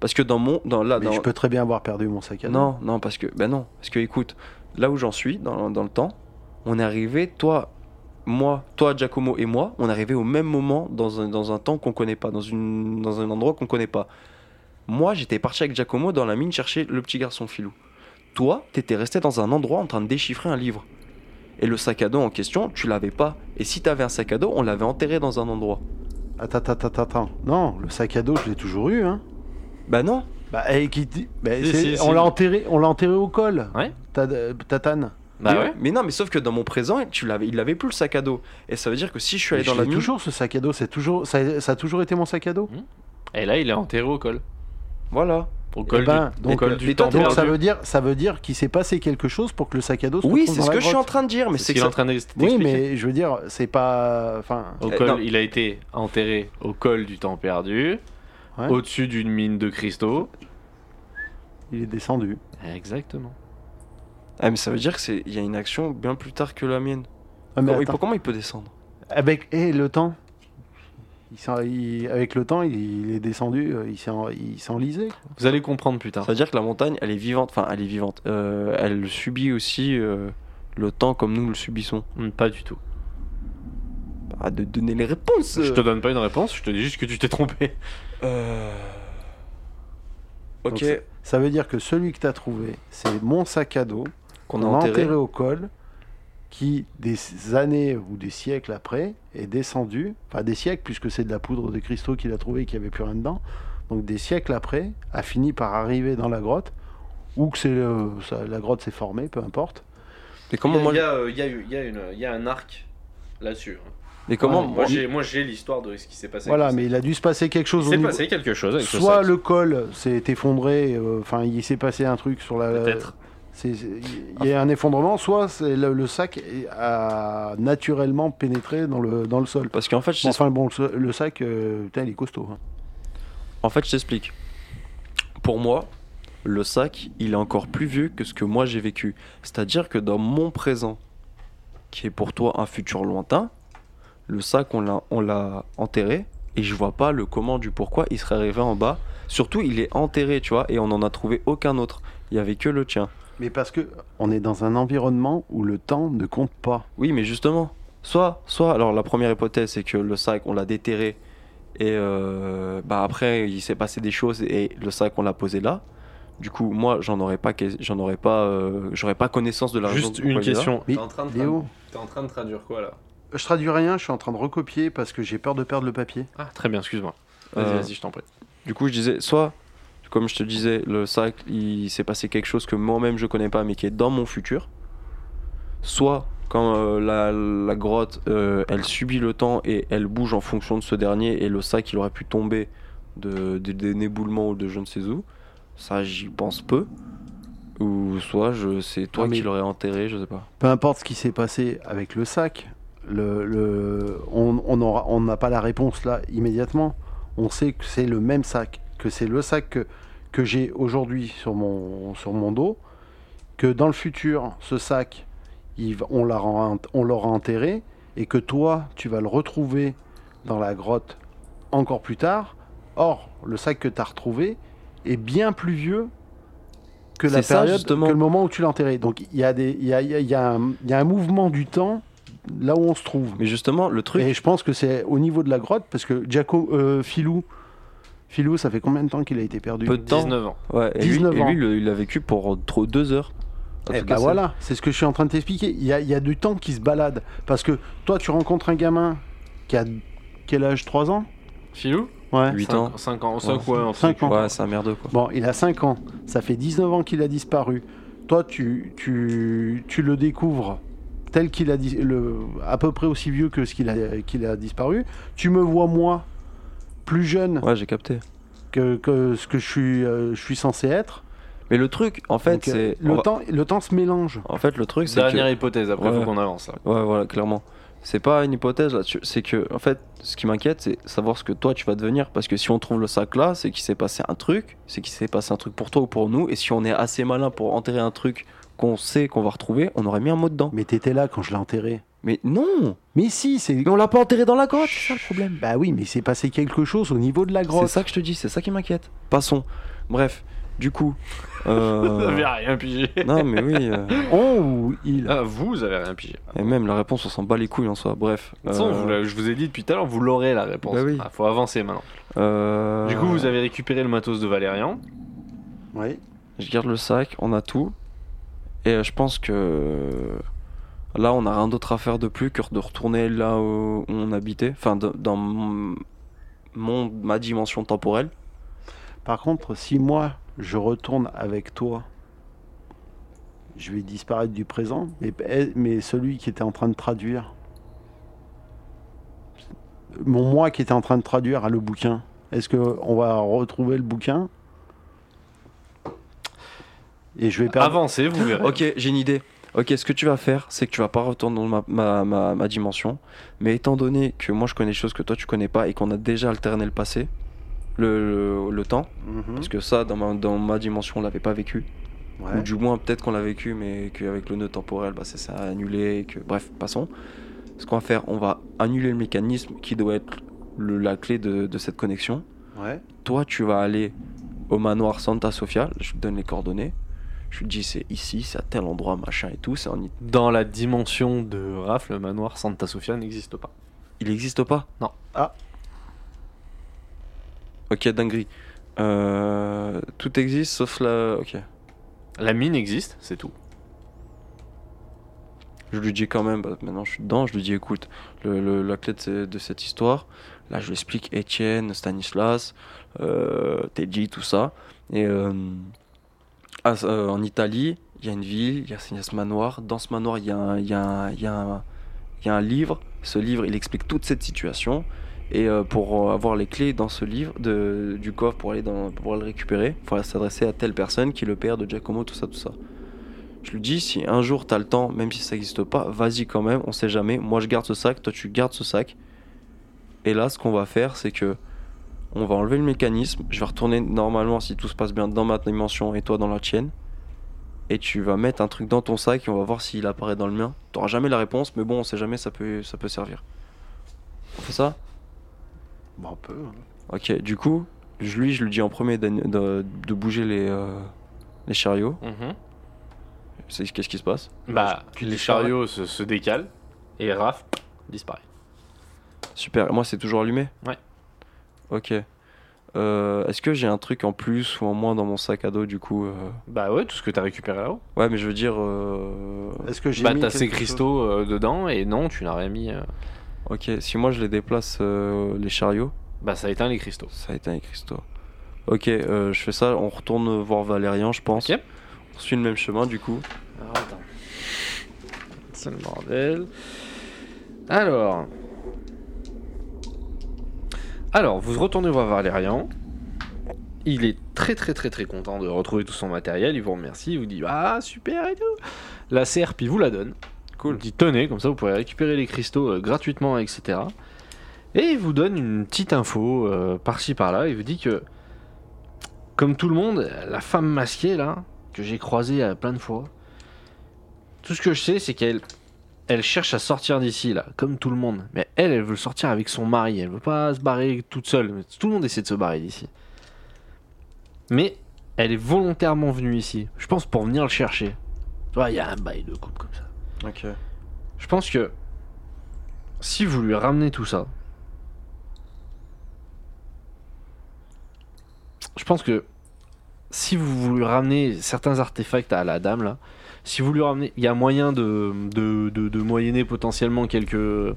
S2: Parce que dans mon. Dans, là,
S4: Mais
S2: dans-
S4: je peux très bien avoir perdu mon sac à dos.
S2: Non, non, parce que. Ben non. Parce que écoute, là où j'en suis, dans, dans le temps, on est arrivé, toi, moi, toi, Giacomo et moi, on est arrivé au même moment dans un, dans un temps qu'on connaît pas, dans, une, dans un endroit qu'on connaît pas. Moi, j'étais parti avec Giacomo dans la mine chercher le petit garçon filou. Toi, t'étais resté dans un endroit en train de déchiffrer un livre. Et le sac à dos en question, tu l'avais pas. Et si t'avais un sac à dos, on l'avait enterré dans un endroit.
S4: Attends, attends, attends, attends. Non, le sac à dos, je l'ai toujours eu, hein.
S2: Bah non.
S4: Bah, eh, qui dit- bah,
S6: Si,
S4: c'est-
S6: si,
S4: on
S6: si.
S4: l'a enterré, on l'a enterré au col.
S1: Ouais.
S4: Ta- euh, Tatane.
S1: Bah
S2: mais,
S1: ouais.
S2: mais non, mais sauf que dans mon présent, tu l'avais, il avait plus le sac à dos. Et ça veut dire que si je suis allé
S4: Mais
S2: dans
S4: je
S2: la
S4: l'ai
S2: mine,
S4: toujours ce sac à dos. C'est toujours, ça, ça a toujours été mon sac à dos.
S1: Et là, il est enterré au col.
S2: voilà.
S1: Au
S4: Eh
S1: col
S4: ben,
S1: du, au
S4: donc,
S1: col
S2: euh,
S1: du
S2: mais toi,
S1: temps
S2: t'es
S4: Donc
S1: perdu.
S4: ça veut dire, ça veut dire qu'il s'est passé quelque chose pour que le sac à dos. Se
S2: Oui,
S4: retrouve
S2: c'est
S4: dans
S2: ce
S4: la
S2: que je suis en
S4: grotte.
S2: train de dire,
S1: C'est
S2: mais c'est
S1: ce
S2: que
S1: qu'il est
S2: ça...
S1: en train d'expliquer.
S4: Oui, mais je veux dire, c'est pas, enfin,
S1: Au
S2: Euh,
S1: col,
S2: non.
S1: il a été enterré au col du temps perdu,
S4: Ouais.
S1: au-dessus d'une mine de cristaux.
S4: il est descendu.
S1: Exactement.
S2: Ah, mais ça veut dire que c'est il y a une action bien plus tard que la mienne.
S4: Ah, mais
S2: comment, il
S4: attends.
S2: peut, comment il peut descendre
S4: Avec eh, le temps. Il s'en- il- avec le temps, il, il est descendu, euh, il s'en- il s'enlisait.
S1: Vous allez comprendre plus tard.
S2: Ça veut dire que la montagne, elle est vivante, enfin elle est vivante. Euh, elle subit aussi euh, le temps comme nous le subissons.
S1: Hmm, Pas du tout.
S2: Ah, de donner les réponses.
S1: Je te donne pas une réponse, je te dis juste que tu t'es trompé.
S2: Euh...
S4: Donc,
S2: Ok,
S4: c'est- Ça veut dire que celui que tu as trouvé, c'est mon sac à dos,
S2: qu'on
S4: qu'on
S2: a
S4: a
S2: enterré.
S4: enterré au col, qui, des années ou des siècles après, est descendu, enfin des siècles, puisque c'est de la poudre de cristaux qu'il a trouvé et qu'il n'y avait plus rien dedans, donc des siècles après, a fini par arriver dans la grotte, ou que c'est le- ça- la grotte s'est formée, peu importe.
S2: Mais comment moi,
S6: euh, un arc là-dessus. hein.
S2: mais comment
S4: Ouais,
S2: moi,
S6: Moi j'ai, moi j'ai l'histoire de ce qui s'est passé.
S4: Voilà,
S6: avec
S4: mais il a dû se passer quelque
S6: ça.
S4: chose
S6: il s'est
S4: au niveau...
S6: passé quelque chose avec ce
S4: Soit
S6: sac.
S4: le col s'est effondré, euh, enfin il s'est passé un truc sur la...
S6: Peut-être.
S4: C'est- c'est- Il y a un effondrement, soit c'est le, le sac est- a naturellement pénétré dans le, dans le sol.
S2: Parce qu'en fait, je
S4: Bon, enfin, bon, le, so- le sac, euh, putain, il est costaud. hein.
S2: En fait, je t'explique. Pour moi, le sac, il est encore plus vieux que ce que moi j'ai vécu. C'est-à-dire que dans mon présent, qui est pour toi un futur lointain, le sac, on l'a- on l'a enterré et je vois pas le comment du pourquoi il serait arrivé en bas. Surtout, il est enterré, tu vois, et on n'en a trouvé aucun autre. Il y avait que le tien.
S4: Mais parce que on est dans un environnement où le temps ne compte pas.
S2: Oui, mais justement, soit, soit, alors la première hypothèse, c'est que le sac, on l'a déterré, et euh, bah après, il s'est passé des choses, et le sac, on l'a posé là. Du coup, moi, j'en aurais pas, que- j'en aurais pas, euh, j'aurais pas connaissance de la raison
S6: Juste
S2: pourquoi
S6: une
S2: il est là.
S6: question.
S4: Mais
S6: T'es en train de
S4: Léo,
S6: T'es en train de traduire quoi là
S4: je traduis rien, je suis en train de recopier parce que j'ai peur de perdre le papier.
S1: Ah, très bien, excuse-moi. Vas-y,
S2: Euh,
S1: vas-y, je t'en prie.
S2: Du coup, je disais, soit, comme je te disais, le sac, il s'est passé quelque chose que moi-même je connais pas, mais qui est dans mon futur. Soit, quand euh, la, la grotte, euh, elle subit le temps et elle bouge en fonction de ce dernier, et le sac, il aurait pu tomber de, de- d'un éboulement ou de je ne sais où. Ça, j'y pense peu. Ou soit, je, c'est toi
S4: Ah, mais-
S2: qui l'aurais enterré, je sais pas.
S4: Peu importe ce qui s'est passé avec le sac, le, le- on on aura- on n'a pas la réponse là immédiatement. On sait que c'est le même sac, que c'est le sac que, que j'ai aujourd'hui sur mon, sur mon dos, que dans le futur, ce sac, il va- on l'aura en- on l'aura enterré, et que toi, tu vas le retrouver dans la grotte encore plus tard. Or, le sac que tu as retrouvé est bien plus vieux que la
S2: C'est ça,
S4: période,
S2: justement.
S4: que le moment où tu l'as enterré. Donc, il y, a des- il y a, il y a- il y a un- il y a un mouvement du temps là où on se trouve.
S2: Mais justement, le truc.
S4: Et je pense que c'est au niveau de la grotte, parce que Jaco, euh, Filou, Filou, ça fait combien de temps qu'il a été perdu
S2: Peu de temps.
S6: 19 ans.
S2: Ouais, et lui-
S4: 19
S2: et
S4: ans.
S2: lui, le- il a vécu pour trop deux heures. En
S4: Eh
S2: tout
S4: ben
S2: cas, c'est-
S4: voilà, c'est ce que je suis en train de t'expliquer. Il y a, il y a du temps qui se balade. Parce que toi, tu rencontres un gamin qui a quel âge 3 ans
S1: Filou
S4: Ouais.
S2: Huit
S6: Cinq-
S2: ans.
S6: cinq ans. cinq,
S4: Ouais.
S6: ouais, un
S4: Cinq
S6: truc.
S4: ans.
S2: Ouais, c'est un merdeux, quoi.
S4: Bon, il a 5 ans. Ça fait 19 ans qu'il a disparu. Toi, tu, tu, tu le découvres tel qu'il a dis- le, à peu près aussi vieux que ce qu'il a, qu'il a disparu. Tu me vois, moi, plus jeune
S2: Ouais, j'ai capté.
S4: que, que ce que je suis, euh, je suis censé être.
S2: Mais le truc, en fait,
S4: Donc, euh,
S2: c'est. on
S4: le,
S2: va-
S4: temps, le temps se mélange.
S2: En fait, le truc, c'est que.
S6: Dernière hypothèse, après
S2: Ouais.
S6: faut qu'on avance là.
S2: Ouais, voilà, clairement. C'est pas une hypothèse là-dessus. C'est que, en fait, ce qui m'inquiète, c'est savoir ce que toi tu vas devenir. Parce que si on trouve le sac là, c'est qu'il s'est passé un truc. C'est qu'il s'est passé un truc pour toi ou pour nous. Et si on est assez malin pour enterrer un truc qu'on sait qu'on va retrouver, on aurait mis un mot dedans.
S4: Mais t'étais là quand je l'ai enterré.
S2: Mais non
S4: Mais si, c'est.
S2: Mais on l'a pas enterré dans la grotte, c'est ça le problème.
S4: Bah oui, mais c'est passé quelque chose au niveau de la
S2: C'est
S4: grotte.
S2: ça que je te dis, c'est ça qui m'inquiète. Passons. Bref, du coup.
S1: Vous avez
S2: Euh...
S1: rien pigé.
S2: non, mais oui. euh,
S4: On ou il
S1: Ah, vous avez rien pigé.
S2: Et même la réponse, on s'en bat les couilles en soi. Bref.
S1: De toute façon, je, vous
S2: euh,
S1: la- je vous ai dit depuis tout à l'heure, vous l'aurez la réponse.
S2: Bah oui.
S1: Ah, faut avancer maintenant.
S2: euh,
S1: Du coup, vous avez récupéré le matos de Valérian.
S4: Ouais.
S2: Je garde le sac, on a tout. Et euh, je pense que. Là, on n'a rien d'autre à faire de plus que de retourner là où on habitait. Enfin, de- dans mon, mon- ma dimension temporelle.
S4: Par contre, si moi je retourne avec toi, je vais disparaître du présent, mais, eh, mais celui qui était en train de traduire, mon moi qui était en train de traduire à le bouquin, est-ce que on va retrouver le bouquin Et je vais perdre.
S1: Avancez, vous verrez.
S2: Ok, j'ai une idée. Ok, ce que tu vas faire, c'est que tu vas pas retourner dans ma, ma- ma- ma dimension. Mais étant donné que moi je connais des choses que toi tu connais pas et qu'on a déjà alterné le passé, le, le- le temps,
S1: Mmh.
S4: Mhm.
S2: parce que ça, dans ma, dans ma dimension, on l'avait pas vécu. Ou
S4: Ouais.
S2: du moins, peut-être qu'on l'a vécu, mais qu'avec le nœud temporel, bah, ça s'est annulé. et que... Bref, passons. Ce qu'on va faire, on va annuler le mécanisme qui doit être le- la clé de- de cette connexion
S4: Ouais.
S2: toi tu vas aller au manoir Santa Sofia, je te donne les coordonnées, je te dis c'est ici, c'est à tel endroit, machin et tout, c'est en It-
S1: Dans la dimension de Raph, le manoir Santa Sofia n'existe pas.
S2: il n'existe pas
S1: Non.
S4: Ah.
S2: Ok, dinguerie. Euh, tout existe sauf la... Ok.
S1: La mine existe, c'est tout.
S2: Je lui dis quand même, bah, maintenant je suis dedans, je lui dis écoute, le- le- la clé de, ce- de cette histoire, là je lui explique Étienne, Stanislas, euh, Teddy, tout ça. Et euh, à- euh, en Italie, il y a une ville, il y, a il y a ce manoir. Dans ce manoir, il y, a un- il y, a un- il y a un- il y a un livre. Ce livre, il explique toute cette situation. Et euh, pour euh, avoir les clés dans ce livre de, du coffre, pour aller dans, pour le récupérer, il faut s'adresser à telle personne qui est le père de Giacomo, tout ça, tout ça. Je lui dis, si un jour t'as le temps, même si ça n'existe pas, vas-y quand même, on sait jamais. Moi je garde ce sac, toi tu gardes ce sac. Et là, ce qu'on va faire, c'est que on va enlever le mécanisme. Je vais retourner normalement, si tout se passe bien, dans ma dimension et toi dans la tienne. Et tu vas mettre un truc dans ton sac et on va voir s'il apparaît dans le mien. T'auras jamais la réponse, mais bon, on sait jamais, ça peut, ça peut servir. On fait ça
S4: Bah, on peut. hein.
S2: Ok, du coup, je- lui, je lui dis en premier d'an- de, de bouger les, euh, les chariots. C'est- Qu'est-ce qui se passe
S1: Mhm. Bah,
S4: Tu
S1: les
S4: disparais.
S1: chariots se, se décalent et Raph disparaît.
S2: Super, moi c'est toujours allumé
S1: Ouais.
S2: Ok. Euh, Est-ce que j'ai un truc en plus ou en moins dans mon sac à dos du coup euh
S1: Bah ouais, tout ce que t'as récupéré là-haut.
S2: Ouais, mais je veux dire. euh,
S4: Est-ce que j'ai
S1: Bah
S4: mis
S1: t'as
S4: quelque
S1: ces
S4: chose
S1: cristaux euh, dedans et non, tu n'as rien mis. euh,
S2: Ok, si moi je les déplace, euh, les chariots,
S1: Bah ça éteint les cristaux.
S2: ça a été un cristaux. Ok, euh, je fais ça, on retourne voir Valérian, je pense.
S1: Ok.
S2: On suit le même chemin du coup.
S1: Alors, attends. C'est le bordel. Alors. Alors, vous retournez voir Valérian. Il est très très très très content de retrouver tout son matériel. Il vous remercie, il vous dit Ah super et tout. La CRP vous la donne. Cool. Il dit Tenez, comme ça vous pourrez récupérer les cristaux euh, gratuitement, etc. Et il vous donne une petite info euh, par-ci par-là. Il vous dit que, comme tout le monde, la femme masquée là, que j'ai croisée euh, plein de fois, tout ce que je sais, c'est qu'elle elle cherche à sortir d'ici, là, comme tout le monde. Mais elle, elle veut sortir avec son mari. Elle veut pas se barrer toute seule. Mais Tout le monde essaie de se barrer d'ici. Mais elle est volontairement venue ici. Je pense pour venir le chercher. Tu vois, il y a un bail de couple comme ça.
S2: Ok.
S1: Je pense que si vous lui ramenez tout ça, je pense que si vous lui ramenez certains artefacts à la dame là, si vous lui ramenez, il y a moyen de, de, de- de moyenner potentiellement quelques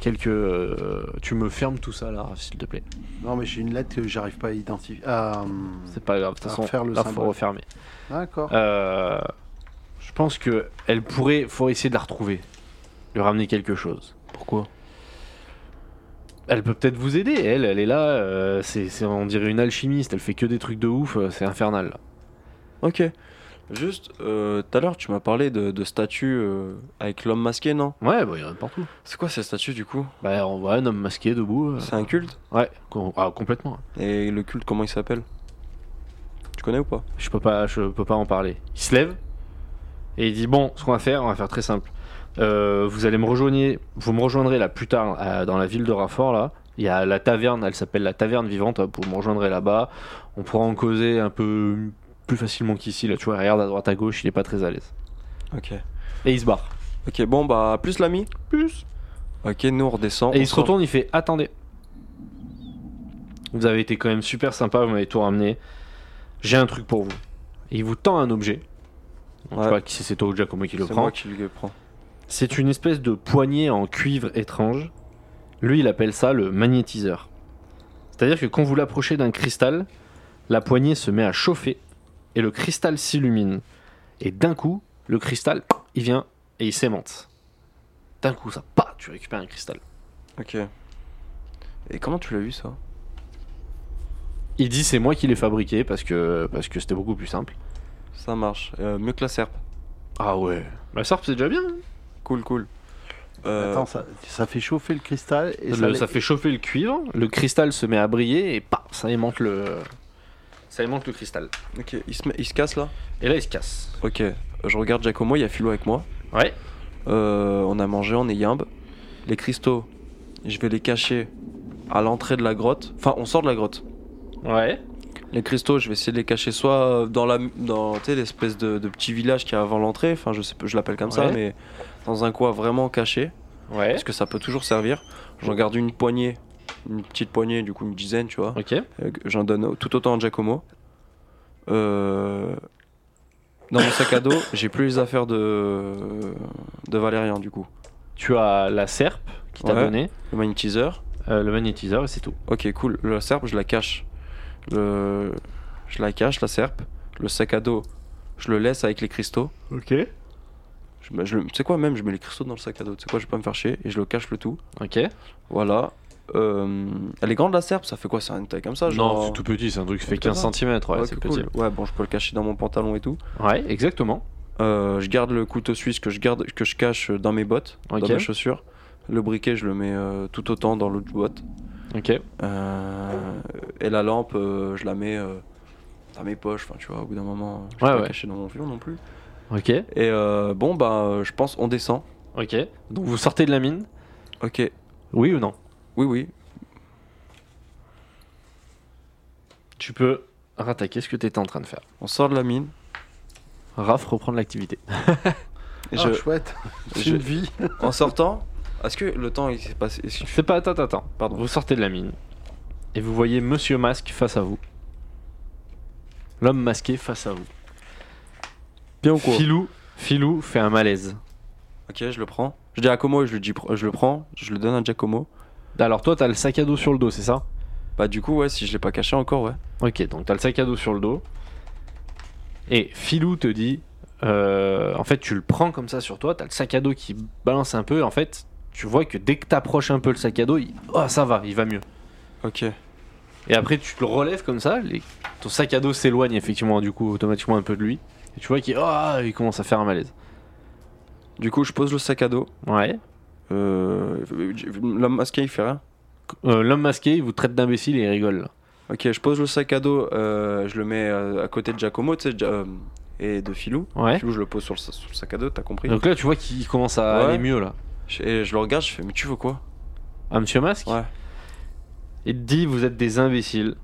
S1: quelques. euh, tu me fermes tout ça là, s'il te plaît.
S4: Non, mais j'ai une lettre que j'arrive pas à identifier. Ah, hum,
S1: C'est pas grave, de toute
S4: À
S1: façon,
S4: refaire le
S1: là, faut
S4: symbole.
S1: refermer.
S4: D'accord.
S1: Euh, je pense que elle pourrait, faut essayer de la retrouver, lui ramener quelque chose. Pourquoi Elle peut peut-être vous aider. Elle, elle est là. euh, c'est, c'est- on dirait une alchimiste. Elle fait que des trucs de ouf. euh, c'est infernal. là.
S2: Ok. Juste, euh, tout à l'heure tu m'as parlé de, de statues euh, avec l'homme masqué, non
S1: Ouais, bah, il y en a partout.
S2: C'est quoi ces statues du coup
S1: Bah, on voit un homme masqué debout. euh,
S2: C'est un culte
S1: Ouais, com- ah, complètement.
S2: Et le culte, comment il s'appelle Tu connais ou pas
S1: Je peux pas, je peux pas en parler. Il se lève et il dit bon, ce qu'on va faire, on va faire très simple. Euh, vous allez me rejoigner, vous me rejoindrez là plus tard à- dans la ville de Raffort là. Il y a la taverne, elle s'appelle la taverne vivante. Vous me rejoindrez là-bas. On pourra en causer un peu plus facilement qu'ici là. Tu vois, regarde à droite à gauche, il est pas très à l'aise.
S2: Ok.
S1: Et il se barre.
S2: Ok, bon, bah, plus l'ami Plus. Ok, nous on redescend.
S1: Et
S2: on
S1: il se
S2: sort.
S1: retourne, il fait attendez. Vous avez été quand même super sympa, vous m'avez tout ramené. J'ai un truc pour vous. Et il vous tend un objet. Je
S2: Ouais.
S1: sais pas qui c'est, c'est toi ou Jack, comment qui le
S2: C'est
S1: prend.
S2: moi qui le prends.
S1: C'est une espèce de poignée en cuivre étrange. Lui, il appelle ça le magnétiseur. C'est-à-dire que quand vous l'approchez d'un cristal, la poignée se met à chauffer et le cristal s'illumine. Et d'un coup, le cristal, il vient et il s'aimante. D'un coup, ça, pas, tu récupères un cristal.
S2: Ok. Et comment tu l'as vu ça
S1: Il dit c'est moi qui l'ai fabriqué parce que parce que c'était beaucoup plus simple.
S2: Ça marche. Euh, mieux que la serpe.
S1: Ah ouais. La sarpe c'est déjà bien. hein.
S2: Cool, cool. Euh,
S4: Attends, ça, ça fait chauffer le cristal et ça,
S1: Le-
S4: les-
S1: ça fait chauffer le cuivre, le cristal se met à briller et paf, ça aimante le ça aimante le cristal.
S2: Ok, il se, met- il se casse là
S1: Et là il se casse.
S2: Ok, je regarde Giacomo, il y a Philo avec moi.
S1: Ouais.
S2: Euh, on a mangé, on est yimbe. Les cristaux, je vais les cacher à l'entrée de la grotte. Enfin, on sort de la grotte.
S1: Ouais.
S2: Les cristaux, je vais essayer de les cacher soit euh, dans la, dans tu sais, l'espèce de, de petit village qui a avant l'entrée. Enfin, je sais, pas- je l'appelle comme ça,
S1: Ouais.
S2: mais dans un coin vraiment caché,
S1: Ouais.
S2: parce que ça peut toujours servir. J'en garde une poignée, une petite poignée, du coup une dizaine, tu vois.
S1: Ok.
S2: Euh, J'en donne tout autant à Giacomo. Euh, Dans mon sac à dos, j'ai plus les affaires de, de Valérian, du coup.
S1: Tu as la serpe qui t'a
S2: Ouais.
S1: donné,
S2: Le magnétiseur.
S1: euh, le magnétiseur et c'est tout.
S2: Ok, cool. La serpe, je la cache. Le... Je la cache, la serpe. Le sac à dos, je le laisse avec les cristaux.
S1: Ok.
S2: Je, mets- je le- Tu sais quoi, même, je mets les cristaux dans le sac à dos. Tu sais quoi, je vais pas me faire chier. Et je le cache le tout.
S1: Ok.
S2: Voilà. Euh, Elle est grande, la serpe Ça fait quoi C'est une taille comme ça
S1: Non,
S2: Ah, genre...
S1: c'est tout petit, c'est un truc qui fait
S2: Putain.
S1: 15 cm, ouais,
S2: Ouais,
S1: c'est
S2: ok,
S1: petit.
S2: cool. Ouais, bon, je peux le cacher dans mon pantalon et tout.
S1: Ouais, exactement.
S2: Euh, je garde le couteau suisse que je garde, que je cache dans mes bottes,
S1: Ok.
S2: dans mes chaussures. Le briquet, je le mets euh, tout autant dans l'autre boîte.
S1: Ok.
S2: Euh, et la lampe, euh, je la mets euh, dans mes poches. Enfin, tu vois, au bout d'un moment, euh, je
S1: Ouais,
S2: peux
S1: ouais.
S2: la cacher dans mon violon non plus.
S1: Ok.
S2: Et euh, bon, bah, euh, je pense, on descend.
S1: Ok. Donc vous sortez de la mine
S2: Ok,
S1: Oui ou non
S2: oui, oui.
S1: Tu peux rattaquer ce que tu étais en train de faire.
S2: On sort de la mine.
S1: Raph reprendre l'activité.
S2: Et
S4: Ah,
S2: je-
S4: chouette. C'est
S2: je-
S4: une vie.
S2: en sortant, est-ce que le temps il s'est passé est-ce que-
S1: C'est pas attends attends, attends.
S2: Pardon.
S1: Vous sortez de la mine et vous voyez Monsieur Masque face à vous. L'homme masqué face à vous.
S2: Bien ou quoi
S1: Filou, Filou fait un malaise.
S2: Ok, je le prends. Je dis à Como, je, lui dis, je le prends, je le donne à Giacomo.
S1: Alors toi t'as le sac à dos sur le dos, c'est ça
S2: Bah, du coup, ouais, si je l'ai pas caché encore, ouais.
S1: Ok, donc t'as le sac à dos sur le dos. Et Filou te dit, euh, en fait tu le prends comme ça sur toi, t'as le sac à dos qui balance un peu, et en fait tu vois que dès que t'approches un peu le sac à dos, il... oh ça va, il va mieux.
S2: Ok.
S1: Et après, tu le relèves comme ça, les- ton sac à dos s'éloigne effectivement, du coup, automatiquement un peu de lui. Et tu vois qu'il ah, il commence à faire un malaise.
S2: Du coup, je pose le sac à dos.
S1: Ouais.
S2: Euh, L'homme masqué, il fait rien.
S1: Euh, L'homme masqué, il vous traite d'imbécile et il rigole.
S2: Ok, je pose le sac à dos, euh, je le mets euh, à côté de Giacomo, tu sais, Ja- euh, et de Filou.
S1: Ouais.
S2: Filou, je le pose sur le, sa- sur le sac à dos, t'as compris
S1: Donc là, tu vois qu'il commence à
S2: Ouais.
S1: aller mieux, là.
S2: Je- Et je le regarde, je fais, mais tu veux quoi
S1: Ah, monsieur Masque
S2: Ouais.
S1: Il te dit, vous êtes des imbéciles.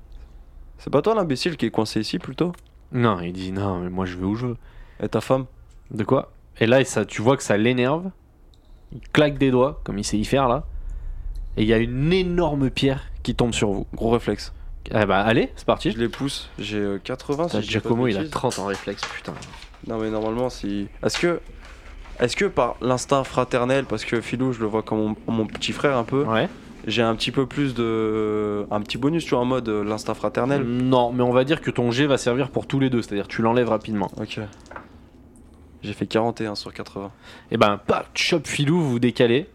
S2: C'est pas toi l'imbécile qui est coincé ici plutôt
S1: Non, il dit, non, mais moi je vais où je veux.
S2: Et ta femme
S1: De quoi Et là, ça, tu vois que ça l'énerve. Il claque des doigts, comme il sait y faire, là. Et il y a une énorme pierre qui tombe sur vous.
S2: Gros réflexe.
S1: Eh bah, allez, c'est
S2: Je
S1: parti.
S2: les pousse, j'ai euh, 80 si
S1: Putain,
S2: je dis pas de
S1: Giacomo, il a
S2: bêtises.
S1: 30 en réflexe, putain.
S2: Non mais normalement, si. Est-ce que. Est-ce que par l'instinct fraternel, parce que Filou, je le vois comme mon, mon petit frère un peu,
S1: Ouais.
S2: j'ai un petit peu plus de. Un petit bonus, tu vois, en mode euh, l'instinct fraternel.
S1: Non, mais on va dire que ton G va servir pour tous les deux, c'est-à-dire tu l'enlèves rapidement.
S2: Ok. J'ai fait 41 sur 80.
S1: Et ben, paf, tu chopes filou, vous vous décalez.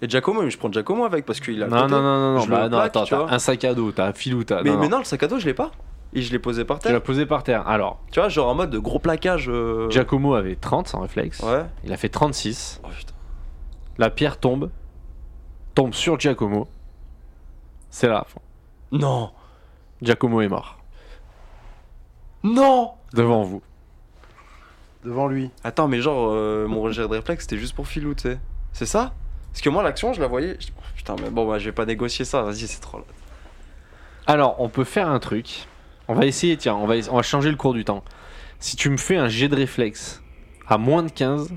S2: Et Giacomo, mais je prends Giacomo avec parce qu'il a.
S1: Non,
S2: le
S1: non,
S2: côté.
S1: non, non, non,
S2: Je
S1: bah,
S2: le
S1: non,
S2: plaque,
S1: attends,
S2: tu
S1: t'as
S2: vois.
S1: un sac à dos, t'as un filou, t'as.
S2: Mais
S1: non,
S2: mais
S1: non.
S2: non, le sac à dos, je l'ai pas. Et je l'ai posé par
S1: Tu l'as
S2: terre.
S1: posé par terre. Alors,
S2: Tu vois, genre en mode de gros plaquage. euh,
S1: Giacomo avait 30 sans réflexe.
S2: Ouais.
S1: Il a fait 36.
S2: Oh putain.
S1: La pierre tombe. Tombe sur Giacomo. C'est là.
S2: Non
S1: Giacomo est mort.
S2: Non
S1: Devant vous.
S4: devant lui.
S2: Attends, mais genre, euh, mon rejet de réflexe, c'était juste pour Filou, tu sais. C'est ça Parce que moi, l'action, je la voyais. je dis, Putain, mais bon, bah, je vais pas négocier ça, vas-y, c'est trop.
S1: Alors, on peut faire un truc. On va essayer, tiens, on va, ess- on va changer le cours du temps. Si tu me fais un jet de réflexe à moins de 15,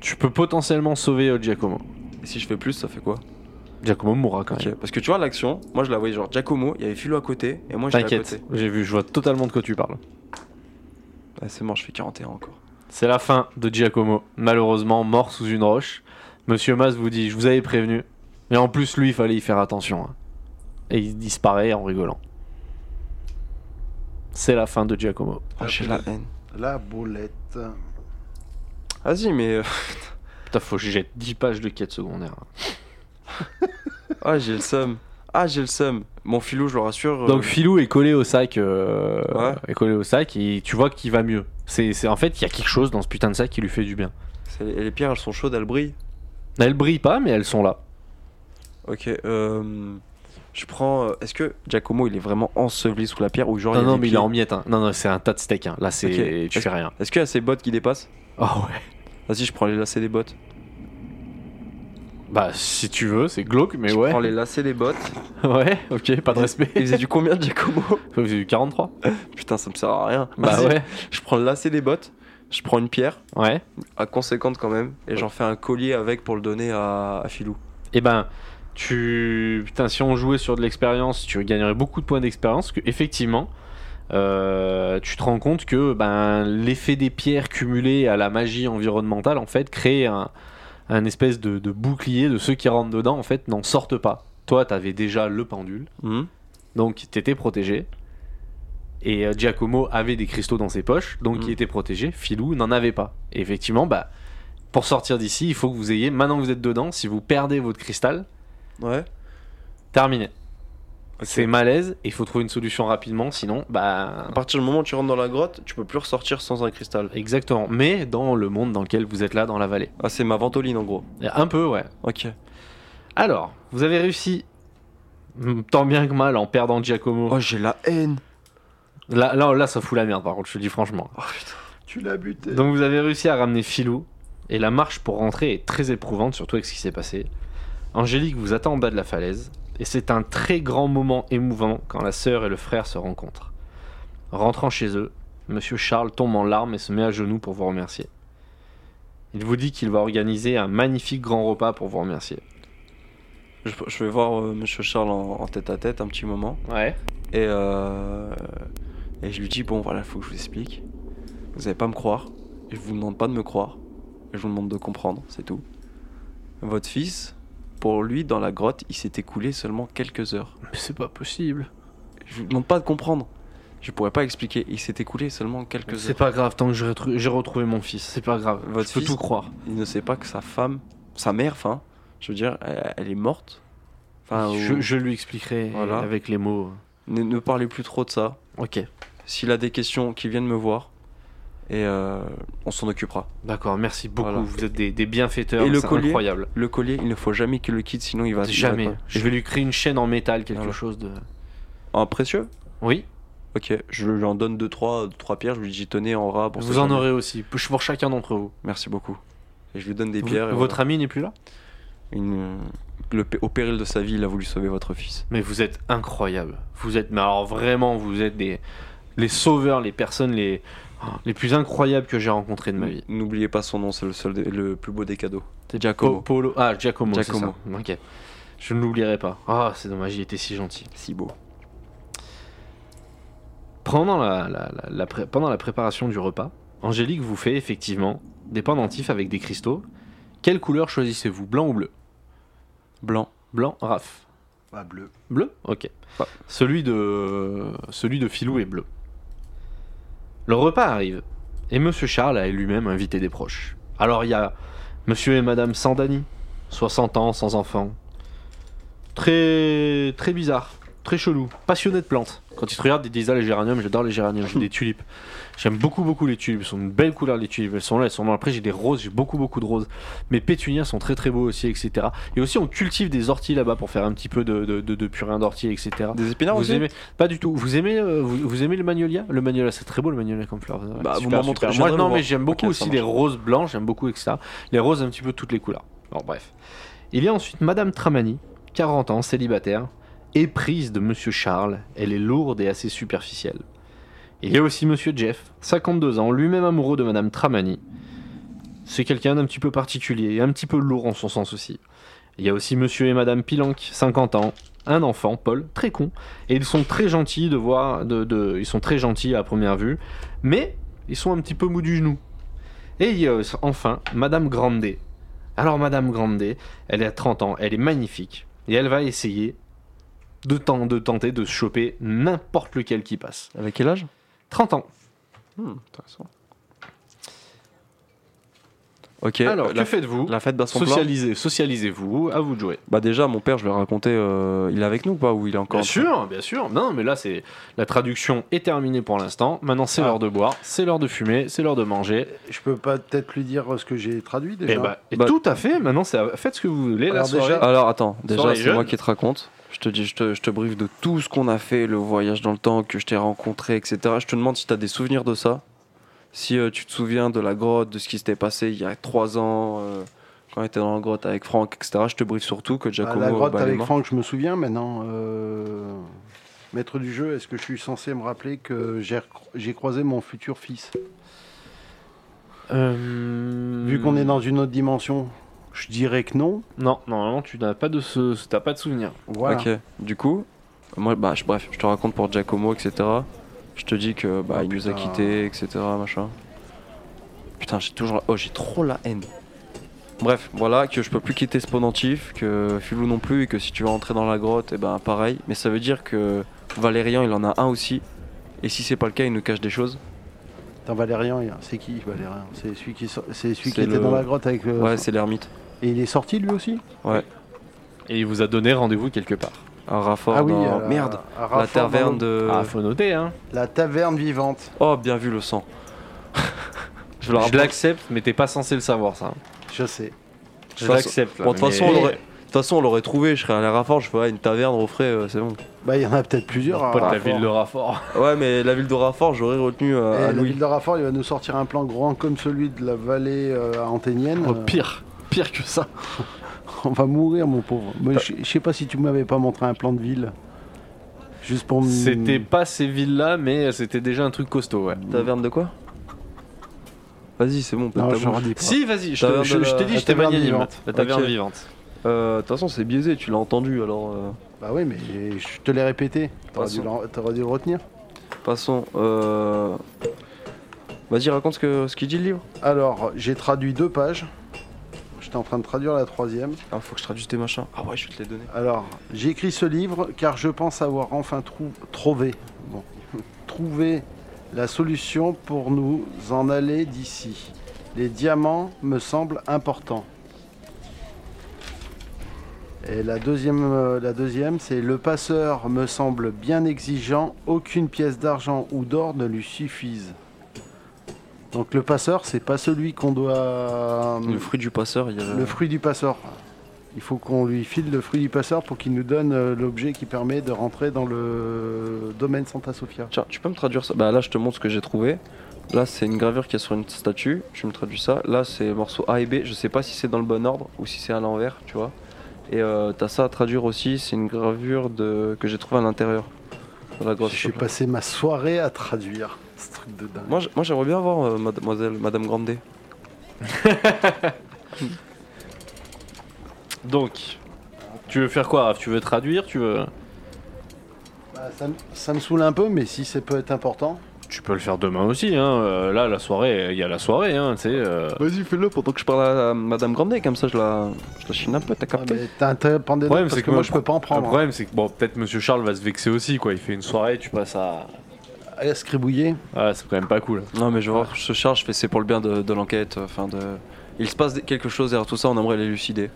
S1: tu peux potentiellement sauver euh, Giacomo.
S2: Et si je fais plus, ça fait quoi
S1: Giacomo mourra quand même.
S2: Ok, Parce que tu vois, l'action, moi, je la voyais genre Giacomo, il y avait Filou à côté, et moi, je à
S1: T'inquiète,
S2: côté.
S1: j'ai vu, je vois totalement de quoi tu parles.
S2: Ah, c'est mort, je fais 41 encore.
S1: C'est la fin de Giacomo, malheureusement mort sous une roche. Monsieur Mas vous dit, je vous avais prévenu. Mais en plus, lui, il fallait y faire attention. hein. Et il disparaît en rigolant. C'est la fin de Giacomo.
S2: Ah, j'ai la haine.
S4: La boulette.
S2: Vas-y, mais. euh,
S1: Putain, faut que je jette 10 pages de quête secondaire. hein.
S2: Ah, j'ai le seum. Ah, j'ai le seum. Mon Filou, je le rassure. euh,
S1: Donc Filou est collé au sac, euh,
S2: Ouais.
S1: est collé au sac, et tu vois qu'il va mieux. C'est, c'est- en fait, il y a quelque chose dans ce putain de sac qui lui fait du bien.
S2: c'est- et les pierres, elles sont chaudes, elles brillent.
S1: Elles brillent pas, mais elles sont là.
S2: Ok, euh, je prends. euh, Est-ce que Giacomo il est vraiment enseveli sous la pierre ou genre
S1: non,
S2: y a
S1: non,
S2: des
S1: mais il est
S2: pieds
S1: en miettes. hein. Non, non, c'est un tas de steak. hein. Là, c'est,
S2: Ok.
S1: tu fais rien.
S2: Est-ce qu'il y a ses bottes qui dépassent
S1: Oh ouais.
S2: Vas-y, je prends les lacets des bottes.
S1: Bah, si tu veux, c'est glauque, mais
S2: je
S1: ouais.
S2: prends les lacets des bottes.
S1: Ouais, ok, pas de
S2: Il
S1: respect.
S2: faisait du combien Giacomo
S1: J'ai eu 43.
S2: Putain, ça me sert à rien.
S1: Bah
S2: Vas-y,
S1: ouais.
S2: Je prends le lacet des bottes, je prends une pierre,
S1: Ouais.
S2: à conséquente quand même, et j'en fais un collier avec pour le donner à, à Filou.
S1: Et ben, tu. Putain, si on jouait sur de l'expérience, tu gagnerais beaucoup de points d'expérience, parce que effectivement. euh, tu te rends compte que ben, l'effet des pierres cumulé à la magie environnementale en fait crée un, un espèce de, de bouclier de ceux qui rentrent dedans en fait n'en sortent pas. Toi t'avais déjà le pendule
S2: Hum,
S1: donc t'étais protégé et euh, Giacomo avait des cristaux dans ses poches donc
S2: Mhm.
S1: il était protégé. Filou n'en avait pas. Et effectivement bah pour sortir d'ici il faut que vous ayez maintenant que vous êtes dedans si vous perdez votre cristal
S2: Ouais.
S1: Terminé. C'est malaise et il faut trouver une solution rapidement, sinon, bah.
S2: À partir du moment où tu rentres dans la grotte, tu peux plus ressortir sans un cristal.
S1: Exactement. Mais dans le monde dans lequel vous êtes là, dans la vallée.
S2: Ah, c'est ma ventoline en gros.
S1: Un peu, ouais.
S2: Ok.
S1: Alors, vous avez réussi, mm, tant bien que mal, en perdant Giacomo.
S2: Oh, j'ai la haine.
S1: Là, là, là, ça fout la merde, par contre, je te le dis franchement.
S2: Oh putain.
S4: Tu l'as buté.
S1: Donc, vous avez réussi à ramener Filou, et la marche pour rentrer est très éprouvante, surtout avec ce qui s'est passé. Angélique vous attend en bas de la falaise, et c'est un très grand moment émouvant quand la sœur et le frère se rencontrent. Rentrant chez eux, Monsieur Charles tombe en larmes et se met à genoux pour vous remercier. Il vous dit qu'il va organiser un magnifique grand repas pour vous remercier.
S2: Je, je vais voir euh, Monsieur Charles en- en tête à tête un petit moment.
S1: Ouais.
S2: Et, euh, et je lui dis, bon voilà, faut que je vous explique. Vous n'allez pas me croire. Et je vous demande pas de me croire. Je vous demande de comprendre, c'est tout. Votre fils, pour lui, dans la grotte, il s'est écoulé seulement quelques heures.
S1: Mais c'est pas possible.
S2: Je vous demande pas de comprendre. Je pourrais pas expliquer. Il s'est écoulé seulement quelques
S1: C'est
S2: heures.
S1: pas grave, tant que j'ai retru- j'ai retrouvé mon fils, c'est pas grave.
S2: Votre
S1: je peux
S2: fils
S1: tout croire.
S2: Il ne sait pas que sa femme, sa mère, enfin, je veux dire, elle, elle est morte. Enfin,
S1: je,
S2: ou-
S1: je lui expliquerai
S2: Voilà.
S1: avec les mots.
S2: Ne, ne parlez plus trop de ça.
S1: Ok,
S2: S'il a des questions, qu'il vienne me voir. Et euh, on s'en occupera.
S1: d'accord, merci beaucoup.
S2: Voilà.
S1: Vous êtes des, des bienfaiteurs,
S2: Et le
S1: c'est
S2: collier
S1: incroyable.
S2: Le collier, il ne faut jamais qu'il le quitte, sinon il va il va
S1: Jamais.
S2: pas-
S1: Je vais lui créer une chaîne en métal, quelque
S2: Voilà.
S1: chose de.
S2: Un précieux
S1: Oui,
S2: Ok, je lui en donne 2-3 deux, trois, deux, trois pierres, je lui dis tenez en rat pour
S1: vous
S2: ce
S1: en
S2: jamais.
S1: aurez aussi, pour pour chacun d'entre vous.
S2: Merci beaucoup. Et je lui donne des
S1: Vous-
S2: pierres. et
S1: Votre ami n'est plus là
S2: voilà. Une- le p- Au péril de sa vie, il a voulu sauver votre fils.
S1: Mais vous êtes incroyable. Vous êtes, mais alors vraiment, vous êtes des les sauveurs, les personnes les, oh, les plus incroyables que j'ai rencontrées de ma vie.
S2: N'oubliez pas son nom, c'est le, seul des- le plus beau des cadeaux. Giacomo.
S1: Po- Polo. Ah, Giacomo, c'est
S2: Giacomo.
S1: ça. Ok. Je ne l'oublierai pas. Ah, c'est dommage, il était si gentil.
S2: Si beau.
S1: Pendant la, la- la- la pré- pendant la préparation du repas, Angélique vous fait effectivement des pendentifs avec des cristaux. Quelle couleur choisissez-vous Blanc ou bleu
S2: Blanc.
S1: Blanc, Raph.
S4: Bah, bleu.
S1: Bleu Ok.
S2: Ouais.
S1: Celui de celui de Filou est bleu. Le repas arrive et Monsieur Charles a lui-même invité des proches. Alors il y a Monsieur et Madame Sandani, 60 ans, sans enfant. Très très bizarre. très chelou, passionné de plantes. Quand il te regarde, il dit ah, les géraniums, j'adore les géraniums, j'ai des tulipes. J'aime beaucoup, beaucoup les tulipes, elles sont une belle couleur les tulipes, elles sont là, elles sont là. Après, j'ai des roses, j'ai beaucoup, beaucoup de roses. Mes pétunias sont très, très beaux aussi, etc. Et aussi, on cultive des orties là-bas pour faire un petit peu de, de, de- de purin d'ortie, etc.
S2: Des épinards
S1: Vous
S2: aussi
S1: aimez Pas du tout. Vous aimez euh, vous, vous aimez le magnolia Le magnolia, c'est très beau le magnolia comme fleur.
S2: Bah, vous
S1: Super,
S2: m'en montrez,
S1: super.
S2: je
S1: Moi,
S2: viendrai
S1: non,
S2: vous
S1: mais
S2: voir.
S1: j'aime beaucoup
S2: Ok, ça
S1: aussi les roses blanches. J'aime beaucoup avec ça. Les roses, un petit peu toutes les couleurs. Bon, bref. Il y a ensuite Madame Tramani, 40 ans, célibataire, éprise de Monsieur Charles. Elle est lourde et assez superficielle. Il y a aussi Monsieur Jeff, 52 ans, lui-même amoureux de Madame Tramani. C'est quelqu'un d'un petit peu particulier et un petit peu lourd en son sens aussi. Il y a aussi Monsieur et Madame Pilanque, 50 ans, un enfant, Paul, très con, et ils sont très gentils de voir, de, de- ils sont très gentils à première vue, mais ils sont un petit peu mous du genou. Et il y a enfin Madame Grandet. Alors Madame Grandet, elle a 30 ans, elle est magnifique, et elle va essayer de, ten- de tenter de choper n'importe lequel qui passe.
S2: Avec quel âge
S1: 30 ans.
S2: Hmm, Intéressant. Ok,
S1: Alors,
S2: la,
S1: que faites-vous
S2: la fête basson Plan.
S1: Socialisez, socialisez-vous, à vous de jouer.
S2: Bah déjà, mon père, je lui ai raconté, euh, il est avec nous ou pas Ou il est encore
S1: Bien
S2: en train-
S1: sûr, bien sûr. Non, mais là, c'est la traduction est terminée pour l'instant. Maintenant,
S2: Ah.
S1: c'est l'heure de boire, c'est l'heure de fumer, c'est l'heure de manger.
S4: Je peux pas peut-être lui dire euh, ce que j'ai traduit déjà.
S1: Et bah, et
S2: Bah-
S1: tout à fait. Maintenant, c'est à- faites ce que vous voulez. La
S4: Alors
S1: soirée.
S4: déjà-
S2: Alors attends,
S1: Sans
S2: déjà
S1: les
S2: c'est
S1: jeunes.
S2: moi qui te raconte. Je te dis, je te, je te briefe de tout ce qu'on a fait, le voyage dans le temps, que je t'ai rencontré, etc. Je te demande si t'as des souvenirs de ça. Si euh, tu te souviens de la grotte, de ce qui s'était passé il y a trois ans, euh, quand on était dans la grotte avec Franck, etc. Je te briefe surtout que
S4: Ah,
S2: Giacomo.
S4: la grotte
S2: bah, les
S4: avec
S2: mains.
S4: Franck, je me souviens maintenant. euh, Maître du jeu, est-ce que je suis censé me rappeler que j'ai recro- j'ai croisé mon futur fils
S1: Euh,
S4: Vu
S2: Hmm.
S4: qu'on est dans une autre dimension, je dirais que non.
S1: Non, normalement, tu n'as pas de ce, t'as pas de souvenir.
S4: Voilà.
S2: Ok, du coup, moi, bah, je, bref, je te raconte pour Giacomo, etc. Je te dis que bah,
S4: Oh,
S2: il nous a
S4: putain.
S2: quittés, etc. Machin. Putain, j'ai toujours. Oh, j'ai trop la haine. Bref, voilà, que je peux plus quitter ce pendentif, que Filou non plus, et que si tu veux entrer dans la grotte, et ben pareil. Mais ça veut dire que Valérian, il en a un aussi. Et si c'est pas le cas, il nous cache des choses.
S4: Attends, Valérian, il y a- c'est qui Valérian C'est celui qui, so- c'est celui qui
S2: C'est
S4: était
S2: le-
S4: dans la grotte avec. le-
S2: Ouais, c'est l'ermite.
S4: Et il est sorti lui aussi
S1: Et il vous a donné rendez-vous quelque part.
S2: Un Raffort dans-
S4: Ah à la-
S2: Oh Merde
S4: à
S2: La
S4: Raffort
S2: taverne
S4: euh, dans-
S2: de.
S1: Ah, faut noter, hein.
S4: La taverne vivante.
S2: Oh, bien vu le sang. je le
S1: Je
S2: rappelle.
S1: l'accepte, mais t'es pas censé le savoir, ça.
S4: Je sais.
S1: Je
S2: De toute façon-
S1: l'accepte. là,
S2: Bon, de toute
S1: mais-
S2: façon, on l'aurait- de toute façon, on l'aurait trouvé. Je serais allé à Raffort, je ferais ah, une taverne au frais, euh, c'est bon.
S4: Bah, il y en a peut-être plusieurs. à
S1: Pas de la
S4: Raffort.
S1: ville Ah, de Raffort.
S2: Ouais, mais la ville de Raffort, j'aurais retenu euh,
S4: Et
S2: à
S4: Eh, la
S2: Louis.
S4: ville de Raffort, il va nous sortir un plan grand comme celui de la vallée euh, anténienne.
S1: Oh, pire, pire que ça.
S4: On va mourir, mon pauvre. Mais je je sais pas si tu m'avais pas montré un plan de ville. Juste pour me.
S1: C'était pas ces villes-là, mais c'était déjà un truc costaud, ouais.
S2: Taverne de quoi Vas-y, c'est bon, peut-être
S4: Non,
S2: ta
S4: je leur
S2: bouche.
S4: dis pas.
S1: Si, vas-y, je te-
S2: Taverne
S1: je
S2: de
S1: je
S2: la-
S1: t'ai dit,
S4: la
S1: j'étais
S4: taverne
S1: magnanime.
S4: vivante.
S1: La taverne
S2: Ok.
S1: vivante.
S2: Euh, De toute façon, c'est biaisé, tu l'as entendu, alors... euh,
S4: Bah oui, mais je te l'ai répété. T'aurais dû,
S2: Passons.
S4: le- t'aurais dû le retenir.
S2: Passons. euh, Vas-y, raconte ce que ce qu'il dit, le livre.
S4: Alors, j'ai traduit deux pages. J'étais en train de traduire la troisième.
S2: Ah, faut que je traduise tes machins. Ah ouais, je vais te les donner.
S4: Alors, j'écris ce livre car je pense avoir enfin trou- trouvé, bon, trouvé la solution pour nous en aller d'ici. Les diamants me semblent importants. Et la deuxième, euh, la deuxième c'est le passeur me semble bien exigeant, aucune pièce d'argent ou d'or ne lui suffise. Donc le passeur, c'est pas celui qu'on doit euh,
S2: Le fruit du passeur, il y a...
S4: le fruit du passeur. Il faut qu'on lui file le fruit du passeur pour qu'il nous donne euh, l'objet qui permet de rentrer dans le domaine Santa Sofia.
S2: Tiens, tu peux me traduire ça Bah là, je te montre ce que j'ai trouvé. Là, c'est une gravure qui est sur une statue. Tu me traduis ça. Là, c'est morceau A et B. Je sais pas si c'est dans le bon ordre ou si c'est à l'envers, tu vois. Et euh, t'as ça à traduire aussi. C'est une gravure de... que j'ai trouvée à l'intérieur. Dans la grotte.
S4: J'ai passé ma soirée à traduire ce truc de dingue.
S2: Moi, j'- moi, j'aimerais bien voir euh, mademoiselle, Madame Grandet.
S1: Donc, tu veux faire quoi Raph Tu veux traduire Tu veux
S4: Bah, ça, me- ça me saoule un peu, mais si ça peut être important.
S1: Tu peux le faire demain aussi. Hein. euh, là, la soirée, il y a la soirée. Hein, tu sais, euh.
S2: Vas-y, fais-le pendant que je parle à, Madame Grandet. Comme ça, je la, je la chine un peu. T'as capté
S4: Ouais, Ah, mais T'as intérêt à prendre des notes
S1: Problème,
S4: parce
S1: c'est
S4: que
S1: que
S4: moi
S1: moi,
S4: je peux pas en
S1: Le
S4: prendre.
S1: problème, c'est que bon, peut-être Monsieur Charles va se vexer aussi. quoi. Il fait une soirée, tu passes à.
S4: hein. Allez, à scribouiller.
S1: Ah, c'est quand même pas cool.
S2: Non, mais je vois, je charge. je fais- C'est pour le bien de, de l'enquête. euh, Enfin, de... Il se passe des- quelque chose derrière tout ça. On aimerait l'élucider.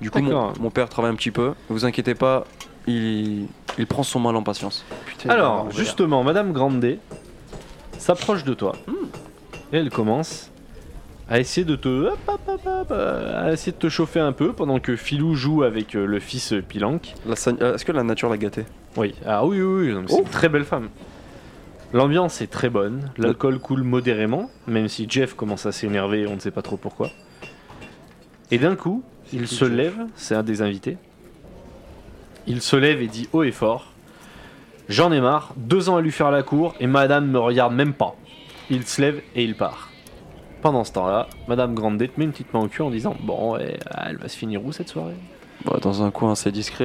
S2: Du coup, mon,
S1: D'accord.
S2: mon père travaille un petit peu. Ne vous inquiétez pas, il, Il prend son mal en patience.
S4: Putain,
S1: Alors,
S4: bordel.
S1: justement, Madame Grandet s'approche de toi et elle commence à essayer de te, hop, hop, hop, hop, à essayer de te chauffer un peu pendant que Filou joue avec euh, le fils euh, Pilanque.
S2: La sa- euh, Est-ce que la nature l'a gâté
S1: Oui, ah oui, oui, oui, non, mais c'est une très belle femme. L'ambiance est très bonne, l'alcool coule modérément, même si Jeff commence à s'énerver, on ne sait pas trop pourquoi. Et d'un coup, il se lève, c'est un des invités. Il se lève et dit haut et fort J'en ai marre, deux ans à lui faire la cour et madame me regarde même pas. Il se lève et il part. Pendant ce temps-là, madame Grandet te met une petite main au cul en disant Bon, ouais, elle va se finir où cette soirée
S2: Bah, Dans un coin assez discret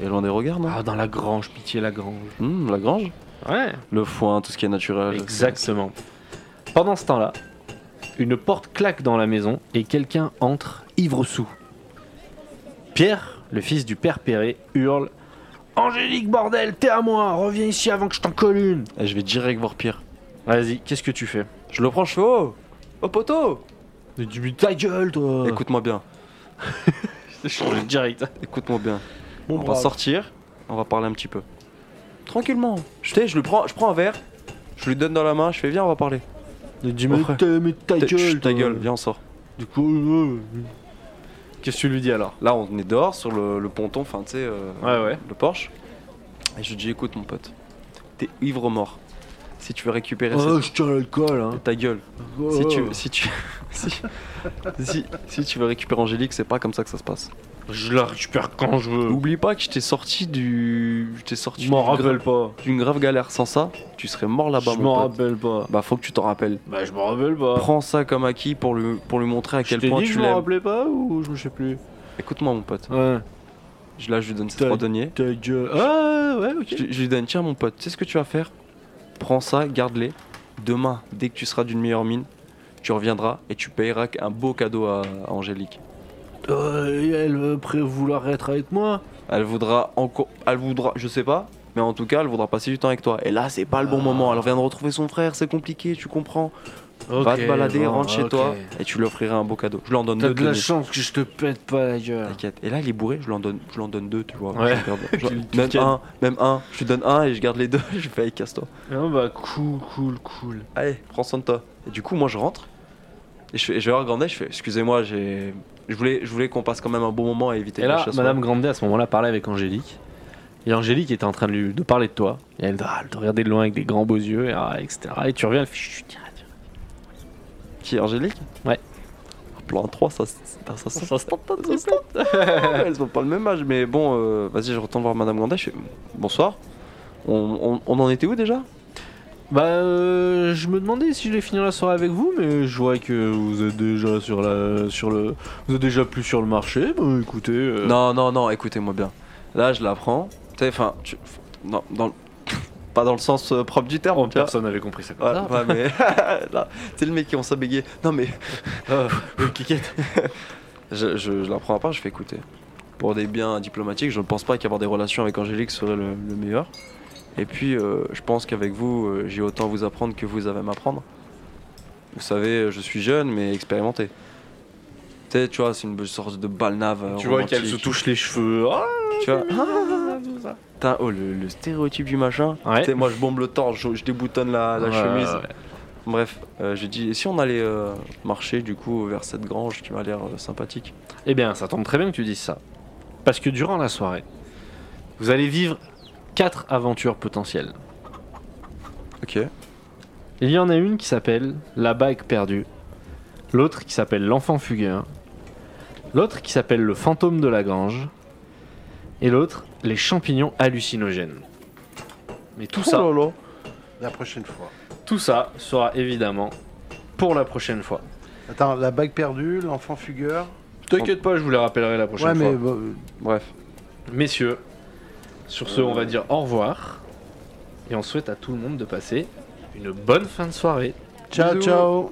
S2: et, et loin des regards, non
S1: Ah, dans la grange, pitié, la grange.
S2: Hmm, La grange
S1: Ouais
S2: Le foin, tout ce qui est naturel.
S1: Exactement. Pendant ce temps-là, une porte claque dans la maison et quelqu'un entre ivre sous. Pierre, le fils du père Perret, hurle Angélique, bordel, t'es à moi, reviens ici avant que je t'en colle une.
S2: Et je vais direct voir pire.
S1: Vas-y, qu'est-ce que tu fais
S2: Je le prends, je fais oh Oh poteau
S1: Il dit, Mais ta gueule, toi
S2: Écoute-moi bien,
S1: je change direct.
S2: écoute-moi bien. on va sortir, on va parler un petit peu. Tranquillement. Je sais, je le prends, je prends un verre, je lui donne dans la main, je fais viens, on va parler.
S1: Il dit,
S2: Oh,
S1: Mais
S2: frère.
S1: ta, mais ta
S2: Ta-
S1: gueule,
S2: chut, ta
S1: toi.
S2: gueule, viens, on sort.
S1: Du coup, euh, euh. qu'est-ce que tu lui dis alors
S2: Là, on est dehors sur le, le ponton, enfin, tu sais, euh,
S1: Ouais, ouais.
S2: le Porsche. Et je lui dis, écoute, mon pote, t'es ivre mort. Si tu veux récupérer cette-
S1: Oh, je tiens l'alcool, hein. Oh.
S2: ta gueule. Si tu, si tu, si, si- si tu veux récupérer Angélique, c'est pas comme ça que ça se passe.
S1: Je la récupère quand je veux.
S2: N'oublie pas que je t'ai sorti du, je t'ai sorti
S1: Je Euh, m'en
S2: d'une grave-
S1: rappelle pas.
S2: d'une grave galère. Sans ça, tu serais mort là-bas,
S1: Je
S2: mon
S1: m'en
S2: pote.
S1: rappelle pas.
S2: Bah faut que tu t'en rappelles.
S1: Bah, je m'en rappelle pas.
S2: Prends ça comme acquis pour lui, pour lui montrer à
S1: Je
S2: quel
S1: t'ai
S2: point
S1: dit que
S2: tu
S1: je m'en
S2: l'aimes.
S1: rappelais pas ou je me sais plus
S2: Écoute-moi mon pote.
S1: Ouais.
S2: Je, là je lui donne ses
S1: T'as-
S2: trois deniers.
S1: Ta gueule. Ah ouais,
S2: Je,
S1: ok.
S2: lui- je lui donne tiens mon pote, tu sais ce que tu vas faire Prends ça, garde-les. Demain, dès que tu seras d'une meilleure mine, tu reviendras et tu payeras un beau cadeau à, à Angélique.
S1: Euh, elle veut après vouloir être avec moi.
S2: Elle voudra encore, elle voudra, je sais pas, mais en tout cas elle voudra passer du temps avec toi. Et là c'est pas le
S1: Ah.
S2: bon moment. Elle vient de retrouver son frère, c'est compliqué, tu comprends. Va te balader, rentre chez toi et tu lui offriras un beau cadeau. Je lui en donne deux.
S1: T'as de la
S2: deniers.
S1: chance que je te pète pas la gueule.
S2: T'inquiète. Et là, il est bourré, je lui en donne, je lui en donne deux, tu vois.
S1: Ouais.
S2: Je garde- je-
S1: Tu- tu
S2: même
S1: tiennes.
S2: un, même un. Je lui donne un et je garde les deux. je fais, allez, casse-toi.
S1: Ah bah cool, cool, cool.
S2: Allez, prends soin de toi. Et du coup, moi, je rentre. Et je, fais- je vais voir Grandet, je fais, excusez-moi, j'ai, je voulais, je voulais qu'on passe quand même un bon moment et éviter
S1: Et
S2: que la
S1: là,
S2: chasse
S1: Madame Grandet à ce moment-là parlait avec Angélique. Et Angélique était en train de, lui, de parler de toi. Et elle, ah, elle te regardait de loin avec des grands beaux yeux, et, ah, etc. Et tu reviens, elle fait chut, tiens, tiens.
S2: soit- Qui, Angélique
S1: Ouais.
S2: En Plan 3, ça, se- ça, se- ça se tente, ça se tente. Elles ont pas le même âge, mais bon, euh, vas-y, je retourne voir Madame Grandet. Je fais, bonsoir. On, on- on en était où déjà
S1: Bah, euh, je me demandais si je voulais finir la soirée avec vous, mais je vois que vous êtes déjà sur la, sur le, vous êtes déjà plus sur le marché. Bah, écoutez, euh,
S2: Non, non, non, écoutez-moi bien. Là, je la prends. Tu sais, enfin, tu- non, dans le- pas dans le sens euh, propre du terme,
S1: oh,
S2: tu vois.
S1: personne n'avait compris ça. Ah, Comme
S2: Ouais,
S1: ça.
S2: ouais, mais là, c'est le mec qui on s'est bégayé. Non, mais
S1: Ah, le kiquette.
S2: je, je, je la prends à part, je fais écouter. Pour des biens diplomatiques, je ne pense pas qu'avoir des relations avec Angélique serait le, le meilleur. Et puis, euh, je pense qu'avec vous, euh, j'ai autant à vous apprendre que vous avez à m'apprendre. Vous savez, je suis jeune, mais expérimenté. Tu sais, tu vois, c'est une sorte de balnave. euh,
S1: Tu vois qu'elle se
S2: romantique.
S1: touche les cheveux. Ah,
S2: Tu vois Putain, oh, le, le stéréotype du machin.
S1: Ouais.
S2: Tu sais, moi, je bombe le torse, je, je déboutonne la, la
S1: Ouais,
S2: chemise.
S1: ouais.
S2: Bref, euh, j'ai dit, et si on allait euh, marcher du coup vers cette grange qui m'a l'air euh, sympathique
S1: Eh bien, ça tombe très bien que tu dises ça. Parce que durant la soirée, vous allez vivre quatre aventures potentielles.
S2: Ok.
S1: Il y en a une qui s'appelle La bague perdue, l'autre qui s'appelle L'enfant fugueur, l'autre qui s'appelle Le fantôme de la grange, et l'autre Les champignons hallucinogènes. Mais tout ça,
S4: La prochaine fois.
S1: tout ça sera évidemment pour la prochaine fois.
S4: Attends, la bague perdue, l'enfant fugueur.
S1: T'inquiète pas, je vous les rappellerai la prochaine
S4: ouais,
S1: fois.
S4: mais bon,
S2: Bref,
S1: Messieurs, sur ce, on va dire au revoir. Et on souhaite à tout le monde de passer une bonne fin de soirée.
S4: ciao,
S2: Bisous.
S4: ciao.